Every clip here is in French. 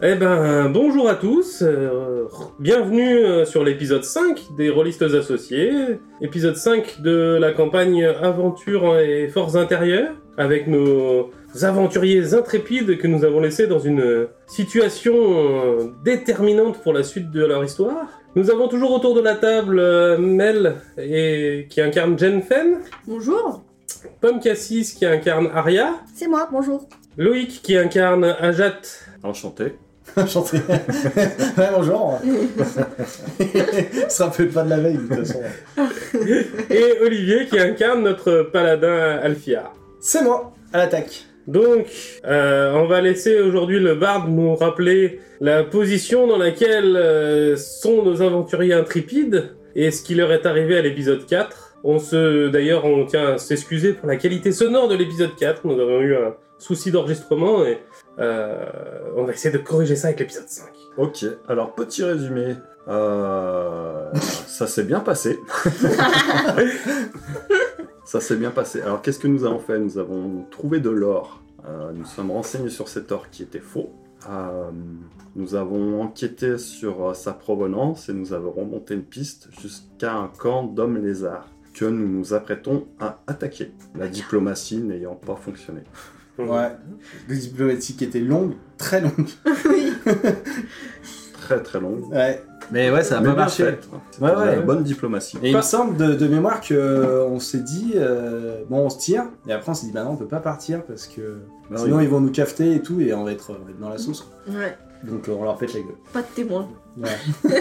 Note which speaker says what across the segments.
Speaker 1: Eh ben, bonjour à tous, euh, bienvenue euh, sur l'épisode 5 des Rôlistes Associés, épisode 5 de la campagne Aventures et Forces Intérieures, avec nos aventuriers intrépides que nous avons laissés dans une euh, situation euh, déterminante pour la suite de leur histoire. Nous avons toujours autour de la table euh, Mel, et, qui incarne Jen Fen,
Speaker 2: Bonjour,
Speaker 1: Pomme Cassis, qui incarne Arya,
Speaker 2: c'est moi, bonjour.
Speaker 1: Loïc, qui incarne Ajat,
Speaker 3: Enchanté.
Speaker 4: Enchanté. ouais, bonjour. Ce sera peut-être pas de la veille, de toute façon.
Speaker 1: et Olivier, qui incarne notre paladin Alfiar.
Speaker 4: C'est moi, à l'attaque.
Speaker 1: Donc, euh, on va laisser aujourd'hui le barde nous rappeler la position dans laquelle euh, sont nos aventuriers intrépides et ce qui leur est arrivé à l'épisode 4. On se, d'ailleurs, on tient à s'excuser pour la qualité sonore de l'épisode 4. Nous avons eu un souci d'enregistrement et euh, on va essayer de corriger ça avec l'épisode 5.
Speaker 3: Ok, alors petit résumé. Euh, ça s'est bien passé. ça s'est bien passé. Alors qu'est-ce que nous avons fait Nous avons trouvé de l'or. Euh, nous sommes renseignés sur cet or qui était faux. Euh, nous avons enquêté sur euh, sa provenance et nous avons remonté une piste jusqu'à un camp d'hommes lézards que nous nous apprêtons à attaquer. La diplomatie n'ayant pas fonctionné.
Speaker 4: Ouais. Les diplomatiques étaient longues, très longues.
Speaker 3: Très très longue.
Speaker 4: Ouais.
Speaker 5: Mais ouais, ça a
Speaker 3: Mais
Speaker 5: pas
Speaker 3: bien
Speaker 5: marché.
Speaker 3: faite. C'était
Speaker 5: Ouais,
Speaker 3: de
Speaker 5: ouais.
Speaker 3: la bonne diplomatie.
Speaker 4: Et il me semble de, de mémoire que euh, on s'est dit, euh, bon, on se tire, et après on s'est dit, bah non, on peut pas partir parce que
Speaker 3: Bah
Speaker 4: sinon
Speaker 3: oui.
Speaker 4: ils vont nous cafeter et tout, et on va être, on va être dans la sauce.
Speaker 2: Ouais,
Speaker 4: Donc euh, on leur pète la gueule.
Speaker 2: pas de témoin.
Speaker 4: Ouais.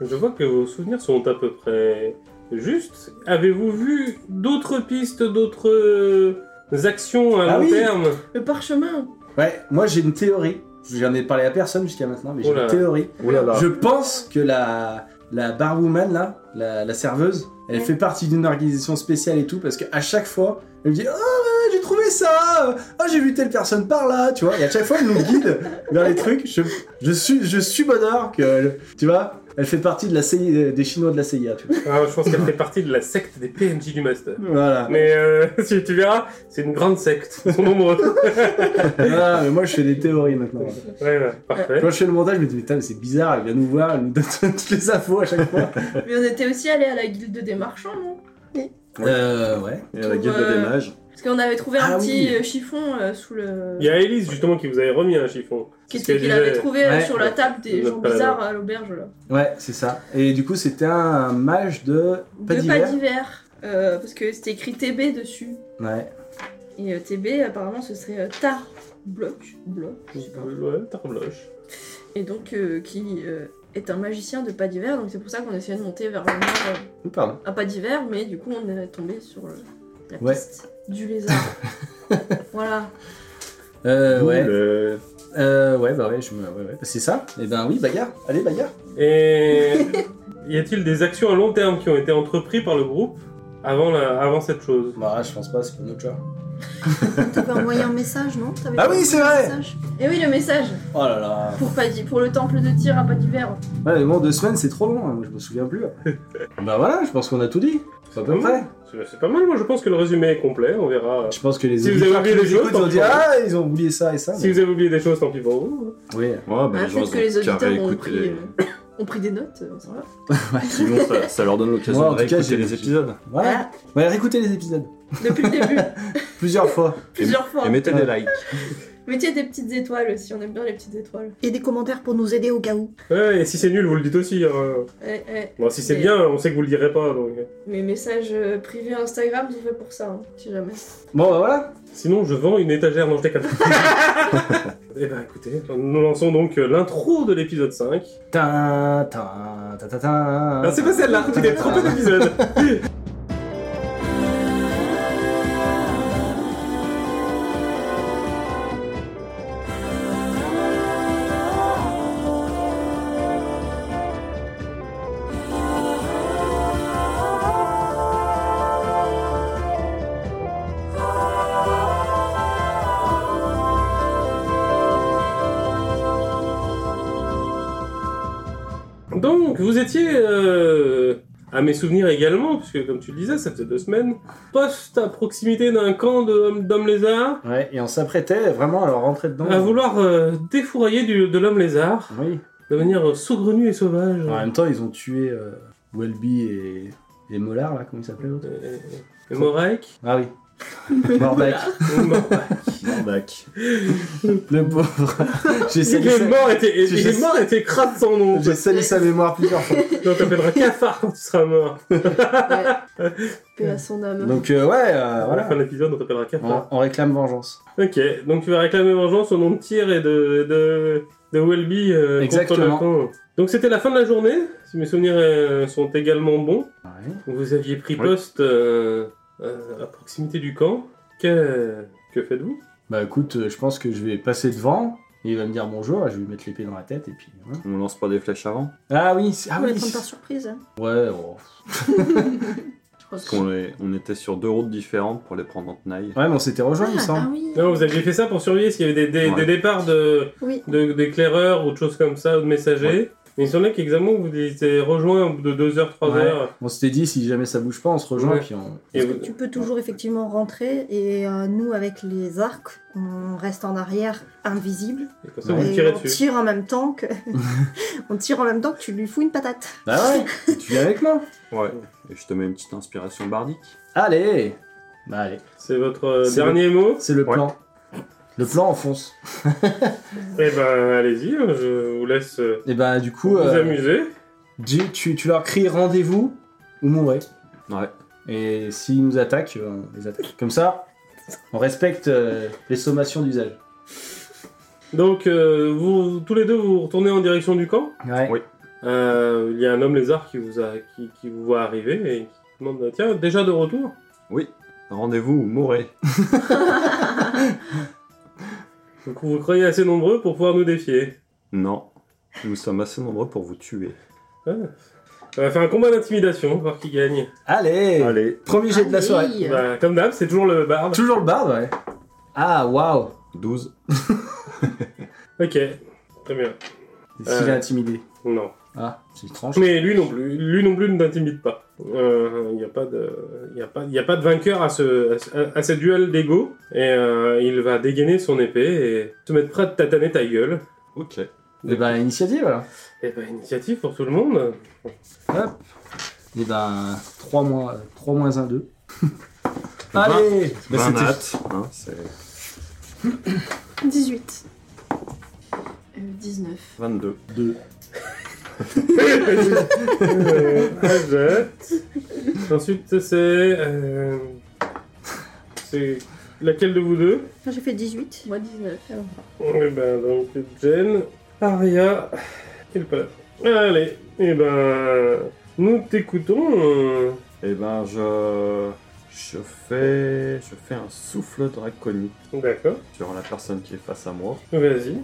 Speaker 1: Je vois que vos souvenirs sont à peu près justes. Avez-vous vu d'autres pistes, d'autres euh, actions à
Speaker 4: Ah
Speaker 1: long
Speaker 4: oui.
Speaker 1: terme
Speaker 2: Le parchemin
Speaker 4: Ouais, moi j'ai une théorie. J'en ai parlé à personne jusqu'à maintenant, mais j'ai
Speaker 1: Oh là
Speaker 4: une
Speaker 1: là.
Speaker 4: théorie.
Speaker 3: Oh là là.
Speaker 4: Je pense que la, la barwoman, là, la, la serveuse, elle
Speaker 2: Ouais.
Speaker 4: fait partie d'une organisation spéciale et tout, parce qu'à chaque fois, elle me dit Ah, ouais, j'ai trouvé ça Ah, j'ai vu telle personne par là, tu vois. Et à chaque fois, elle nous guide vers les trucs. Je, je suis, je suis bonheur que, elle- tu vois, elle fait partie de la CIA, des Chinois de la CIA, tu vois.
Speaker 1: Ah, Je pense qu'elle fait partie de la secte des PNJ du Master.
Speaker 4: Voilà.
Speaker 1: Mais euh, tu, tu verras, c'est une grande secte. Ils sont nombreux.
Speaker 4: Voilà, Ah, mais moi, je fais des théories maintenant.
Speaker 1: ouais, ouais, parfait.
Speaker 4: Quand je fais le montage, je me dis, mais putain, mais c'est bizarre, elle vient nous voir, elle nous donne toutes les infos à chaque fois.
Speaker 2: Mais on était aussi allé à la guilde des marchands, non
Speaker 4: Euh, ouais.
Speaker 3: Et la guilde
Speaker 2: euh,
Speaker 3: des mages.
Speaker 2: Parce qu'on avait trouvé
Speaker 4: Ah
Speaker 2: un petit
Speaker 4: oui.
Speaker 2: euh, chiffon euh, sous le.
Speaker 1: Il y a Elise justement qui vous avait remis un chiffon.
Speaker 2: Qu'il
Speaker 1: Parce qu'elle
Speaker 2: qu'il avait
Speaker 1: disait-
Speaker 2: trouvé euh,
Speaker 4: Ouais.
Speaker 2: sur la table des
Speaker 1: Le
Speaker 2: gens
Speaker 1: paladin.
Speaker 2: bizarres à l'auberge, là.
Speaker 4: Ouais, c'est ça. Et du coup, c'était un mage de
Speaker 2: Deux pas
Speaker 4: pas d'hiver.
Speaker 2: d'hiver. euh, parce que c'était écrit TB dessus.
Speaker 4: Ouais.
Speaker 2: Et euh, TB, apparemment, ce serait euh, Tar Bloc. Bloc, je sais pas.
Speaker 1: Ouais, tarbloche.
Speaker 2: Et donc, euh, qui euh, est un magicien de pas d'hiver. Donc, c'est pour ça qu'on essayait de monter vers le nord euh,
Speaker 4: Oh, Pardon.
Speaker 2: à pas d'hiver, mais du coup on est tombé sur le- la
Speaker 4: Ouais.
Speaker 2: piste du lézard. voilà.
Speaker 4: Euh, ouais.
Speaker 3: Le-
Speaker 4: Euh, ouais, bah ouais, je me... ouais, ouais. Bah, c'est ça. Et ben oui, bagarre. Allez, bagarre.
Speaker 1: Et y a-t-il des actions à long terme qui ont été entreprises par le groupe avant, la- avant cette chose
Speaker 4: Bah, je pense pas, c'est pour notre joueur.
Speaker 6: T'avais envoyé un message, non T'avais
Speaker 4: Ah
Speaker 6: pas
Speaker 4: oui,
Speaker 6: envoyé
Speaker 4: c'est
Speaker 6: un
Speaker 4: vrai.
Speaker 6: message
Speaker 2: Et oui, le message
Speaker 4: Oh là là.
Speaker 2: pour, pas d'hi- pour le temple de tir à pas
Speaker 3: Bah,
Speaker 2: d'hiver. Ah,
Speaker 4: Ouais, mais bon, deux semaines, c'est trop long. hein. Moi, je me souviens plus. après. bah voilà, je pense qu'on a tout dit. C'est à peu près.
Speaker 1: C'est c'est pas mal, moi je pense que le résumé est complet, on verra.
Speaker 4: Je pense que les
Speaker 1: Si vous
Speaker 4: auditeurs
Speaker 1: avez oublié
Speaker 4: qui
Speaker 1: des
Speaker 4: nous
Speaker 1: choses,
Speaker 4: écoutent, ils ont dit
Speaker 1: tant pis.
Speaker 4: ah, ils ont oublié ça et ça.
Speaker 1: Si
Speaker 4: mais-
Speaker 1: vous avez oublié des choses, tant pis pour vous. hein.
Speaker 4: Oui.
Speaker 3: Ouais, bah,
Speaker 2: Ah,
Speaker 3: les
Speaker 2: Peut-être
Speaker 3: gens, ils
Speaker 2: que les
Speaker 3: ont qu'à
Speaker 2: auditeurs ont pris,
Speaker 3: réécouter.
Speaker 2: euh, ont pris des notes, on s'en va.
Speaker 3: Sinon, ça, ça leur donne l'occasion
Speaker 4: Moi,
Speaker 3: de
Speaker 4: en tout cas,
Speaker 3: réécouter
Speaker 4: j'ai-
Speaker 3: les épisodes.
Speaker 4: Ouais.
Speaker 2: Ah,
Speaker 4: Ouais, réécoutez les épisodes
Speaker 2: depuis le début,
Speaker 4: plusieurs fois.
Speaker 2: plusieurs fois.
Speaker 3: Et mettez des likes.
Speaker 2: Mettez des petites étoiles aussi, on aime bien les petites étoiles.
Speaker 6: Et des commentaires pour nous aider au cas où.
Speaker 1: Ouais, et si c'est nul, vous le dites aussi. hein.
Speaker 2: Eh, eh,
Speaker 1: Bon, si c'est
Speaker 2: Mais-
Speaker 1: bien, on sait que vous le direz pas. Donc.
Speaker 2: mes messages euh, privés Instagram sont faits pour ça, hein, si jamais.
Speaker 4: Bon, bah voilà.
Speaker 1: Sinon, je vends une étagère dans les cas. Eh ben écoutez, nous lançons donc euh, l'intro de l'épisode 5.
Speaker 4: Ta ta ta ta ta.
Speaker 1: Ah, c'est pas celle-là, tu t'es trompé d'épisode. Donc, vous étiez euh, à mes souvenirs également, puisque comme tu le disais, ça faisait deux semaines, poste à proximité d'un camp de hommes- d'hommes lézards,
Speaker 4: Ouais, et on s'apprêtait vraiment à leur rentrer dedans.
Speaker 1: à vouloir euh, défourailler du- de l'homme lézard,
Speaker 4: Oui.
Speaker 1: de manière euh, saugrenue et sauvage.
Speaker 4: En même temps, ils ont tué euh, Welby et, et Mollard, là, comment il s'appelait l'autre
Speaker 1: Euh, et Morek,
Speaker 4: Ah oui. Morbac.
Speaker 1: euh, mort.
Speaker 3: Barbac.
Speaker 4: Le pauvre. J'ai
Speaker 1: il
Speaker 4: sali,
Speaker 1: est
Speaker 4: sa...
Speaker 1: mort et t'es-
Speaker 4: Tu
Speaker 1: il est
Speaker 4: sais-
Speaker 1: mort et t'es crade de son nom.
Speaker 4: j'ai sali sa mémoire plusieurs fois.
Speaker 1: Donc t'appelleras cafard quand tu seras mort.
Speaker 4: Bah,
Speaker 2: Paix à son âme.
Speaker 4: Donc, euh, ouais, euh,
Speaker 1: à la
Speaker 4: voilà.
Speaker 1: fin de l'épisode, on t'appellera cafard.
Speaker 4: On, on réclame vengeance.
Speaker 1: Ok, donc tu vas réclamer vengeance au nom de Tyr et de, de, de Welby euh, contre le
Speaker 4: Exactement.
Speaker 1: camp. Donc c'était la fin de la journée, si mes souvenirs euh, sont également bons.
Speaker 4: Ouais.
Speaker 1: Vous aviez pris
Speaker 3: Oui.
Speaker 1: poste euh, euh, à proximité du camp. Que, que faites-vous
Speaker 4: Bah écoute, euh, je pense que je vais passer devant. et Il va me dire bonjour, et je vais lui mettre l'épée dans la tête et puis. voilà.
Speaker 3: On lance pas des flèches avant
Speaker 4: Ah oui, c'est- ah
Speaker 6: Pour les
Speaker 4: oui.
Speaker 6: prendre par surprise. hein.
Speaker 4: Ouais, oh.
Speaker 2: Je pense que-
Speaker 3: On, est- on était sur deux routes différentes pour les prendre en tenaille.
Speaker 4: ouais, mais on s'était rejoints, il me
Speaker 6: Ah,
Speaker 4: semble.
Speaker 6: ah oui.
Speaker 1: Non, vous aviez fait ça pour surveiller s'il y avait des, des-
Speaker 3: Ouais.
Speaker 1: des départs de
Speaker 6: Oui.
Speaker 1: de- d'éclaireurs ou de choses comme ça, ou de messagers. Mais il semblait qu'examen vous étiez rejoint au bout de 2 heures, 3
Speaker 4: Ouais.
Speaker 1: heures.
Speaker 6: ah.
Speaker 4: On s'était dit si jamais ça bouge pas, on se rejoint
Speaker 1: Ouais.
Speaker 4: puis on.
Speaker 1: Et
Speaker 6: Parce
Speaker 1: vous-
Speaker 6: que tu peux toujours effectivement rentrer et euh, nous avec les arcs, on reste en arrière invisible
Speaker 1: et comme ça, vous
Speaker 4: Ouais.
Speaker 1: le
Speaker 6: et
Speaker 1: tirez
Speaker 6: on
Speaker 1: dessus.
Speaker 6: tire en même temps que on tire en même temps que tu lui fous une patate.
Speaker 4: Bah ouais. tu viens avec moi.
Speaker 3: Ouais. Et je te mets une petite inspiration bardique.
Speaker 4: Allez. Bah allez.
Speaker 1: C'est votre euh,
Speaker 4: C'est
Speaker 1: dernier mot
Speaker 4: C'est le
Speaker 3: Ouais.
Speaker 4: plan. Le plan enfonce.
Speaker 1: Eh ben, allez-y, je vous laisse euh,
Speaker 4: Et bah du
Speaker 1: vous
Speaker 4: coup, euh,
Speaker 1: amuser.
Speaker 4: tu, tu- tu leur cries rendez-vous ou mourrez.
Speaker 3: Ouais.
Speaker 4: Et s'ils nous attaquent, euh, on les attaque. Comme ça, on respecte euh, les sommations d'usage.
Speaker 1: Donc, euh, vous, tous les deux, vous retournez en direction du camp.
Speaker 4: Ouais.
Speaker 3: Oui.
Speaker 1: Euh, il y a un homme lézard qui vous, a, qui, qui vous voit arriver et qui demande bah, Tiens, déjà de retour
Speaker 3: Oui. Rendez-vous ou mourrez.
Speaker 1: Donc, vous croyez assez nombreux pour pouvoir nous défier.
Speaker 3: Non. Nous sommes assez nombreux pour vous tuer.
Speaker 1: Ah. On va faire un combat d'intimidation, on va voir qui gagne.
Speaker 4: Allez.
Speaker 3: Allez.
Speaker 4: Premier jet de la
Speaker 2: Allez.
Speaker 4: soirée.
Speaker 1: Bah, comme d'hab, c'est toujours le barbe.
Speaker 4: Toujours le barbe, ouais. Ah, waouh
Speaker 3: 12.
Speaker 1: Ok, très bien.
Speaker 4: S'il est
Speaker 1: Euh.
Speaker 4: intimidé.
Speaker 1: Non.
Speaker 4: Ah, c'est étrange.
Speaker 1: Mais lui non plus, lui non plus ne t'intimide pas. Euh, Il n'y a pas de, il y a pas, il y a pas de vainqueur à ce, à ce, à ce duel d'ego. Et euh, il va dégainer son épée et se mettre prêt à te tataner ta gueule.
Speaker 3: Ok.
Speaker 4: Et ben, initiative alors.
Speaker 1: Et ben initiative pour tout le monde.
Speaker 4: Et ben, 3 moins, 3 moins 1, 2. Allez Bah,
Speaker 3: Vingt
Speaker 4: c'était-
Speaker 3: nattes, hein, c'est
Speaker 6: 18.
Speaker 2: Euh, 19.
Speaker 3: 22.
Speaker 4: Deux.
Speaker 1: Euh, Ajette. Ensuite c'est, euh, c'est laquelle de vous deux
Speaker 6: Moi, J'ai fait Ah 18.
Speaker 2: Moi 19.
Speaker 1: Et ben donc Jen, Aria et le paladin. Allez, et ben nous t'écoutons. euh,
Speaker 3: Eh ben, je. Je fais. Je fais un souffle draconique
Speaker 1: D'accord,
Speaker 3: sur la personne qui est face à moi.
Speaker 1: vas-y.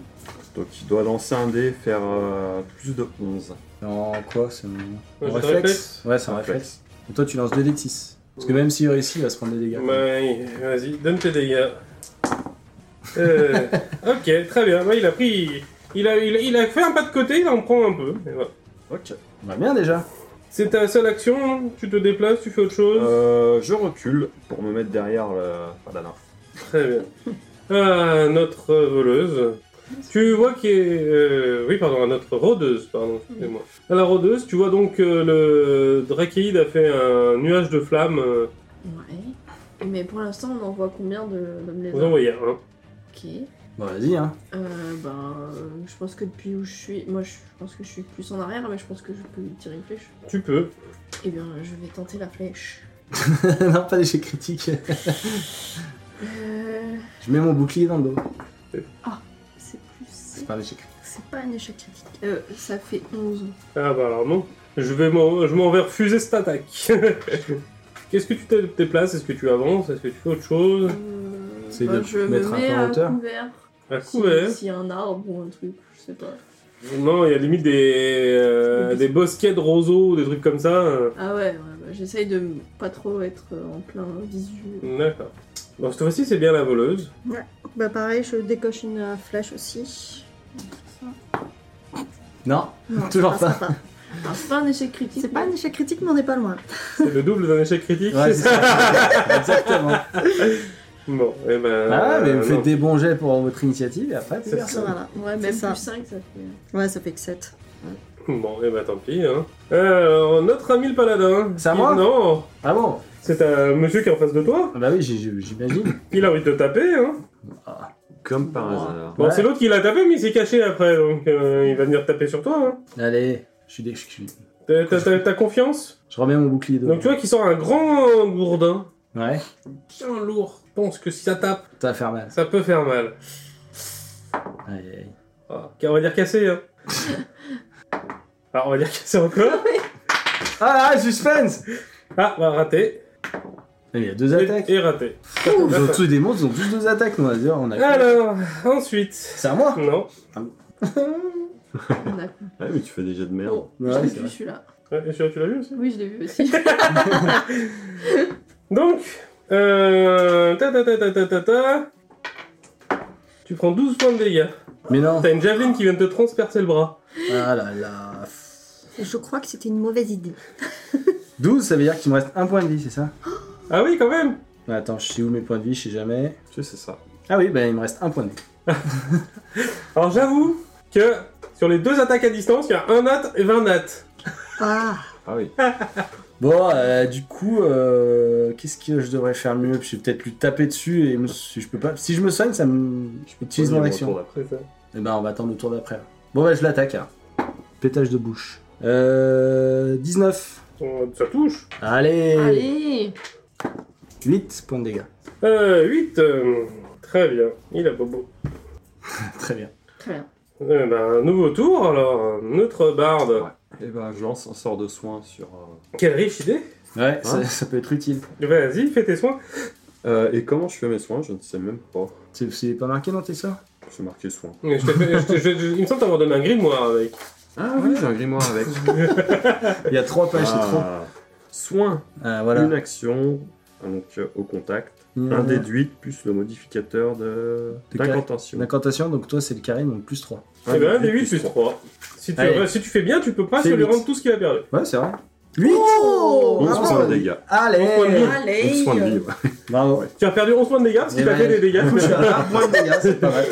Speaker 3: Donc, il doit lancer un dé et faire euh, plus de 11.
Speaker 4: Non, quoi C'est un...
Speaker 1: Un
Speaker 4: un
Speaker 1: jeu de réflexe
Speaker 4: Ouais, c'est un réflexe. Et toi, tu lances 2 d de 6. Parce que même s'il réussit, il va se prendre des dégâts.
Speaker 1: Ouais, vas-y, donne tes dégâts. Euh, ok, très bien. Ouais, il a pris. Il a, il, a- il a fait un pas de côté, il en prend un peu. et voilà.
Speaker 3: Ok.
Speaker 4: Bah, bien déjà.
Speaker 1: C'est ta seule action Tu te déplaces, tu fais autre chose
Speaker 3: Euh, je recule pour me mettre derrière le paladin.
Speaker 1: Très bien. Ah, notre voleuse. Tu vois qui est. euh, oui, pardon, à notre rôdeuse, pardon, excusez-moi. À la rôdeuse, tu vois donc euh, le Drakeid a fait un nuage de flammes. euh,
Speaker 2: Ouais. Mais pour l'instant, on envoie combien de d'hommes
Speaker 1: vous
Speaker 2: lézards
Speaker 1: envoyez un.
Speaker 2: Ok.
Speaker 4: Bon, vas-y, hein.
Speaker 2: Euh, ben, euh, je pense que depuis où je suis. Moi, je pense que je suis plus en arrière, mais je pense que je peux tirer une flèche.
Speaker 1: Tu peux.
Speaker 2: Eh bien, je vais tenter la flèche.
Speaker 4: non, pas d'échec critique.
Speaker 2: Euh,
Speaker 4: Je mets mon bouclier dans le dos.
Speaker 2: c'est plus.
Speaker 4: C'est pas un échec critique.
Speaker 6: C'est pas un échec critique.
Speaker 2: Euh, ça fait 11.
Speaker 1: Ah bah alors non. Je vais m'en, je m'en vais refuser cette attaque. Qu'est-ce que tu te déplaces Est-ce que tu avances Est-ce que tu fais autre chose
Speaker 2: Euh,
Speaker 4: C'est
Speaker 2: bah,
Speaker 4: de
Speaker 2: je me
Speaker 4: mettre un
Speaker 2: mets
Speaker 4: peu en
Speaker 2: à
Speaker 4: hauteur.
Speaker 2: couvert.
Speaker 1: À
Speaker 2: Si-
Speaker 1: couvert.
Speaker 2: S'il y a un arbre ou un truc, je sais pas.
Speaker 1: Non, il y a limite des euh, des bosquets de roseaux, des trucs comme ça. euh.
Speaker 2: Ah ouais, ouais, bah, j'essaye de m- pas trop être euh, en plein visu.
Speaker 1: D'accord. Bon, cette fois-ci, c'est bien la voleuse.
Speaker 6: Bah pareil, je décoche une euh, flèche aussi.
Speaker 4: Non,
Speaker 6: Non,
Speaker 4: Toujours
Speaker 6: ça passera pas.
Speaker 2: Alors, Ah, c'est pas un échec critique.
Speaker 6: C'est pas un échec critique, mais on n'est pas loin.
Speaker 1: C'est le double d'un échec critique,
Speaker 4: Ouais,
Speaker 1: c'est
Speaker 4: c'est
Speaker 1: ça
Speaker 4: ça. Exactement.
Speaker 1: Bon, eh ben.
Speaker 4: Ah, mais
Speaker 1: euh,
Speaker 4: vous
Speaker 1: non.
Speaker 4: faites des bons jets pour votre initiative et après, plus
Speaker 1: C'est
Speaker 4: personne.
Speaker 6: Voilà.
Speaker 2: Ouais,
Speaker 6: C'est
Speaker 2: même
Speaker 6: Ah, ça.
Speaker 2: plus 5, ça fait.
Speaker 6: Ouais, ça fait que 7.
Speaker 1: Bon, eh ben tant pis. Hein. Alors, notre ami le paladin.
Speaker 4: C'est à
Speaker 1: Il-
Speaker 4: moi
Speaker 1: Non,
Speaker 4: Ah bon
Speaker 1: c'est un monsieur qui est en face de toi.
Speaker 4: Ah Bah oui, j'ai- j'ai- j'imagine. Ah.
Speaker 1: Il a envie de te taper. Hein.
Speaker 3: Comme par
Speaker 4: Ouais.
Speaker 3: hasard.
Speaker 1: Bon,
Speaker 4: Ouais.
Speaker 1: c'est l'autre qui l'a tapé, mais il s'est caché après, donc euh, il va venir taper sur toi. Hein.
Speaker 4: Allez, je suis dé... je suis-
Speaker 1: T'as- T'as t'as- t'as confiance
Speaker 4: Je remets mon bouclier de.
Speaker 1: Donc tu vois qu'il sort un grand gourdin.
Speaker 4: Ouais,
Speaker 1: Bien lourd. Je pense que si ça tape,
Speaker 4: ça va faire mal.
Speaker 1: ça peut faire mal.
Speaker 4: Aïe, aïe, aïe.
Speaker 1: Ah, on va dire cassé. Hein. Alors, on va dire cassé encore.
Speaker 4: Ah là, suspense
Speaker 1: Ah, bah raté.
Speaker 4: Mais Il y a deux
Speaker 1: Et,
Speaker 4: attaques.
Speaker 1: et raté.
Speaker 4: Ils ont tous des monstres, ils ont tous deux attaques, on va dire. On a...
Speaker 1: Alors, ensuite.
Speaker 4: C'est à moi
Speaker 1: Non.
Speaker 2: On a
Speaker 3: Ouais, mais Ah tu fais des jets de merde.
Speaker 2: Oh,
Speaker 4: Ouais,
Speaker 2: je l'ai
Speaker 4: c'est
Speaker 2: vu
Speaker 4: vrai.
Speaker 2: celui-là.
Speaker 1: Ouais, et celui-là, tu l'as vu aussi
Speaker 2: Oui, je l'ai vu aussi.
Speaker 1: Donc, euh, ta ta ta ta ta ta ta. Tu prends 12 points de dégâts.
Speaker 4: Mais non.
Speaker 1: T'as une javeline qui vient de te transpercer le bras.
Speaker 4: Ah là là.
Speaker 6: Je crois que c'était une mauvaise idée.
Speaker 4: 12, ça veut dire qu'il me reste un point de vie, c'est ça
Speaker 1: Ah oui, quand même
Speaker 4: Ouais, Attends, je sais où mes points de vie, je sais jamais.
Speaker 3: Tu sais, c'est ça.
Speaker 4: Ah oui, bah il me reste un point de vie.
Speaker 1: Alors j'avoue que sur les deux attaques à distance, il y a un nat et 20 nat.
Speaker 6: Ah
Speaker 3: Ah oui.
Speaker 4: Bon, euh, du coup, euh, qu'est-ce que je devrais faire mieux Je vais peut-être lui taper dessus et me- si je peux pas. Si je me soigne, ça me. Je peux utiliser mon
Speaker 3: Premier
Speaker 4: action.
Speaker 3: retour d'après.
Speaker 1: C'est ça.
Speaker 4: Et ben, on va attendre le tour d'après. là. Bon, bah, je l'attaque. alors. Pétage de bouche. Euh, 19.
Speaker 1: On- Ça touche.
Speaker 4: Allez,
Speaker 2: Allez
Speaker 4: 8 points de dégâts.
Speaker 1: Euh, 8. euh, très bien. Il a bobo.
Speaker 4: Très bien.
Speaker 2: Très bien.
Speaker 1: Euh, ben, nouveau tour, alors. Notre barde.
Speaker 3: Et ben, je lance un sort de soin sur. euh,
Speaker 1: Quelle riche idée.
Speaker 4: Ouais, ça, ça peut être utile.
Speaker 1: Vas-y, fais tes soins.
Speaker 3: euh, et comment je fais mes soins Je ne sais même pas.
Speaker 4: C'est- C'est pas marqué dans tes sorts
Speaker 3: J'ai marqué soin.
Speaker 1: Je te fais- je te- je- je- il me semble t'avoir donné un grimoire avec.
Speaker 3: Ah oui, j'ai un grimoire avec.
Speaker 4: Il y a 3 pages, c'est trop.
Speaker 3: Ah. Soin.
Speaker 4: Ah, voilà.
Speaker 3: Une action. Donc euh, au contact. Un des déduite plus le modificateur de
Speaker 4: De
Speaker 3: d'incantation.
Speaker 4: L'incantation, donc toi, c'est le charisme, donc plus 3.
Speaker 1: Eh ben,
Speaker 3: des
Speaker 1: des 8 plus 3. Si tu,
Speaker 4: Allez.
Speaker 1: si tu fais bien, tu peux pas
Speaker 4: Fais
Speaker 1: se lui
Speaker 4: huit.
Speaker 1: rendre tout ce qu'il a perdu.
Speaker 4: Ouais, c'est vrai. 8
Speaker 6: Oh,
Speaker 3: Onze
Speaker 6: bravo.
Speaker 3: points de dégâts.
Speaker 1: Onze points de
Speaker 4: Allez
Speaker 1: vie.
Speaker 3: Onze
Speaker 6: Allez
Speaker 3: points de vie, ouais.
Speaker 4: Bravo.
Speaker 1: Tu as perdu 11 points de dégâts parce qu'il a fait des dégâts.
Speaker 4: Je suis à un point de dégâts, c'est pas mal.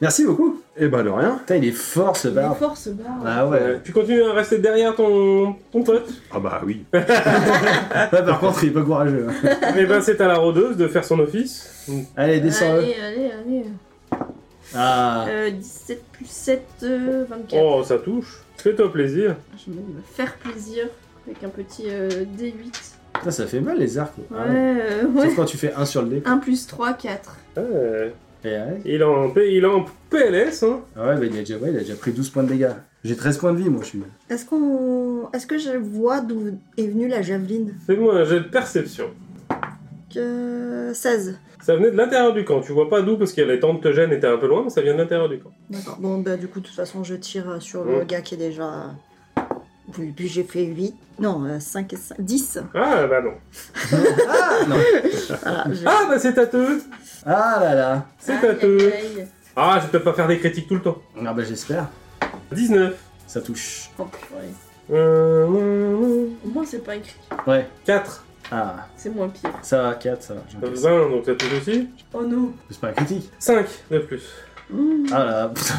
Speaker 4: Merci beaucoup.
Speaker 3: Eh ben de rien.
Speaker 4: Putain, il est fort ce
Speaker 2: Il est
Speaker 4: barbe.
Speaker 2: fort ce bar.
Speaker 4: Ah ouais.
Speaker 1: Euh, tu continues à rester derrière ton, ton pote.
Speaker 3: Ah bah oui.
Speaker 4: Ouais, par contre, il est pas courageux. hein.
Speaker 1: Et ben c'est à la rôdeuse de faire son office.
Speaker 4: Allez, descends-le.
Speaker 2: Allez, allez, allez.
Speaker 4: Ah.
Speaker 2: Euh, 17 plus 7, euh, 24.
Speaker 1: Oh ça touche. Fais-toi plaisir.
Speaker 4: Oh.
Speaker 2: Je vais me faire plaisir avec un petit euh, D8.
Speaker 4: Putain, ça fait mal les arcs.
Speaker 2: Ouais,
Speaker 4: Ah ouais.
Speaker 2: euh, ouais.
Speaker 4: Sauf quand tu fais 1 sur le dé.
Speaker 2: 1 plus 3, 4.
Speaker 1: Ouais.
Speaker 4: Et ouais,
Speaker 1: Eh, Il est en, P- il est en PLS. Hein.
Speaker 4: Ah ouais, bah, il, a déjà, ouais, il a déjà pris 12 points de dégâts. J'ai 13 points de vie, moi, je suis.
Speaker 6: Est-ce qu'on. Est-ce que je vois d'où est venue la javeline
Speaker 1: Fais-moi un jet de perception.
Speaker 6: que... 16.
Speaker 1: Ça venait de l'intérieur du camp. Tu vois pas d'où parce que les temps de te gêne étaient un peu loin, mais ça vient de l'intérieur du camp.
Speaker 6: D'accord. Bon, bah, du coup, de toute façon, je tire euh, sur le
Speaker 1: Ouais.
Speaker 6: gars qui est déjà. euh, Puis puis j'ai fait 8. Non, 5 et 5. 10.
Speaker 1: Ah bah non.
Speaker 4: Ah non.
Speaker 6: Voilà, j'ai-
Speaker 1: Ah bah c'est tâteux.
Speaker 4: Ah là là.
Speaker 1: C'est tâteux. Ah je vais peut-être pas faire des critiques tout le temps.
Speaker 4: Ah bah, j'espère.
Speaker 1: 19.
Speaker 4: Ça touche.
Speaker 2: Oh, purée.
Speaker 1: Euh,
Speaker 2: Au moins, c'est pas écrit.
Speaker 4: Ouais.
Speaker 1: 4.
Speaker 4: Ah,
Speaker 2: C'est moins pire.
Speaker 4: ça va, 4, ça va. j'en casse.
Speaker 1: 20 donc ça touche aussi.
Speaker 2: Oh non.
Speaker 4: C'est pas un critique.
Speaker 1: 5 de plus.
Speaker 4: Ah là, putain.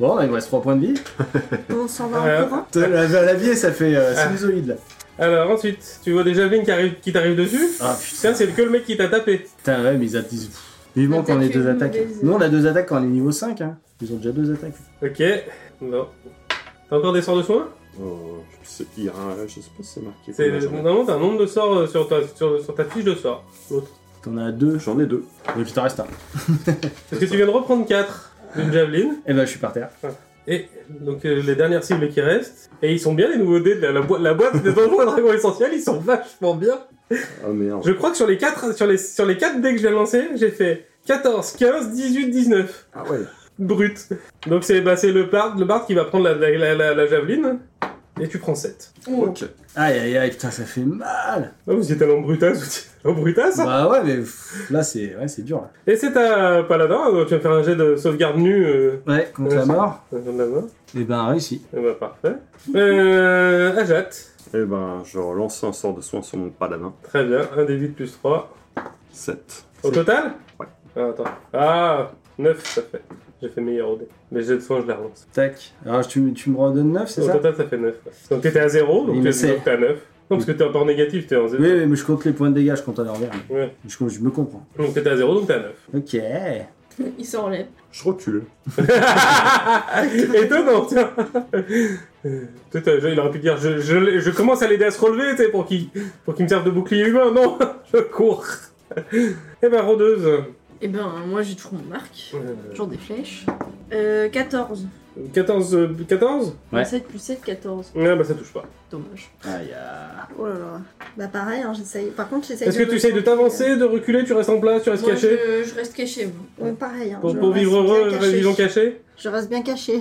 Speaker 4: Bon, il me reste 3 points de vie.
Speaker 6: on s'en va
Speaker 1: Euh,
Speaker 6: en courant
Speaker 4: Putain, La, la vie, ça fait euh, sinusoïde là.
Speaker 1: Alors ensuite, tu vois des javelines qui arrivent- qui t'arrivent dessus
Speaker 4: Ah putain.
Speaker 1: Ça, c'est que le mec qui t'a tapé.
Speaker 4: Putain, ouais, mais ils attisent. Vivement qu'on ait
Speaker 2: Attaque
Speaker 4: deux
Speaker 2: une
Speaker 4: attaques.
Speaker 2: mauvaise-
Speaker 4: Nous, on a deux attaques quand on est niveau 5. Hein. Ils ont déjà deux attaques.
Speaker 1: Ok. Non. T'as encore des sorts de soins
Speaker 3: Euh, je sais il y a un- je sais pas si c'est marqué.
Speaker 1: C'est
Speaker 3: combien j'en ai.
Speaker 1: normalement t'as un nombre de sorts euh, sur ta, sur, sur ta fiche de sorts. L'autre.
Speaker 4: T'en as deux.
Speaker 3: J'en ai deux.
Speaker 4: Donc, il t'en reste un.
Speaker 1: Parce que tu viens de reprendre 4 d'une javeline.
Speaker 4: Et ben, je suis par terre.
Speaker 1: Et donc euh, les dernières cibles qui restent. Et ils sont bien les nouveaux dés de la, la boi- la boîte des donjons et dragons essentiels, ils sont vachement bien.
Speaker 3: Ah merde.
Speaker 1: Je crois que sur les 4 sur les, sur les quatre dés que j'ai lancés, j'ai fait 14, 15, 18, 19.
Speaker 3: Ah ouais.
Speaker 1: Brut. Donc c'est bah, c'est le bard, le bard qui va prendre la, la, la, la- la javeline. et tu prends 7.
Speaker 2: Oh.
Speaker 3: Ok.
Speaker 4: Aïe aïe aïe, putain, ça fait mal.
Speaker 1: Ah, vous y êtes allé en brutasse, en brutasse hein
Speaker 4: Bah ouais, mais pff, là c'est ouais, c'est dur. Là.
Speaker 1: Et c'est à Paladin, donc tu vas faire un jet de sauvegarde nue euh,
Speaker 4: Ouais, contre
Speaker 1: Euh,
Speaker 4: la
Speaker 1: ça-
Speaker 4: mort,
Speaker 1: de la main.
Speaker 4: et ben réussi.
Speaker 1: Eh ben, parfait. Euh, Ajat,
Speaker 3: Eh ben, je relance un sort de soin sur mon paladin.
Speaker 1: très bien, un des 8 plus 3.
Speaker 3: 7.
Speaker 1: Au
Speaker 4: C'est-
Speaker 1: total
Speaker 3: Ouais.
Speaker 1: Ah, attends. Ah, 9 ça fait. J'ai fait meilleur au dé. Mais j'ai de soin, je la relance.
Speaker 4: Tac. Alors tu, tu me redonnes 9, c'est
Speaker 1: Au
Speaker 4: ça
Speaker 1: total, ça fait 9. Donc t'étais à 0,
Speaker 4: Il
Speaker 1: donc
Speaker 4: me
Speaker 1: t'es
Speaker 4: sait.
Speaker 1: donc t'es à 9. Non, parce que t'es encore négatif, t'es en 0.
Speaker 4: Oui, oui, mais je compte les points de dégâts, je compte à l'envers. mais
Speaker 1: Ouais.
Speaker 4: Je, je me comprends.
Speaker 1: Donc t'étais à 0, donc t'es à 9.
Speaker 4: Ok.
Speaker 2: Il s'enlève.
Speaker 3: Je recule.
Speaker 1: Étonnant, tiens. Peut-être, euh, il aurait pu dire je, je l'ai- je commence à l'aider à se relever, tu sais, pour qu'il pour qu'il me serve de bouclier humain. Non, je cours. Eh ben, rôdeuse.
Speaker 2: Et ben, moi j'ai toujours mon marque.
Speaker 1: Euh,
Speaker 2: Toujours des flèches. Euh, 14.
Speaker 1: 14, euh, 14
Speaker 4: Ouais.
Speaker 2: 7 plus 7, 14.
Speaker 1: Ouais, bah ça touche pas.
Speaker 2: Dommage.
Speaker 4: Aïe. ah.
Speaker 6: Oh là là. Bah pareil, hein, j'essaye. Par contre, j'essaye.
Speaker 1: Est-ce que tu essayes de t'avancer, de reculer, tu restes en place, tu restes
Speaker 2: Moi,
Speaker 1: caché
Speaker 2: je, je reste caché, moi.
Speaker 6: Ouais, pareil. hein,
Speaker 1: Pour,
Speaker 6: je
Speaker 1: pour
Speaker 6: reste
Speaker 1: vivre
Speaker 6: bien
Speaker 1: heureux,
Speaker 6: cachée.
Speaker 1: vivons cachés
Speaker 6: Je reste bien caché.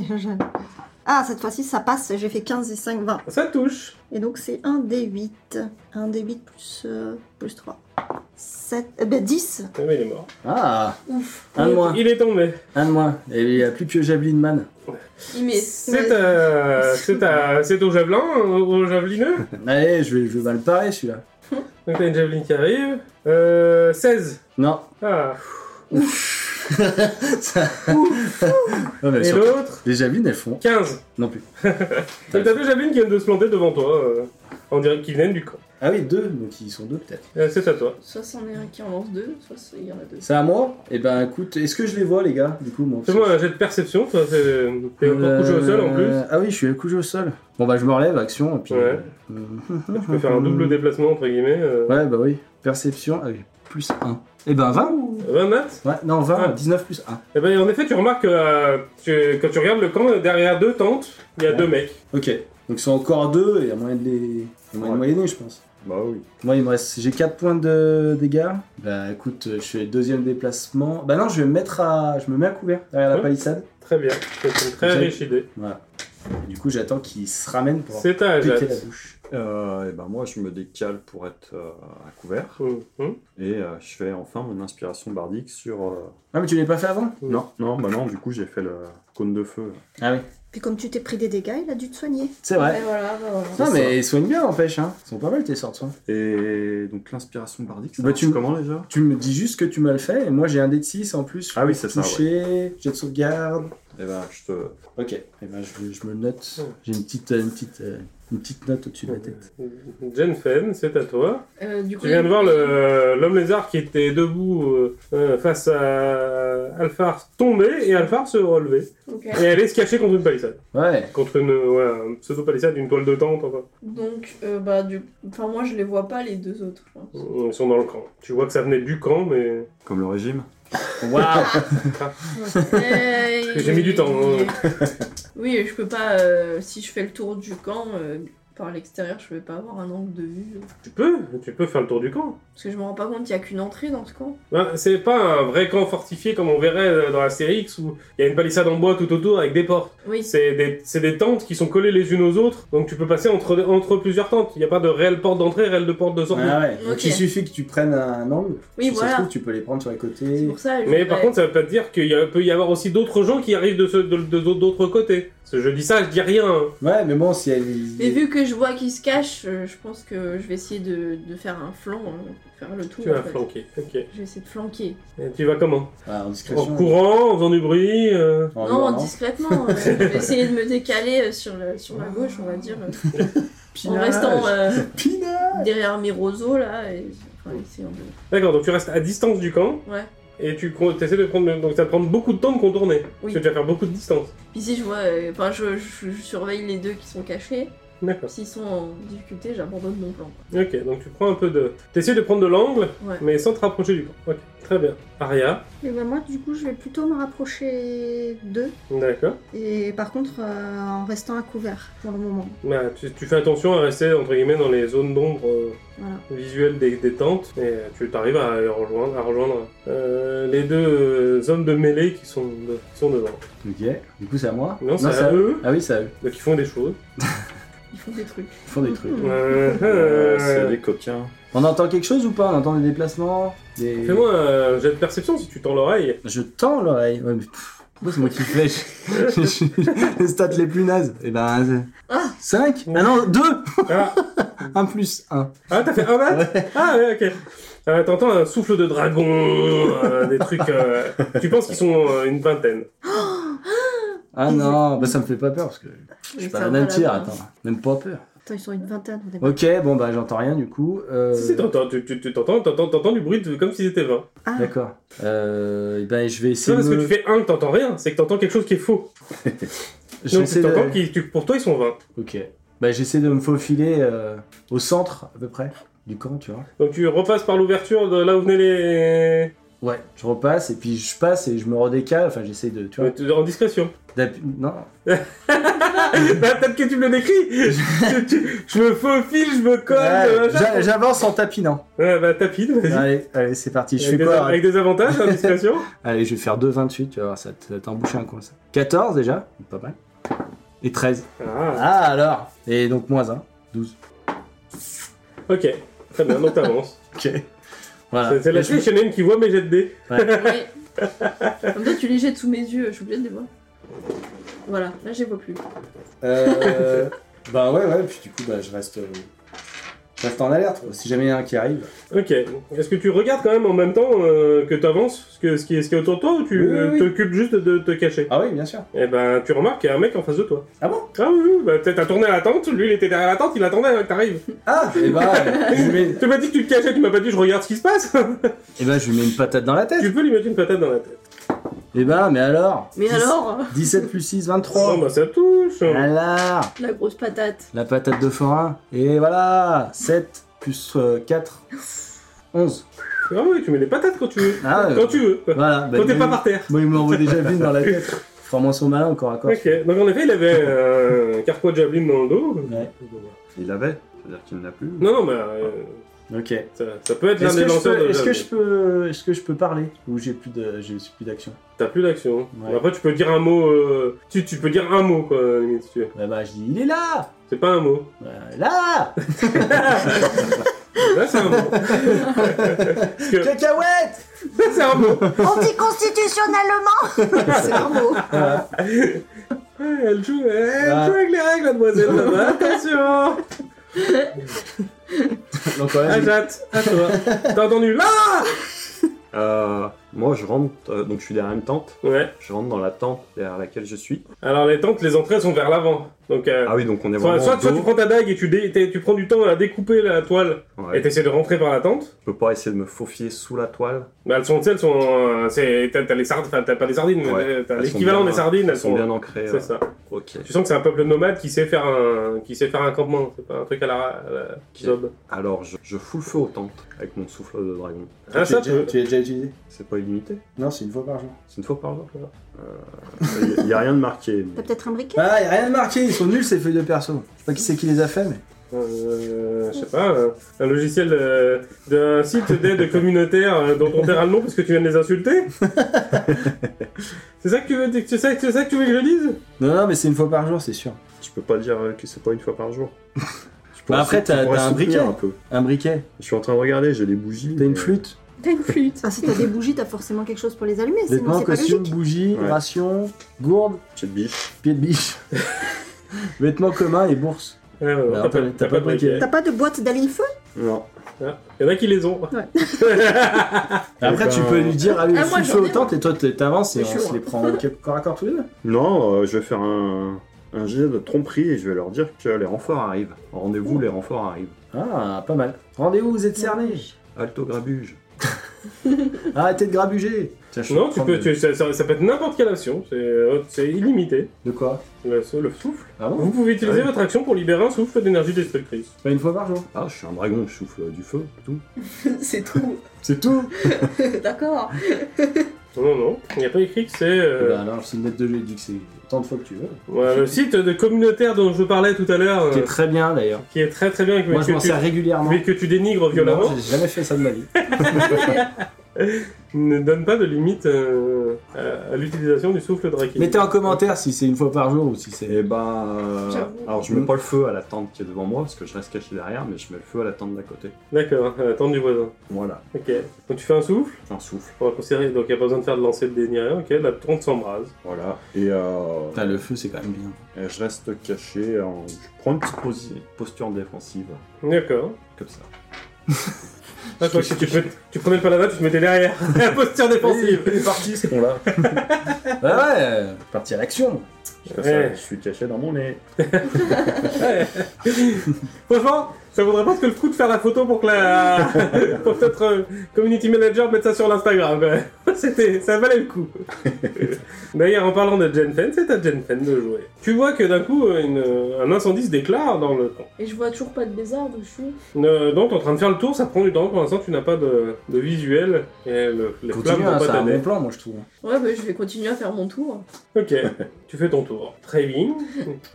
Speaker 6: Ah, cette fois-ci, ça passe. J'ai fait 15 et 5, 20.
Speaker 1: Ça touche.
Speaker 6: Et donc, c'est 1 D8. 1 D8 plus, euh, plus 3. 7, eh ben 10.
Speaker 1: Ah, mais il est mort.
Speaker 4: Ah.
Speaker 2: Ouf.
Speaker 4: Un de moins.
Speaker 1: Il est tombé.
Speaker 4: Un de moins. Et il n'y a plus que Javelin Man.
Speaker 2: Il met.
Speaker 1: C'est à- c'est à- c'est au javelin, au au javelineux.
Speaker 4: Allez, je vais, je vais mal parer celui-là.
Speaker 1: Donc t'as une javeline qui arrive. Euh, 16.
Speaker 4: Non.
Speaker 1: Ah.
Speaker 4: Ça- Non, mais elles
Speaker 1: Et
Speaker 4: sont-
Speaker 1: l'autre
Speaker 4: Les javelines, elles font
Speaker 1: 15.
Speaker 4: non plus.
Speaker 1: Donc t'as deux javelines qui viennent de se planter devant toi. euh, on dirait qu'ils viennent du camp.
Speaker 4: Ah oui, deux, donc ils sont deux peut-être.
Speaker 1: Euh, c'est à toi.
Speaker 2: Soit c'en est un qui en lance deux, soit c'est- il y en a deux.
Speaker 4: C'est à moi Et ben écoute, est-ce que je les vois les gars Du coup, moi.
Speaker 1: Fais-moi un jet de perception. Toi, c'est- t'es encore
Speaker 4: Euh,
Speaker 1: couché au sol en plus.
Speaker 4: Ah oui, je suis couché au sol. Bon bah je me relève, action, et puis.
Speaker 1: Ouais.
Speaker 4: euh,
Speaker 1: Tu peux faire un double déplacement entre guillemets. Euh...
Speaker 4: Ouais, bah oui. Perception, ah oui, plus 1. Et ben 20 ou.
Speaker 1: 20 mètres.
Speaker 4: Ouais, non, 20,
Speaker 1: Ah.
Speaker 4: 19 plus 1.
Speaker 1: Eh ben, en effet, tu remarques que euh, tu- quand tu regardes le camp, euh, derrière deux tentes, il y a
Speaker 4: Ouais.
Speaker 1: deux mecs.
Speaker 4: Ok, donc ils sont encore deux, et il y a moyen de les. il y a moyen de
Speaker 3: Ouais.
Speaker 4: moyenner, je pense.
Speaker 3: Bah oui.
Speaker 4: Moi, il me reste. J'ai 4 points de dégâts. Bah écoute, je fais deuxième déplacement. Bah non, je vais me mettre à. Je me mets à couvert derrière la
Speaker 1: Ouais.
Speaker 4: palissade.
Speaker 1: Très bien. C'est une très
Speaker 4: J'ai-
Speaker 1: riche idée.
Speaker 4: Voilà. Du coup, j'attends qu'ils se ramènent pour
Speaker 1: C'est à
Speaker 4: péter
Speaker 1: Ajat.
Speaker 4: la bouche.
Speaker 3: Euh, et ben moi, je me décale pour être euh, à couvert.
Speaker 1: Mhm.
Speaker 3: Et euh, je fais enfin mon inspiration bardique sur. euh,
Speaker 4: Ah, mais tu l'as pas fait avant
Speaker 1: Mm.
Speaker 3: Non, non, bah non, du coup, j'ai fait le cône de feu.
Speaker 4: Ah oui.
Speaker 6: Puis, comme tu t'es pris des dégâts, il a dû te soigner.
Speaker 4: C'est vrai.
Speaker 2: Et voilà, bah voilà.
Speaker 4: Non,
Speaker 3: C'est ça.
Speaker 4: mais ils soignent bien, n'empêche. Hein. Ils sont pas mal tes sorts de soins.
Speaker 3: Et donc, l'inspiration bardique, ça
Speaker 4: Bah,
Speaker 3: marche
Speaker 4: tu-
Speaker 3: comment déjà
Speaker 4: Tu me dis juste que tu me le fais, et moi j'ai un dé de 6 en plus.
Speaker 3: Ah oui, c'est ça,
Speaker 4: Touché, jet de sauvegarde.
Speaker 3: Eh ben, je te.
Speaker 4: Ok, et ben, je, je me le note.
Speaker 1: Ouais.
Speaker 4: J'ai une petite, euh, une, petite, euh, une petite note au-dessus de la tête.
Speaker 1: Jen Fen, c'est à toi.
Speaker 2: Euh, du coup,
Speaker 1: Tu viens
Speaker 2: il-
Speaker 1: de voir le- euh, l'homme lézard qui était debout euh, euh, face à Alphar tomber et Alphar se relever
Speaker 2: Ok.
Speaker 1: et aller se cacher contre une palissade.
Speaker 4: Ouais,
Speaker 1: Contre une euh, ouais, pseudo-palissade, une toile de tente. Enfin.
Speaker 2: Donc, euh, bah, du... enfin, moi je les vois pas les deux autres. je pense.
Speaker 1: Ils sont dans le camp. Tu vois que ça venait du camp, mais.
Speaker 3: Comme le régime
Speaker 4: waouh
Speaker 2: Euh,
Speaker 1: J'ai mis du temps, hein.
Speaker 2: Oui, je peux pas. euh, si je fais le tour du camp euh, par l'extérieur, je vais pas avoir un angle de vue.
Speaker 1: Tu peux, tu peux faire le tour du camp.
Speaker 2: Parce que je me rends pas compte qu'il y a qu'une entrée dans ce camp.
Speaker 1: Ben, c'est pas un vrai camp fortifié comme on verrait euh, dans la série X où il y a une palissade en bois tout autour avec des portes.
Speaker 2: Oui.
Speaker 1: C'est des, c'est des tentes qui sont collées les unes aux autres, donc tu peux passer entre, entre plusieurs tentes. Il n'y a pas de réelle porte d'entrée, réelle de porte de sortie.
Speaker 4: Ah ouais. Donc
Speaker 2: Ok.
Speaker 4: il suffit que tu prennes un angle.
Speaker 2: Oui,
Speaker 4: si
Speaker 2: voilà.
Speaker 4: ça se trouve, tu peux les prendre sur les
Speaker 2: C'est
Speaker 4: côtés.
Speaker 2: pour ça. je
Speaker 1: Mais par
Speaker 2: voudrais-
Speaker 1: contre, ça veut pas dire qu'il y a- peut y avoir aussi d'autres gens qui arrivent de ce- de- de- d'autres côtés. Parce que je dis ça, je dis rien. hein.
Speaker 4: Ouais, mais bon, si elle.
Speaker 2: Mais vu que je vois qu'ils se cachent, euh, je pense que je vais essayer de, de faire un flanc, hein, faire le tour.
Speaker 1: Tu vas
Speaker 2: en fait.
Speaker 1: flanquer. Ok.
Speaker 2: Je vais essayer de flanquer.
Speaker 1: Et tu vas comment
Speaker 4: Ah, en
Speaker 1: En
Speaker 4: discrétion.
Speaker 1: courant, en faisant du bruit euh,
Speaker 4: en
Speaker 2: non,
Speaker 4: hurlant.
Speaker 2: discrètement. euh, je vais essayer de me décaler euh, sur, le- sur la gauche, on va dire. euh, en
Speaker 4: Pinage.
Speaker 2: restant euh,
Speaker 4: Pinage.
Speaker 2: derrière mes roseaux, là. Et... Enfin, essayer de-
Speaker 1: D'accord, donc tu restes à distance du camp
Speaker 2: Ouais.
Speaker 1: et tu essaies de prendre. Donc ça va prendre beaucoup de temps de contourner. Parce que tu vas faire beaucoup de distance.
Speaker 2: Puis si je vois. euh, Enfin, je, je- je surveille les deux qui sont cachés.
Speaker 1: D'accord.
Speaker 2: S'ils sont en difficulté, j'abandonne mon plan. quoi.
Speaker 1: Ok, donc tu prends un peu de. Tu essaies de prendre de l'angle,
Speaker 2: Ouais.
Speaker 1: mais sans te rapprocher du camp. Ok, très bien. Aria,
Speaker 6: Et ben, moi, du coup, je vais plutôt me rapprocher d'eux.
Speaker 1: d'accord.
Speaker 6: Et par contre, euh, en restant à couvert pour le moment.
Speaker 1: Bah, tu, tu fais attention à rester entre guillemets dans les zones d'ombre. euh,
Speaker 6: Voilà.
Speaker 1: visuel des, des tentes et euh, tu arrives à les rejoindre, à rejoindre euh, les deux euh, hommes de mêlée qui sont, de- qui sont devant.
Speaker 4: Ok, du coup c'est à moi
Speaker 1: Non, c'est à eux
Speaker 4: Ah oui, c'est à eux.
Speaker 1: donc ils font des choses.
Speaker 2: Ils font des trucs.
Speaker 4: Ils font des trucs.
Speaker 3: Euh,
Speaker 1: Euh,
Speaker 3: c'est des coquins.
Speaker 4: On entend quelque chose ou pas On entend des déplacements des-
Speaker 1: Fais-moi un jet de perception si tu tends l'oreille.
Speaker 4: Je tends l'oreille. Ouais, mais pff, pourquoi c'est moi qui flèche Les stats les plus nazes. Eh ben.
Speaker 2: Ah.
Speaker 4: 5 Ah non, 2
Speaker 1: Ah,
Speaker 4: 1 plus 1.
Speaker 1: ah t'as fait un mat Ah ouais, ok. Euh, T'entends un souffle de dragon, euh, des trucs. euh, tu penses qu'ils sont euh, une vingtaine.
Speaker 4: Ah non, bah ça me fait pas peur parce que je suis
Speaker 2: Mais
Speaker 4: pas
Speaker 2: ça
Speaker 4: la
Speaker 2: va
Speaker 4: même tir,
Speaker 2: là-bas.
Speaker 4: attends. Même pas peur.
Speaker 6: Attends, ils sont une vingtaine au début.
Speaker 4: Ok, bon bah j'entends rien du coup. Euh...
Speaker 1: Si, si, t'entends, tu, tu- tu- t'entends, t'entends, t'entends du bruit de- comme s'ils étaient 20.
Speaker 6: Ah,
Speaker 4: D'accord. Euh, eh ben je vais
Speaker 1: C'est
Speaker 4: essayer
Speaker 1: pas
Speaker 4: de.
Speaker 1: parce que
Speaker 4: me-
Speaker 1: tu fais un que t'entends rien, c'est que t'entends quelque chose qui est faux.
Speaker 4: je vais
Speaker 1: Donc
Speaker 4: essayer de-
Speaker 1: t'entends qu'ils- tu- pour toi ils sont 20.
Speaker 4: Ok. Bah j'essaie de me faufiler euh, au centre à peu près du camp, tu vois.
Speaker 1: Donc tu repasses par l'ouverture de là où venaient les.
Speaker 4: Ouais. Je repasse et puis je passe et je me redécale. Enfin j'essaie de, tu vois.
Speaker 1: euh, En discrétion.
Speaker 4: d'appu- Non.
Speaker 1: bah, peut-être que tu me le décris Tu- tu- Je me faufile, je me colle, je
Speaker 4: Ouais,
Speaker 1: machin.
Speaker 4: Ah, j'a- J'avance en tapinant.
Speaker 1: Ouais, bah tapine, euh, vas-y.
Speaker 4: Allez, allez, c'est parti. Je
Speaker 1: avec,
Speaker 4: fais
Speaker 1: des,
Speaker 4: quoi hein.
Speaker 1: avec des avantages, en discrétion
Speaker 4: Allez, je vais faire 2,28, tu vas voir, ça t- ça t'embouche un coin ça. 14 déjà, pas mal. Et 13.
Speaker 1: Ah,
Speaker 4: Ah alors Et donc moins 1, 12.
Speaker 1: ok. Très bien, donc t'avances.
Speaker 4: Ok. Voilà.
Speaker 1: C'est- c'est la
Speaker 4: Et je-
Speaker 1: triche, il y en a une qui voit mes jets de dés.
Speaker 2: Oui. Comme ça, tu les jettes sous mes yeux, je suis obligée de les voir. Voilà, là, je les vois plus.
Speaker 4: Euh, bah ouais, ouais, puis du coup, bah, je reste, euh, je reste en alerte. quoi. Si jamais il y en a un qui arrive.
Speaker 1: Ok. Est-ce que tu regardes quand même en même temps euh, que t'avances ce, que- ce, qui, est- ce qui est autour de toi ou tu
Speaker 4: Oui, oui,
Speaker 1: euh,
Speaker 4: oui.
Speaker 1: t'occupes juste de te cacher
Speaker 4: Ah oui, bien sûr.
Speaker 1: Eh ben, tu remarques qu'il y a un mec en face de toi.
Speaker 4: Ah bon
Speaker 1: Ah oui, oui, bah peut-être t'as tourné à la tente, lui il était derrière la tente, il attendait avant que t'arrives.
Speaker 4: Ah Et bah, euh, je lui mets,
Speaker 1: Tu m'as dit que tu te cachais, tu m'as pas dit je regarde ce qui se passe
Speaker 4: eh ben, je lui mets une patate dans la tête.
Speaker 1: Tu peux lui mettre une patate dans la tête.
Speaker 4: Et bah, mais alors
Speaker 2: Mais
Speaker 4: 10
Speaker 2: alors, euh,
Speaker 4: 17 plus 6,
Speaker 1: Oh,
Speaker 4: 23.
Speaker 1: bah ça touche
Speaker 4: Alors
Speaker 2: la grosse patate.
Speaker 4: La patate de forain. Et voilà 7 plus euh, 4, 11.
Speaker 1: Ah oui, tu mets des patates quand tu veux.
Speaker 4: Ah, euh,
Speaker 1: Quand tu veux.
Speaker 4: Voilà. bah,
Speaker 1: Quand t'es
Speaker 4: il-
Speaker 1: pas par terre.
Speaker 4: Bon, il m'envoie des javelines dans la tête. Vraiment son malin encore à corps.
Speaker 1: Ok, donc en effet, il avait euh, un carquois de javeline dans le dos.
Speaker 4: Ouais.
Speaker 3: Il avait, c'est-à-dire qu'il n'a plus.
Speaker 1: Non, non, mais euh,
Speaker 4: Ok. Est-ce
Speaker 1: ça, ça peut être l'un
Speaker 4: que,
Speaker 1: des
Speaker 4: je
Speaker 1: lanceurs
Speaker 4: peux,
Speaker 1: de
Speaker 4: est-ce que
Speaker 1: javelines.
Speaker 4: je peux, est-ce que je peux parler ou j'ai plus de, j'ai plus d'action
Speaker 1: T'as plus d'action.
Speaker 4: Ouais.
Speaker 1: Après, tu peux dire un mot. euh, Tu, tu peux dire un mot, quoi, à la limite, si tu veux.
Speaker 4: Bah bah je dis il est là,
Speaker 1: C'est pas un mot.
Speaker 4: Euh, là,
Speaker 1: Là, c'est un mot. Parce que-
Speaker 4: cacahuète.
Speaker 1: Là, c'est un mot.
Speaker 6: Anticonstitutionnellement C'est un mot.
Speaker 4: Voilà.
Speaker 1: Ouais, elle joue, elle
Speaker 4: Ah.
Speaker 1: joue avec les règles, la demoiselle, là-bas. Attention
Speaker 4: Donc ouais,
Speaker 1: Ah,
Speaker 4: j'ai-
Speaker 1: Jatte, à toi. T'as entendu là
Speaker 3: Euh, moi, je rentre, euh, donc je suis derrière une tente.
Speaker 1: Ouais.
Speaker 3: Je rentre dans la tente derrière laquelle je suis.
Speaker 1: Alors, les tentes, les entrées sont vers l'avant. Donc, euh,
Speaker 3: Ah oui, donc on est
Speaker 1: soit,
Speaker 3: vraiment
Speaker 1: soit-
Speaker 3: au
Speaker 1: soit
Speaker 3: dos.
Speaker 1: tu prends ta dague et tu, dé- t'es- tu prends du temps à découper la toile
Speaker 3: Ouais.
Speaker 1: et t'essaies de rentrer par la tente.
Speaker 3: Je peux pas essayer de me faufiler sous la toile.
Speaker 1: Bah, elles sont, tu sais, elles sont. euh, c'est- T'as t'as les sardines, enfin, t'as pas des sardines, mais t'as-
Speaker 3: Ouais.
Speaker 1: t'as
Speaker 3: Elles sont
Speaker 1: l'équivalent
Speaker 3: bien-
Speaker 1: des sardines,
Speaker 3: Elles sont bien ancrées.
Speaker 1: C'est
Speaker 3: euh,
Speaker 1: ça.
Speaker 3: Ok.
Speaker 1: Tu sens que c'est un peuple nomade qui sait faire un, qui sait faire un campement, c'est pas un truc à la, à la zob.
Speaker 3: Alors, je, je fous le feu aux tentes avec mon souffle de dragon.
Speaker 1: Ah,
Speaker 4: tu, l'as
Speaker 1: ça,
Speaker 4: déjà,
Speaker 1: tu-
Speaker 4: tu l'as déjà utilisé
Speaker 3: C'est pas illimité
Speaker 4: Non, c'est une fois par jour.
Speaker 3: C'est une fois par jour, là Il n'y a rien de marqué. mais-
Speaker 6: T'as peut-être un briquet
Speaker 4: Ah, y a rien de marqué, ils sont nuls ces feuilles de perso. Je sais pas qui c'est qui les a fait, mais.
Speaker 1: Euh, je sais pas, un, un logiciel euh, d'un site d'aide communautaire euh, dont on taira le nom parce que tu viens de les insulter C'est ça que tu veux, c'est ça, c'est ça que tu veux que je dise
Speaker 4: Non, non, mais c'est une fois par jour, c'est sûr.
Speaker 3: Tu peux pas dire euh, que c'est pas une fois par jour. Je
Speaker 4: Bah après,
Speaker 3: pense que tu
Speaker 4: t'as-
Speaker 3: pourrais
Speaker 4: t'as un
Speaker 3: soutenir
Speaker 4: briquet.
Speaker 3: un peu.
Speaker 4: Un briquet.
Speaker 3: Je suis en train de regarder, j'ai des bougies.
Speaker 4: T'as une
Speaker 3: mais-
Speaker 4: flûte.
Speaker 2: T'as une flûte.
Speaker 6: Ah, si t'as des bougies, t'as forcément quelque chose pour les allumer, sinon
Speaker 4: Vêtements,
Speaker 6: c'est pas
Speaker 4: costume,
Speaker 6: logique.
Speaker 4: bougie,
Speaker 3: Ouais.
Speaker 4: ration, gourde,
Speaker 3: Petite biche.
Speaker 4: pied de biche. Vêtements communs et bourse.
Speaker 1: Ouais, ouais,
Speaker 4: Bah, t'as- t'as pas de briquet.
Speaker 6: T'as pas de boîte d'allume-feu
Speaker 3: Non.
Speaker 1: Il y en a qui les ont.
Speaker 4: Après,
Speaker 3: ben-
Speaker 4: tu peux lui dire, allez,
Speaker 2: Ah, moi,
Speaker 4: fous le
Speaker 2: j'en
Speaker 4: feu
Speaker 2: ai,
Speaker 4: aux tentes et toi t- t'avances et
Speaker 2: Mais je
Speaker 4: on
Speaker 2: suis
Speaker 4: se
Speaker 2: loin.
Speaker 4: les prend au corps à corps tous les deux.
Speaker 3: Non, euh, je vais faire un, un jet de tromperie et je vais leur dire que les renforts arrivent. Rendez-vous, les renforts arrivent.
Speaker 4: Ah, pas mal. Rendez-vous, vous êtes cernés.
Speaker 3: Alto grabuge.
Speaker 4: Arrêtez de grabuger. Tiens, je
Speaker 1: Non,
Speaker 4: suis
Speaker 1: tu
Speaker 4: en train
Speaker 1: peux,
Speaker 4: de-
Speaker 1: tu- ça, ça- ça peut être n'importe quelle action, c'est euh, c'est illimité.
Speaker 4: De quoi
Speaker 1: Le, le souffle.
Speaker 4: Ah bon
Speaker 1: Vous pouvez utiliser
Speaker 3: Ah oui.
Speaker 1: votre action pour libérer un souffle d'énergie destructrice.
Speaker 4: Pas une fois par jour.
Speaker 3: Ah, je suis un dragon, je souffle euh, du feu, tout.
Speaker 2: c'est tout.
Speaker 4: C'est tout
Speaker 2: D'accord.
Speaker 1: Non, non, il n'y a pas écrit que c'est. euh,
Speaker 4: Bah alors, c'est une lettre de jeu, il dit que c'est tant de fois que tu veux.
Speaker 1: Ouais, le site de communautaire dont je parlais tout à l'heure, euh,
Speaker 4: Eh ben, Qui est très bien d'ailleurs.
Speaker 1: qui est très très bien, et que-
Speaker 4: Moi, je
Speaker 1: que,
Speaker 4: m'en
Speaker 1: tu,
Speaker 4: sers régulièrement.
Speaker 1: mais que tu dénigres violemment.
Speaker 4: Non, J'ai jamais fait ça de ma vie.
Speaker 1: ne donne pas de limite euh, à, à l'utilisation du souffle drakique.
Speaker 4: Mettez un commentaire si c'est une fois par jour ou si c'est.
Speaker 3: Et ben. euh,
Speaker 2: J'avoue.
Speaker 3: alors
Speaker 1: Mm.
Speaker 3: je mets pas le feu à la tente qui est devant moi parce que je reste caché derrière, mais je mets le feu à la tente d'à côté.
Speaker 1: D'accord, à la tente du voisin.
Speaker 3: Voilà,
Speaker 1: Ok. Donc tu fais un souffle
Speaker 3: j'en souffle.
Speaker 1: pour considérer. Donc il n'y a pas besoin de faire de lancer de déni rien. Ok, la tente s'embrase.
Speaker 3: Voilà. Et, euh,
Speaker 4: Putain, le feu, c'est quand même bien.
Speaker 3: et je reste caché. en- Je prends une petite posi- posture défensive.
Speaker 1: D'accord.
Speaker 3: Comme ça.
Speaker 1: Ah, je crois que si tu, te met- tu prenais pas la note, tu te mettais derrière. la posture défensive.
Speaker 3: est parti ce con-là.
Speaker 4: Ah ouais, parti à l'action.
Speaker 3: Je fais ça,
Speaker 1: Eh.
Speaker 3: Je suis caché dans mon nez.
Speaker 1: Ouais. Franchement, ça vaudrait pas que le coup de faire la photo pour que la. pour que notre euh, community manager mette ça sur l'Instagram. quoi. C'était, ça valait le coup. D'ailleurs, en parlant de Genfen, c'est à Genfen de jouer. Tu vois que d'un coup, une, euh, un incendie se déclare dans le camp.
Speaker 2: Et je vois toujours pas de lézard dessus.
Speaker 1: Euh, donc, t'es en train de faire le tour, ça prend du temps. Pour l'instant, tu n'as pas de, de visuel et le, les
Speaker 4: Continue,
Speaker 1: flammes
Speaker 4: hein,
Speaker 1: n'ont
Speaker 4: c'est
Speaker 1: pas
Speaker 4: un
Speaker 1: t'aider.
Speaker 4: bon plan, moi je trouve.
Speaker 2: Ouais, bah je vais continuer à faire mon tour.
Speaker 1: Ok, tu fais ton tour. Très bien.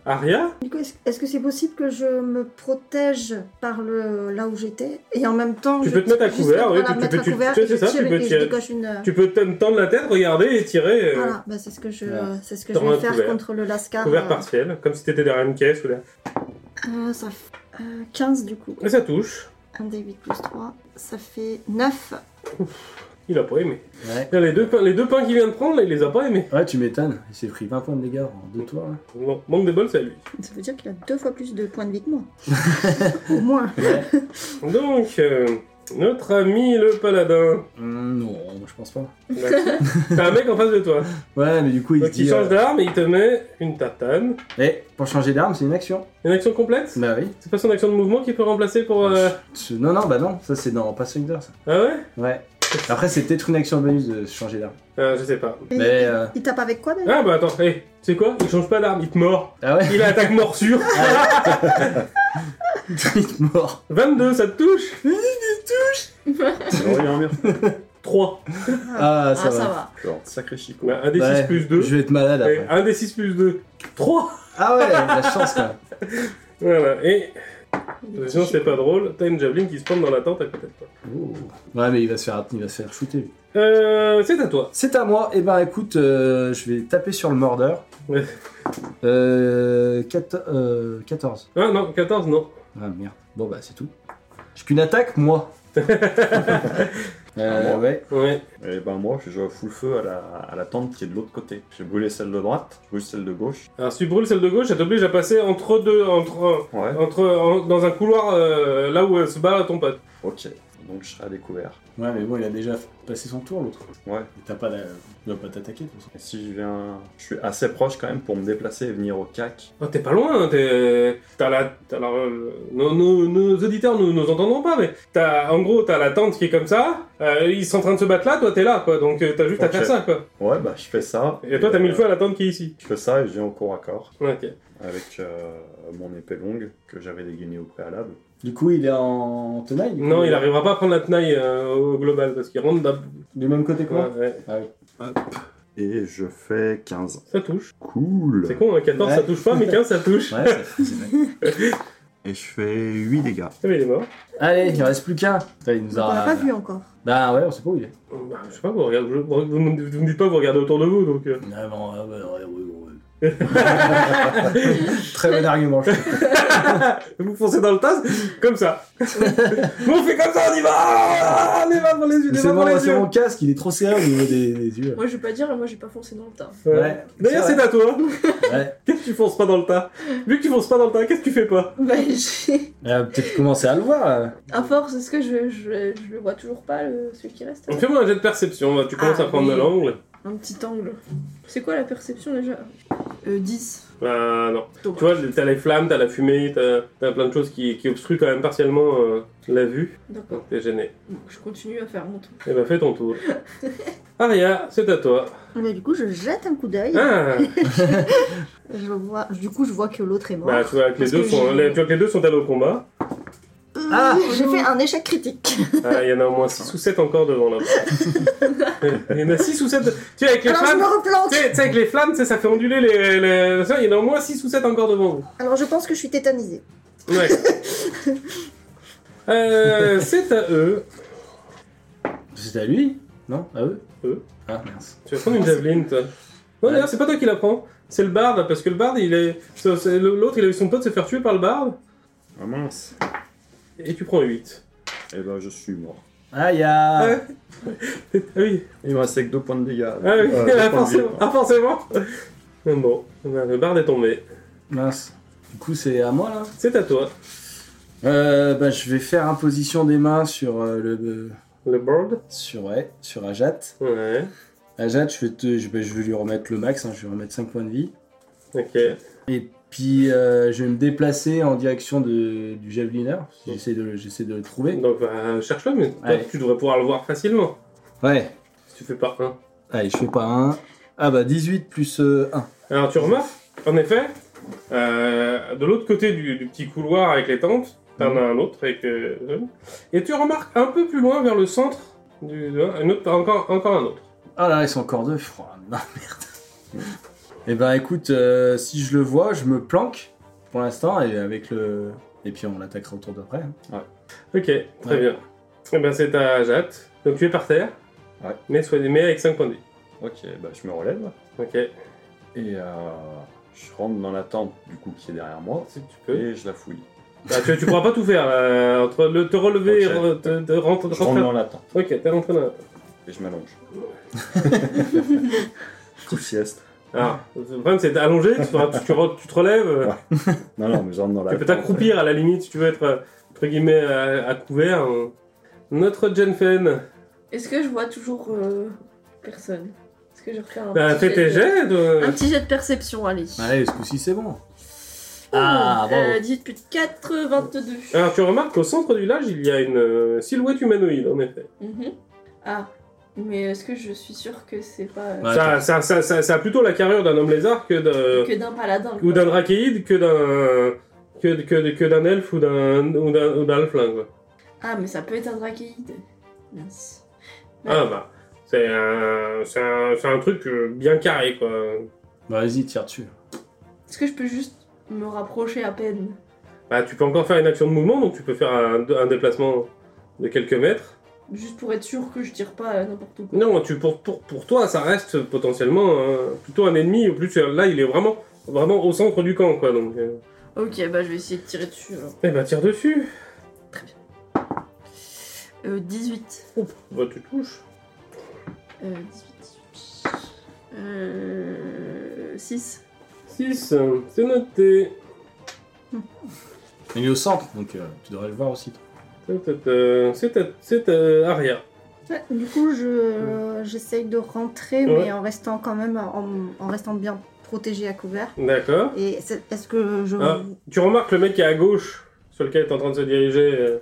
Speaker 1: Aria,
Speaker 6: Du coup, est-ce est-ce que c'est possible que je me protège par le là où j'étais et en même temps
Speaker 1: Tu
Speaker 6: je
Speaker 1: peux te mettre à
Speaker 6: juste
Speaker 1: couvert,
Speaker 6: voilà,
Speaker 1: oui, tu-
Speaker 6: me
Speaker 1: tu
Speaker 6: mettre
Speaker 1: peux-
Speaker 6: à
Speaker 1: tu-
Speaker 6: couvert
Speaker 1: tu sais,
Speaker 6: et je
Speaker 1: c'est ça, tu
Speaker 6: tire
Speaker 1: peux
Speaker 6: et je
Speaker 1: tirer.
Speaker 6: décoche une. euh,
Speaker 1: tu peux te me tendre la tête, regarder et tirer. euh,
Speaker 6: Voilà, bah, c'est ce que je,
Speaker 4: Voilà.
Speaker 6: c'est ce que je
Speaker 1: T'auras
Speaker 6: vais
Speaker 1: un
Speaker 6: faire
Speaker 1: couvert.
Speaker 6: contre le Lascar.
Speaker 1: Couvert
Speaker 6: euh,
Speaker 1: partiel, comme si t'étais derrière une caisse ou derrière...
Speaker 6: euh, ça fait euh, 15 du coup.
Speaker 1: Et ça touche.
Speaker 6: 1 des 8 plus 3, ça fait 9.
Speaker 1: Il a pas aimé.
Speaker 4: Ouais.
Speaker 1: Là, les deux pains, les deux pains qu'il vient de prendre, là, il les a pas aimés.
Speaker 4: hein. Ouais, tu m'étonnes. Il s'est pris 20 points de dégâts en deux tours. Là.
Speaker 1: Bon, manque de bol, c'est à lui.
Speaker 6: Ça veut dire qu'il a deux fois plus de points de vie que moi. Au moins.
Speaker 1: Donc, euh, notre ami le paladin.
Speaker 4: Hum, non, moi, je pense pas.
Speaker 1: T'as un mec en face de toi.
Speaker 4: Ouais, mais du coup, il se
Speaker 1: Donc, il
Speaker 4: dit.
Speaker 1: change
Speaker 4: euh,
Speaker 1: d'arme et il te met une tatane.
Speaker 4: Eh, pour changer d'arme, c'est une action.
Speaker 1: Une action complète
Speaker 4: Bah oui.
Speaker 1: C'est pas son action de mouvement qu'il peut remplacer pour. euh,
Speaker 4: Ce- Non, non, bah non, ça c'est dans Pathfinder ça.
Speaker 1: Ah ouais
Speaker 4: Ouais. Après, c'est peut-être une action bonus de changer d'arme.
Speaker 1: Euh, Je sais pas.
Speaker 6: Et
Speaker 4: Mais,
Speaker 6: il-
Speaker 4: euh,
Speaker 6: Il tape avec quoi d'ailleurs
Speaker 1: Ah bah attends, hé, tu sais quoi Il change pas d'arme, il te mord.
Speaker 4: Ah ouais
Speaker 1: Il a attaque morsure.
Speaker 4: Il mort.
Speaker 1: 22, ça te touche
Speaker 3: Oh, il y a un mur.
Speaker 1: 3.
Speaker 4: Ah,
Speaker 2: ah,
Speaker 4: ça va.
Speaker 2: ça va.
Speaker 3: Genre, sacré chico.
Speaker 1: Bah, 1 des 6
Speaker 4: Ouais,
Speaker 1: plus 2.
Speaker 4: Je vais être malade
Speaker 1: Et
Speaker 4: après.
Speaker 1: 1 des 6 plus 2. 3
Speaker 4: Ah ouais, la chance quand même.
Speaker 1: Voilà, et
Speaker 2: Il est
Speaker 1: Sinon,
Speaker 2: touché.
Speaker 1: c'est pas drôle, t'as une javeline qui se plante dans la tente à côté de toi.
Speaker 4: Oh. Ouais, mais il va se faire, il va se faire shooter. lui.
Speaker 1: Euh, c'est à toi.
Speaker 4: C'est à moi. Et eh ben écoute, euh, je vais taper sur le mordeur.
Speaker 1: Ouais.
Speaker 4: Euh, quator- euh, 14.
Speaker 1: Ah non, 14, non.
Speaker 4: Ah merde. Bon bah c'est tout. J'ai qu'une attaque, moi.
Speaker 3: Ah,
Speaker 4: euh,
Speaker 3: moi.
Speaker 4: ouais.
Speaker 1: Ouais.
Speaker 3: Et ben moi, je fous le feu à la, à la tente qui est de l'autre côté. J'ai brûlé celle de droite, j'ai brûlé celle de gauche.
Speaker 1: Alors, si tu brûles celle de gauche, ça t'oblige à passer entre deux, entre,
Speaker 3: Ouais.
Speaker 1: entre, en- dans un couloir euh, là où euh, se bat ton pote.
Speaker 3: Ok. Donc je serai à découvert.
Speaker 4: Ouais, mais bon, il a déjà passé son tour l'autre.
Speaker 3: Ouais.
Speaker 4: Et T'as pas, la... il va pas t'attaquer de toute façon.
Speaker 3: Et si je viens... Je suis assez proche quand même pour me déplacer et venir au cac.
Speaker 1: Oh, t'es pas loin, hein, t'es. T'as la. t'as la- euh, nos, nos- nos auditeurs nous, nous entendront pas, mais t'as, en gros, t'as la tente qui est comme ça, euh, ils sont en train de se battre là, toi t'es là, quoi, donc euh, t'as juste à
Speaker 3: Ok.
Speaker 1: faire ça, quoi.
Speaker 3: Ouais, bah je fais ça.
Speaker 1: Et toi t'as mis le
Speaker 3: euh,
Speaker 1: feu à la tente qui est ici.
Speaker 3: Je fais ça et je viens au corps à corps
Speaker 1: Ok.
Speaker 3: avec euh, mon épée longue que j'avais dégainée au préalable.
Speaker 4: Du coup, il est en tenaille du coup, euh,
Speaker 1: Non, il arrivera pas à prendre la tenaille euh, au global parce qu'il rentre d'ab.
Speaker 4: Du même côté que moi
Speaker 1: Ouais, ouais.
Speaker 3: Et je fais 15.
Speaker 1: Ça touche.
Speaker 3: Cool.
Speaker 1: C'est con, hein, 14 ça
Speaker 4: Ouais.
Speaker 1: touche pas, mais 15 ça touche.
Speaker 4: Ouais, ça- c'est vrai.
Speaker 3: Et je fais 8 dégâts.
Speaker 1: Ah, mais il est mort.
Speaker 4: Allez, il en reste plus qu'un. Bah, Putain, Il nous
Speaker 6: On l'a
Speaker 4: aura.
Speaker 6: pas vu encore.
Speaker 4: Bah ouais, on sait pas où il est.
Speaker 1: Bah, je sais pas, vous, regardez, vous, vous- vous me- vous me dites pas, vous regardez autour de vous, donc... euh.
Speaker 4: Ah bon, ouais, ouais, ouais, ouais, ouais. Très bon argument. je trouve.
Speaker 1: vous foncez dans le tas, comme ça. Nous, on fait comme ça, on y va Ah, Les mains dans les yeux, les
Speaker 4: C'est
Speaker 1: mains dans
Speaker 4: bon,
Speaker 1: les
Speaker 4: c'est
Speaker 1: yeux
Speaker 4: mon casque, il est trop serré au niveau des, des yeux.
Speaker 2: Moi, je vais pas dire, moi, j'ai pas foncé dans le tas.
Speaker 1: Ouais.
Speaker 4: Ouais,
Speaker 1: D'ailleurs,
Speaker 4: c'est
Speaker 1: c'est à toi.
Speaker 4: Ouais.
Speaker 1: Qu'est-ce que tu fonces pas dans le tas Vu que tu fonces pas dans le tas, qu'est-ce que tu fais pas
Speaker 2: Bah, j'ai.
Speaker 4: Euh, Peut-être commencer à le voir. euh.
Speaker 2: À force, est-ce que je, je, je le vois toujours pas, le, celui qui reste là
Speaker 1: Fais-moi un jet de perception, là, tu commences
Speaker 2: Ah,
Speaker 1: à prendre de
Speaker 2: oui.
Speaker 1: l'angle.
Speaker 2: Un petit angle. C'est quoi la perception déjà euh, 10.
Speaker 1: Bah non. Tu vois, t'as les flammes, t'as la fumée, t'as t'as plein de choses qui, qui obstruent quand même partiellement euh, la vue.
Speaker 2: D'accord.
Speaker 1: Donc t'es gêné.
Speaker 2: Donc, je continue à faire mon tour.
Speaker 1: Eh ben fais ton tour. Aria, c'est à toi.
Speaker 6: Mais Eh ben, du coup, je jette un coup d'œil.
Speaker 1: Ah
Speaker 6: Je vois, du coup, je vois que l'autre est mort.
Speaker 1: Bah, tu vois que les
Speaker 6: Parce
Speaker 1: deux
Speaker 6: que
Speaker 1: sont,
Speaker 6: j'ai-
Speaker 1: les- tu vois que les deux sont allés au combat.
Speaker 6: Euh,
Speaker 4: Ah
Speaker 1: oh
Speaker 6: j'ai fait un échec critique.
Speaker 1: Ah, Il y en a au moins 6 ou 7 encore devant là. Il y en a 6 ou 7. Tu sais, avec les
Speaker 6: Alors je me
Speaker 1: flammes,
Speaker 6: replante.
Speaker 1: tu sais, tu sais, avec les flammes, tu sais, ça fait onduler les. les- ça, Il y en a au moins 6 ou 7 encore devant vous.
Speaker 6: Alors je pense que je suis tétanisée.
Speaker 1: Ouais. Euh, c'est à eux.
Speaker 4: C'est à lui Non À eux
Speaker 1: Eux.
Speaker 4: Ah, mince.
Speaker 1: Tu vas prendre une javeline, toi. Non, d'ailleurs, c'est pas toi qui la prends. C'est le barde, parce que le barde, il est. c'est- c'est- L'autre, il a eu son pote se faire tuer par le barde,
Speaker 3: Ah mince.
Speaker 1: et tu prends 8.
Speaker 3: Eh ben, je suis mort.
Speaker 4: Aïe, aïe
Speaker 1: Ouais. Ah oui,
Speaker 3: Il me restait que 2 points de dégâts.
Speaker 1: ah oui,
Speaker 3: Euh, deux
Speaker 1: ah,
Speaker 3: points de vie,
Speaker 1: forcément. Ah, forcément. Bon, ben, le barde est tombé.
Speaker 4: Mince. Du coup, c'est à moi, là
Speaker 1: C'est à toi.
Speaker 4: euh, bah, Je vais faire imposition des mains sur euh, le... le-
Speaker 1: Le barde
Speaker 4: Sur, ouais, sur Ajat.
Speaker 1: Ouais,
Speaker 4: Ajat, je vais, te, je, bah, je vais lui remettre le max, hein, je vais lui remettre 5 points de vie.
Speaker 1: ok.
Speaker 4: Et puis, euh, je vais me déplacer en direction de, du javelineur. J'essaie de, le- j'essaie de le trouver.
Speaker 1: Donc, bah, cherche-le, mais toi,
Speaker 4: Ouais.
Speaker 1: tu devrais pouvoir le voir facilement.
Speaker 4: Ouais.
Speaker 1: Si tu fais pas un.
Speaker 4: Allez, je fais pas un. Ah bah 18 plus 1.
Speaker 1: Alors tu remarques, en effet, euh, de l'autre côté du, du petit couloir avec les tentes, t'en
Speaker 4: Mhm.
Speaker 1: as un autre avec, euh, et tu remarques un peu plus loin vers le centre, du, euh, un autre, encore, encore un autre.
Speaker 4: Ah là, ils sont encore deux. Pff, Oh, non, merde. Eh ben écoute, euh, si je le vois, je me planque pour l'instant et avec le... Et puis on l'attaquera au tour d'après. hein.
Speaker 1: Ok, très
Speaker 4: Ouais.
Speaker 1: bien. Et bien c'est ta jatte, donc tu es par terre,
Speaker 3: Ouais.
Speaker 1: mais, soigné, mais avec 5 points de vie.
Speaker 3: Ok, bah, je me relève.
Speaker 1: Ok,
Speaker 3: Et euh, je rentre dans la tente, du coup, qui est derrière moi.
Speaker 1: si tu peux.
Speaker 3: Et je la fouille.
Speaker 1: Bah, tu, tu pourras pas tout faire, là, entre le, te relever et
Speaker 3: Ok.
Speaker 1: re- te, te rentre-
Speaker 3: Je rentre
Speaker 1: rentrer.
Speaker 3: dans la tente
Speaker 1: Ok, t'es rentré dans la tente.
Speaker 3: et je m'allonge. Coup de sieste.
Speaker 1: Alors, le problème c'est allongé, tu, feras- tu- tu re- tu te relèves,
Speaker 3: Non, non, mais je rentre dans la
Speaker 1: Tu peux t'accroupir à la limite si tu veux être euh, entre guillemets à, à couvert. hein. Notre Jenfen,
Speaker 2: Est-ce que je vois toujours euh, personne Est-ce que je refais un
Speaker 1: bah,
Speaker 2: petit
Speaker 1: fais tes
Speaker 2: jet de-
Speaker 1: jets. euh. de-
Speaker 2: Un petit jet de perception, allez.
Speaker 4: Bah, Allez, ce coup-ci c'est bon.
Speaker 2: Euh, 18 plus 4, 22.
Speaker 1: Alors tu remarques qu'au centre du village, il y a une euh, silhouette humanoïde en effet.
Speaker 2: Mhm. Ah, mais est-ce que je suis sûre que c'est pas... euh,
Speaker 4: Ouais,
Speaker 1: Ça, ça, ça, ça- ça a plutôt la carrure d'un homme lézard que d'un,
Speaker 2: que d'un paladin.
Speaker 1: euh, ou
Speaker 2: quoi.
Speaker 1: d'un drachéide que d'un que, que, que d'un elfe ou d'un ou d'un ou d'un halfling, quoi.
Speaker 2: Ah, mais ça peut être un drakéide. Mince. Ouais.
Speaker 1: Ah bah c'est un c'est un, c'est un truc euh, bien carré quoi.
Speaker 4: Bah, vas-y, tire dessus.
Speaker 2: Est-ce que je peux juste me rapprocher à peine
Speaker 1: Bah tu peux encore faire une action de mouvement donc tu peux faire un, un déplacement de quelques mètres.
Speaker 2: Juste pour être sûr que je tire pas euh, n'importe quoi.
Speaker 1: Non, tu, pour, pour, pour toi, ça reste potentiellement euh, plutôt un ennemi. Ou plus, tu- là, il est vraiment, vraiment au centre du camp, quoi. Donc, euh.
Speaker 2: Ok, bah je vais essayer de tirer dessus alors.
Speaker 1: eh ben, tire dessus.
Speaker 2: Euh, 18.
Speaker 1: Bah, tu touches.
Speaker 2: Euh, 18. Euh, 6.
Speaker 1: 6, c'est noté.
Speaker 4: Il est au centre, donc euh, tu devrais le voir aussi. toi.
Speaker 1: C'est à- euh, C'est à- c'est à Aria.
Speaker 6: Ouais, Du coup, je j'essaye de rentrer,
Speaker 1: Ouais.
Speaker 6: mais en restant quand même en, en restant bien protégée à couvert.
Speaker 1: D'accord.
Speaker 6: Et c'est- est-ce que je
Speaker 1: Ah. Tu remarques le mec qui est à gauche, sur lequel est en train de se diriger euh,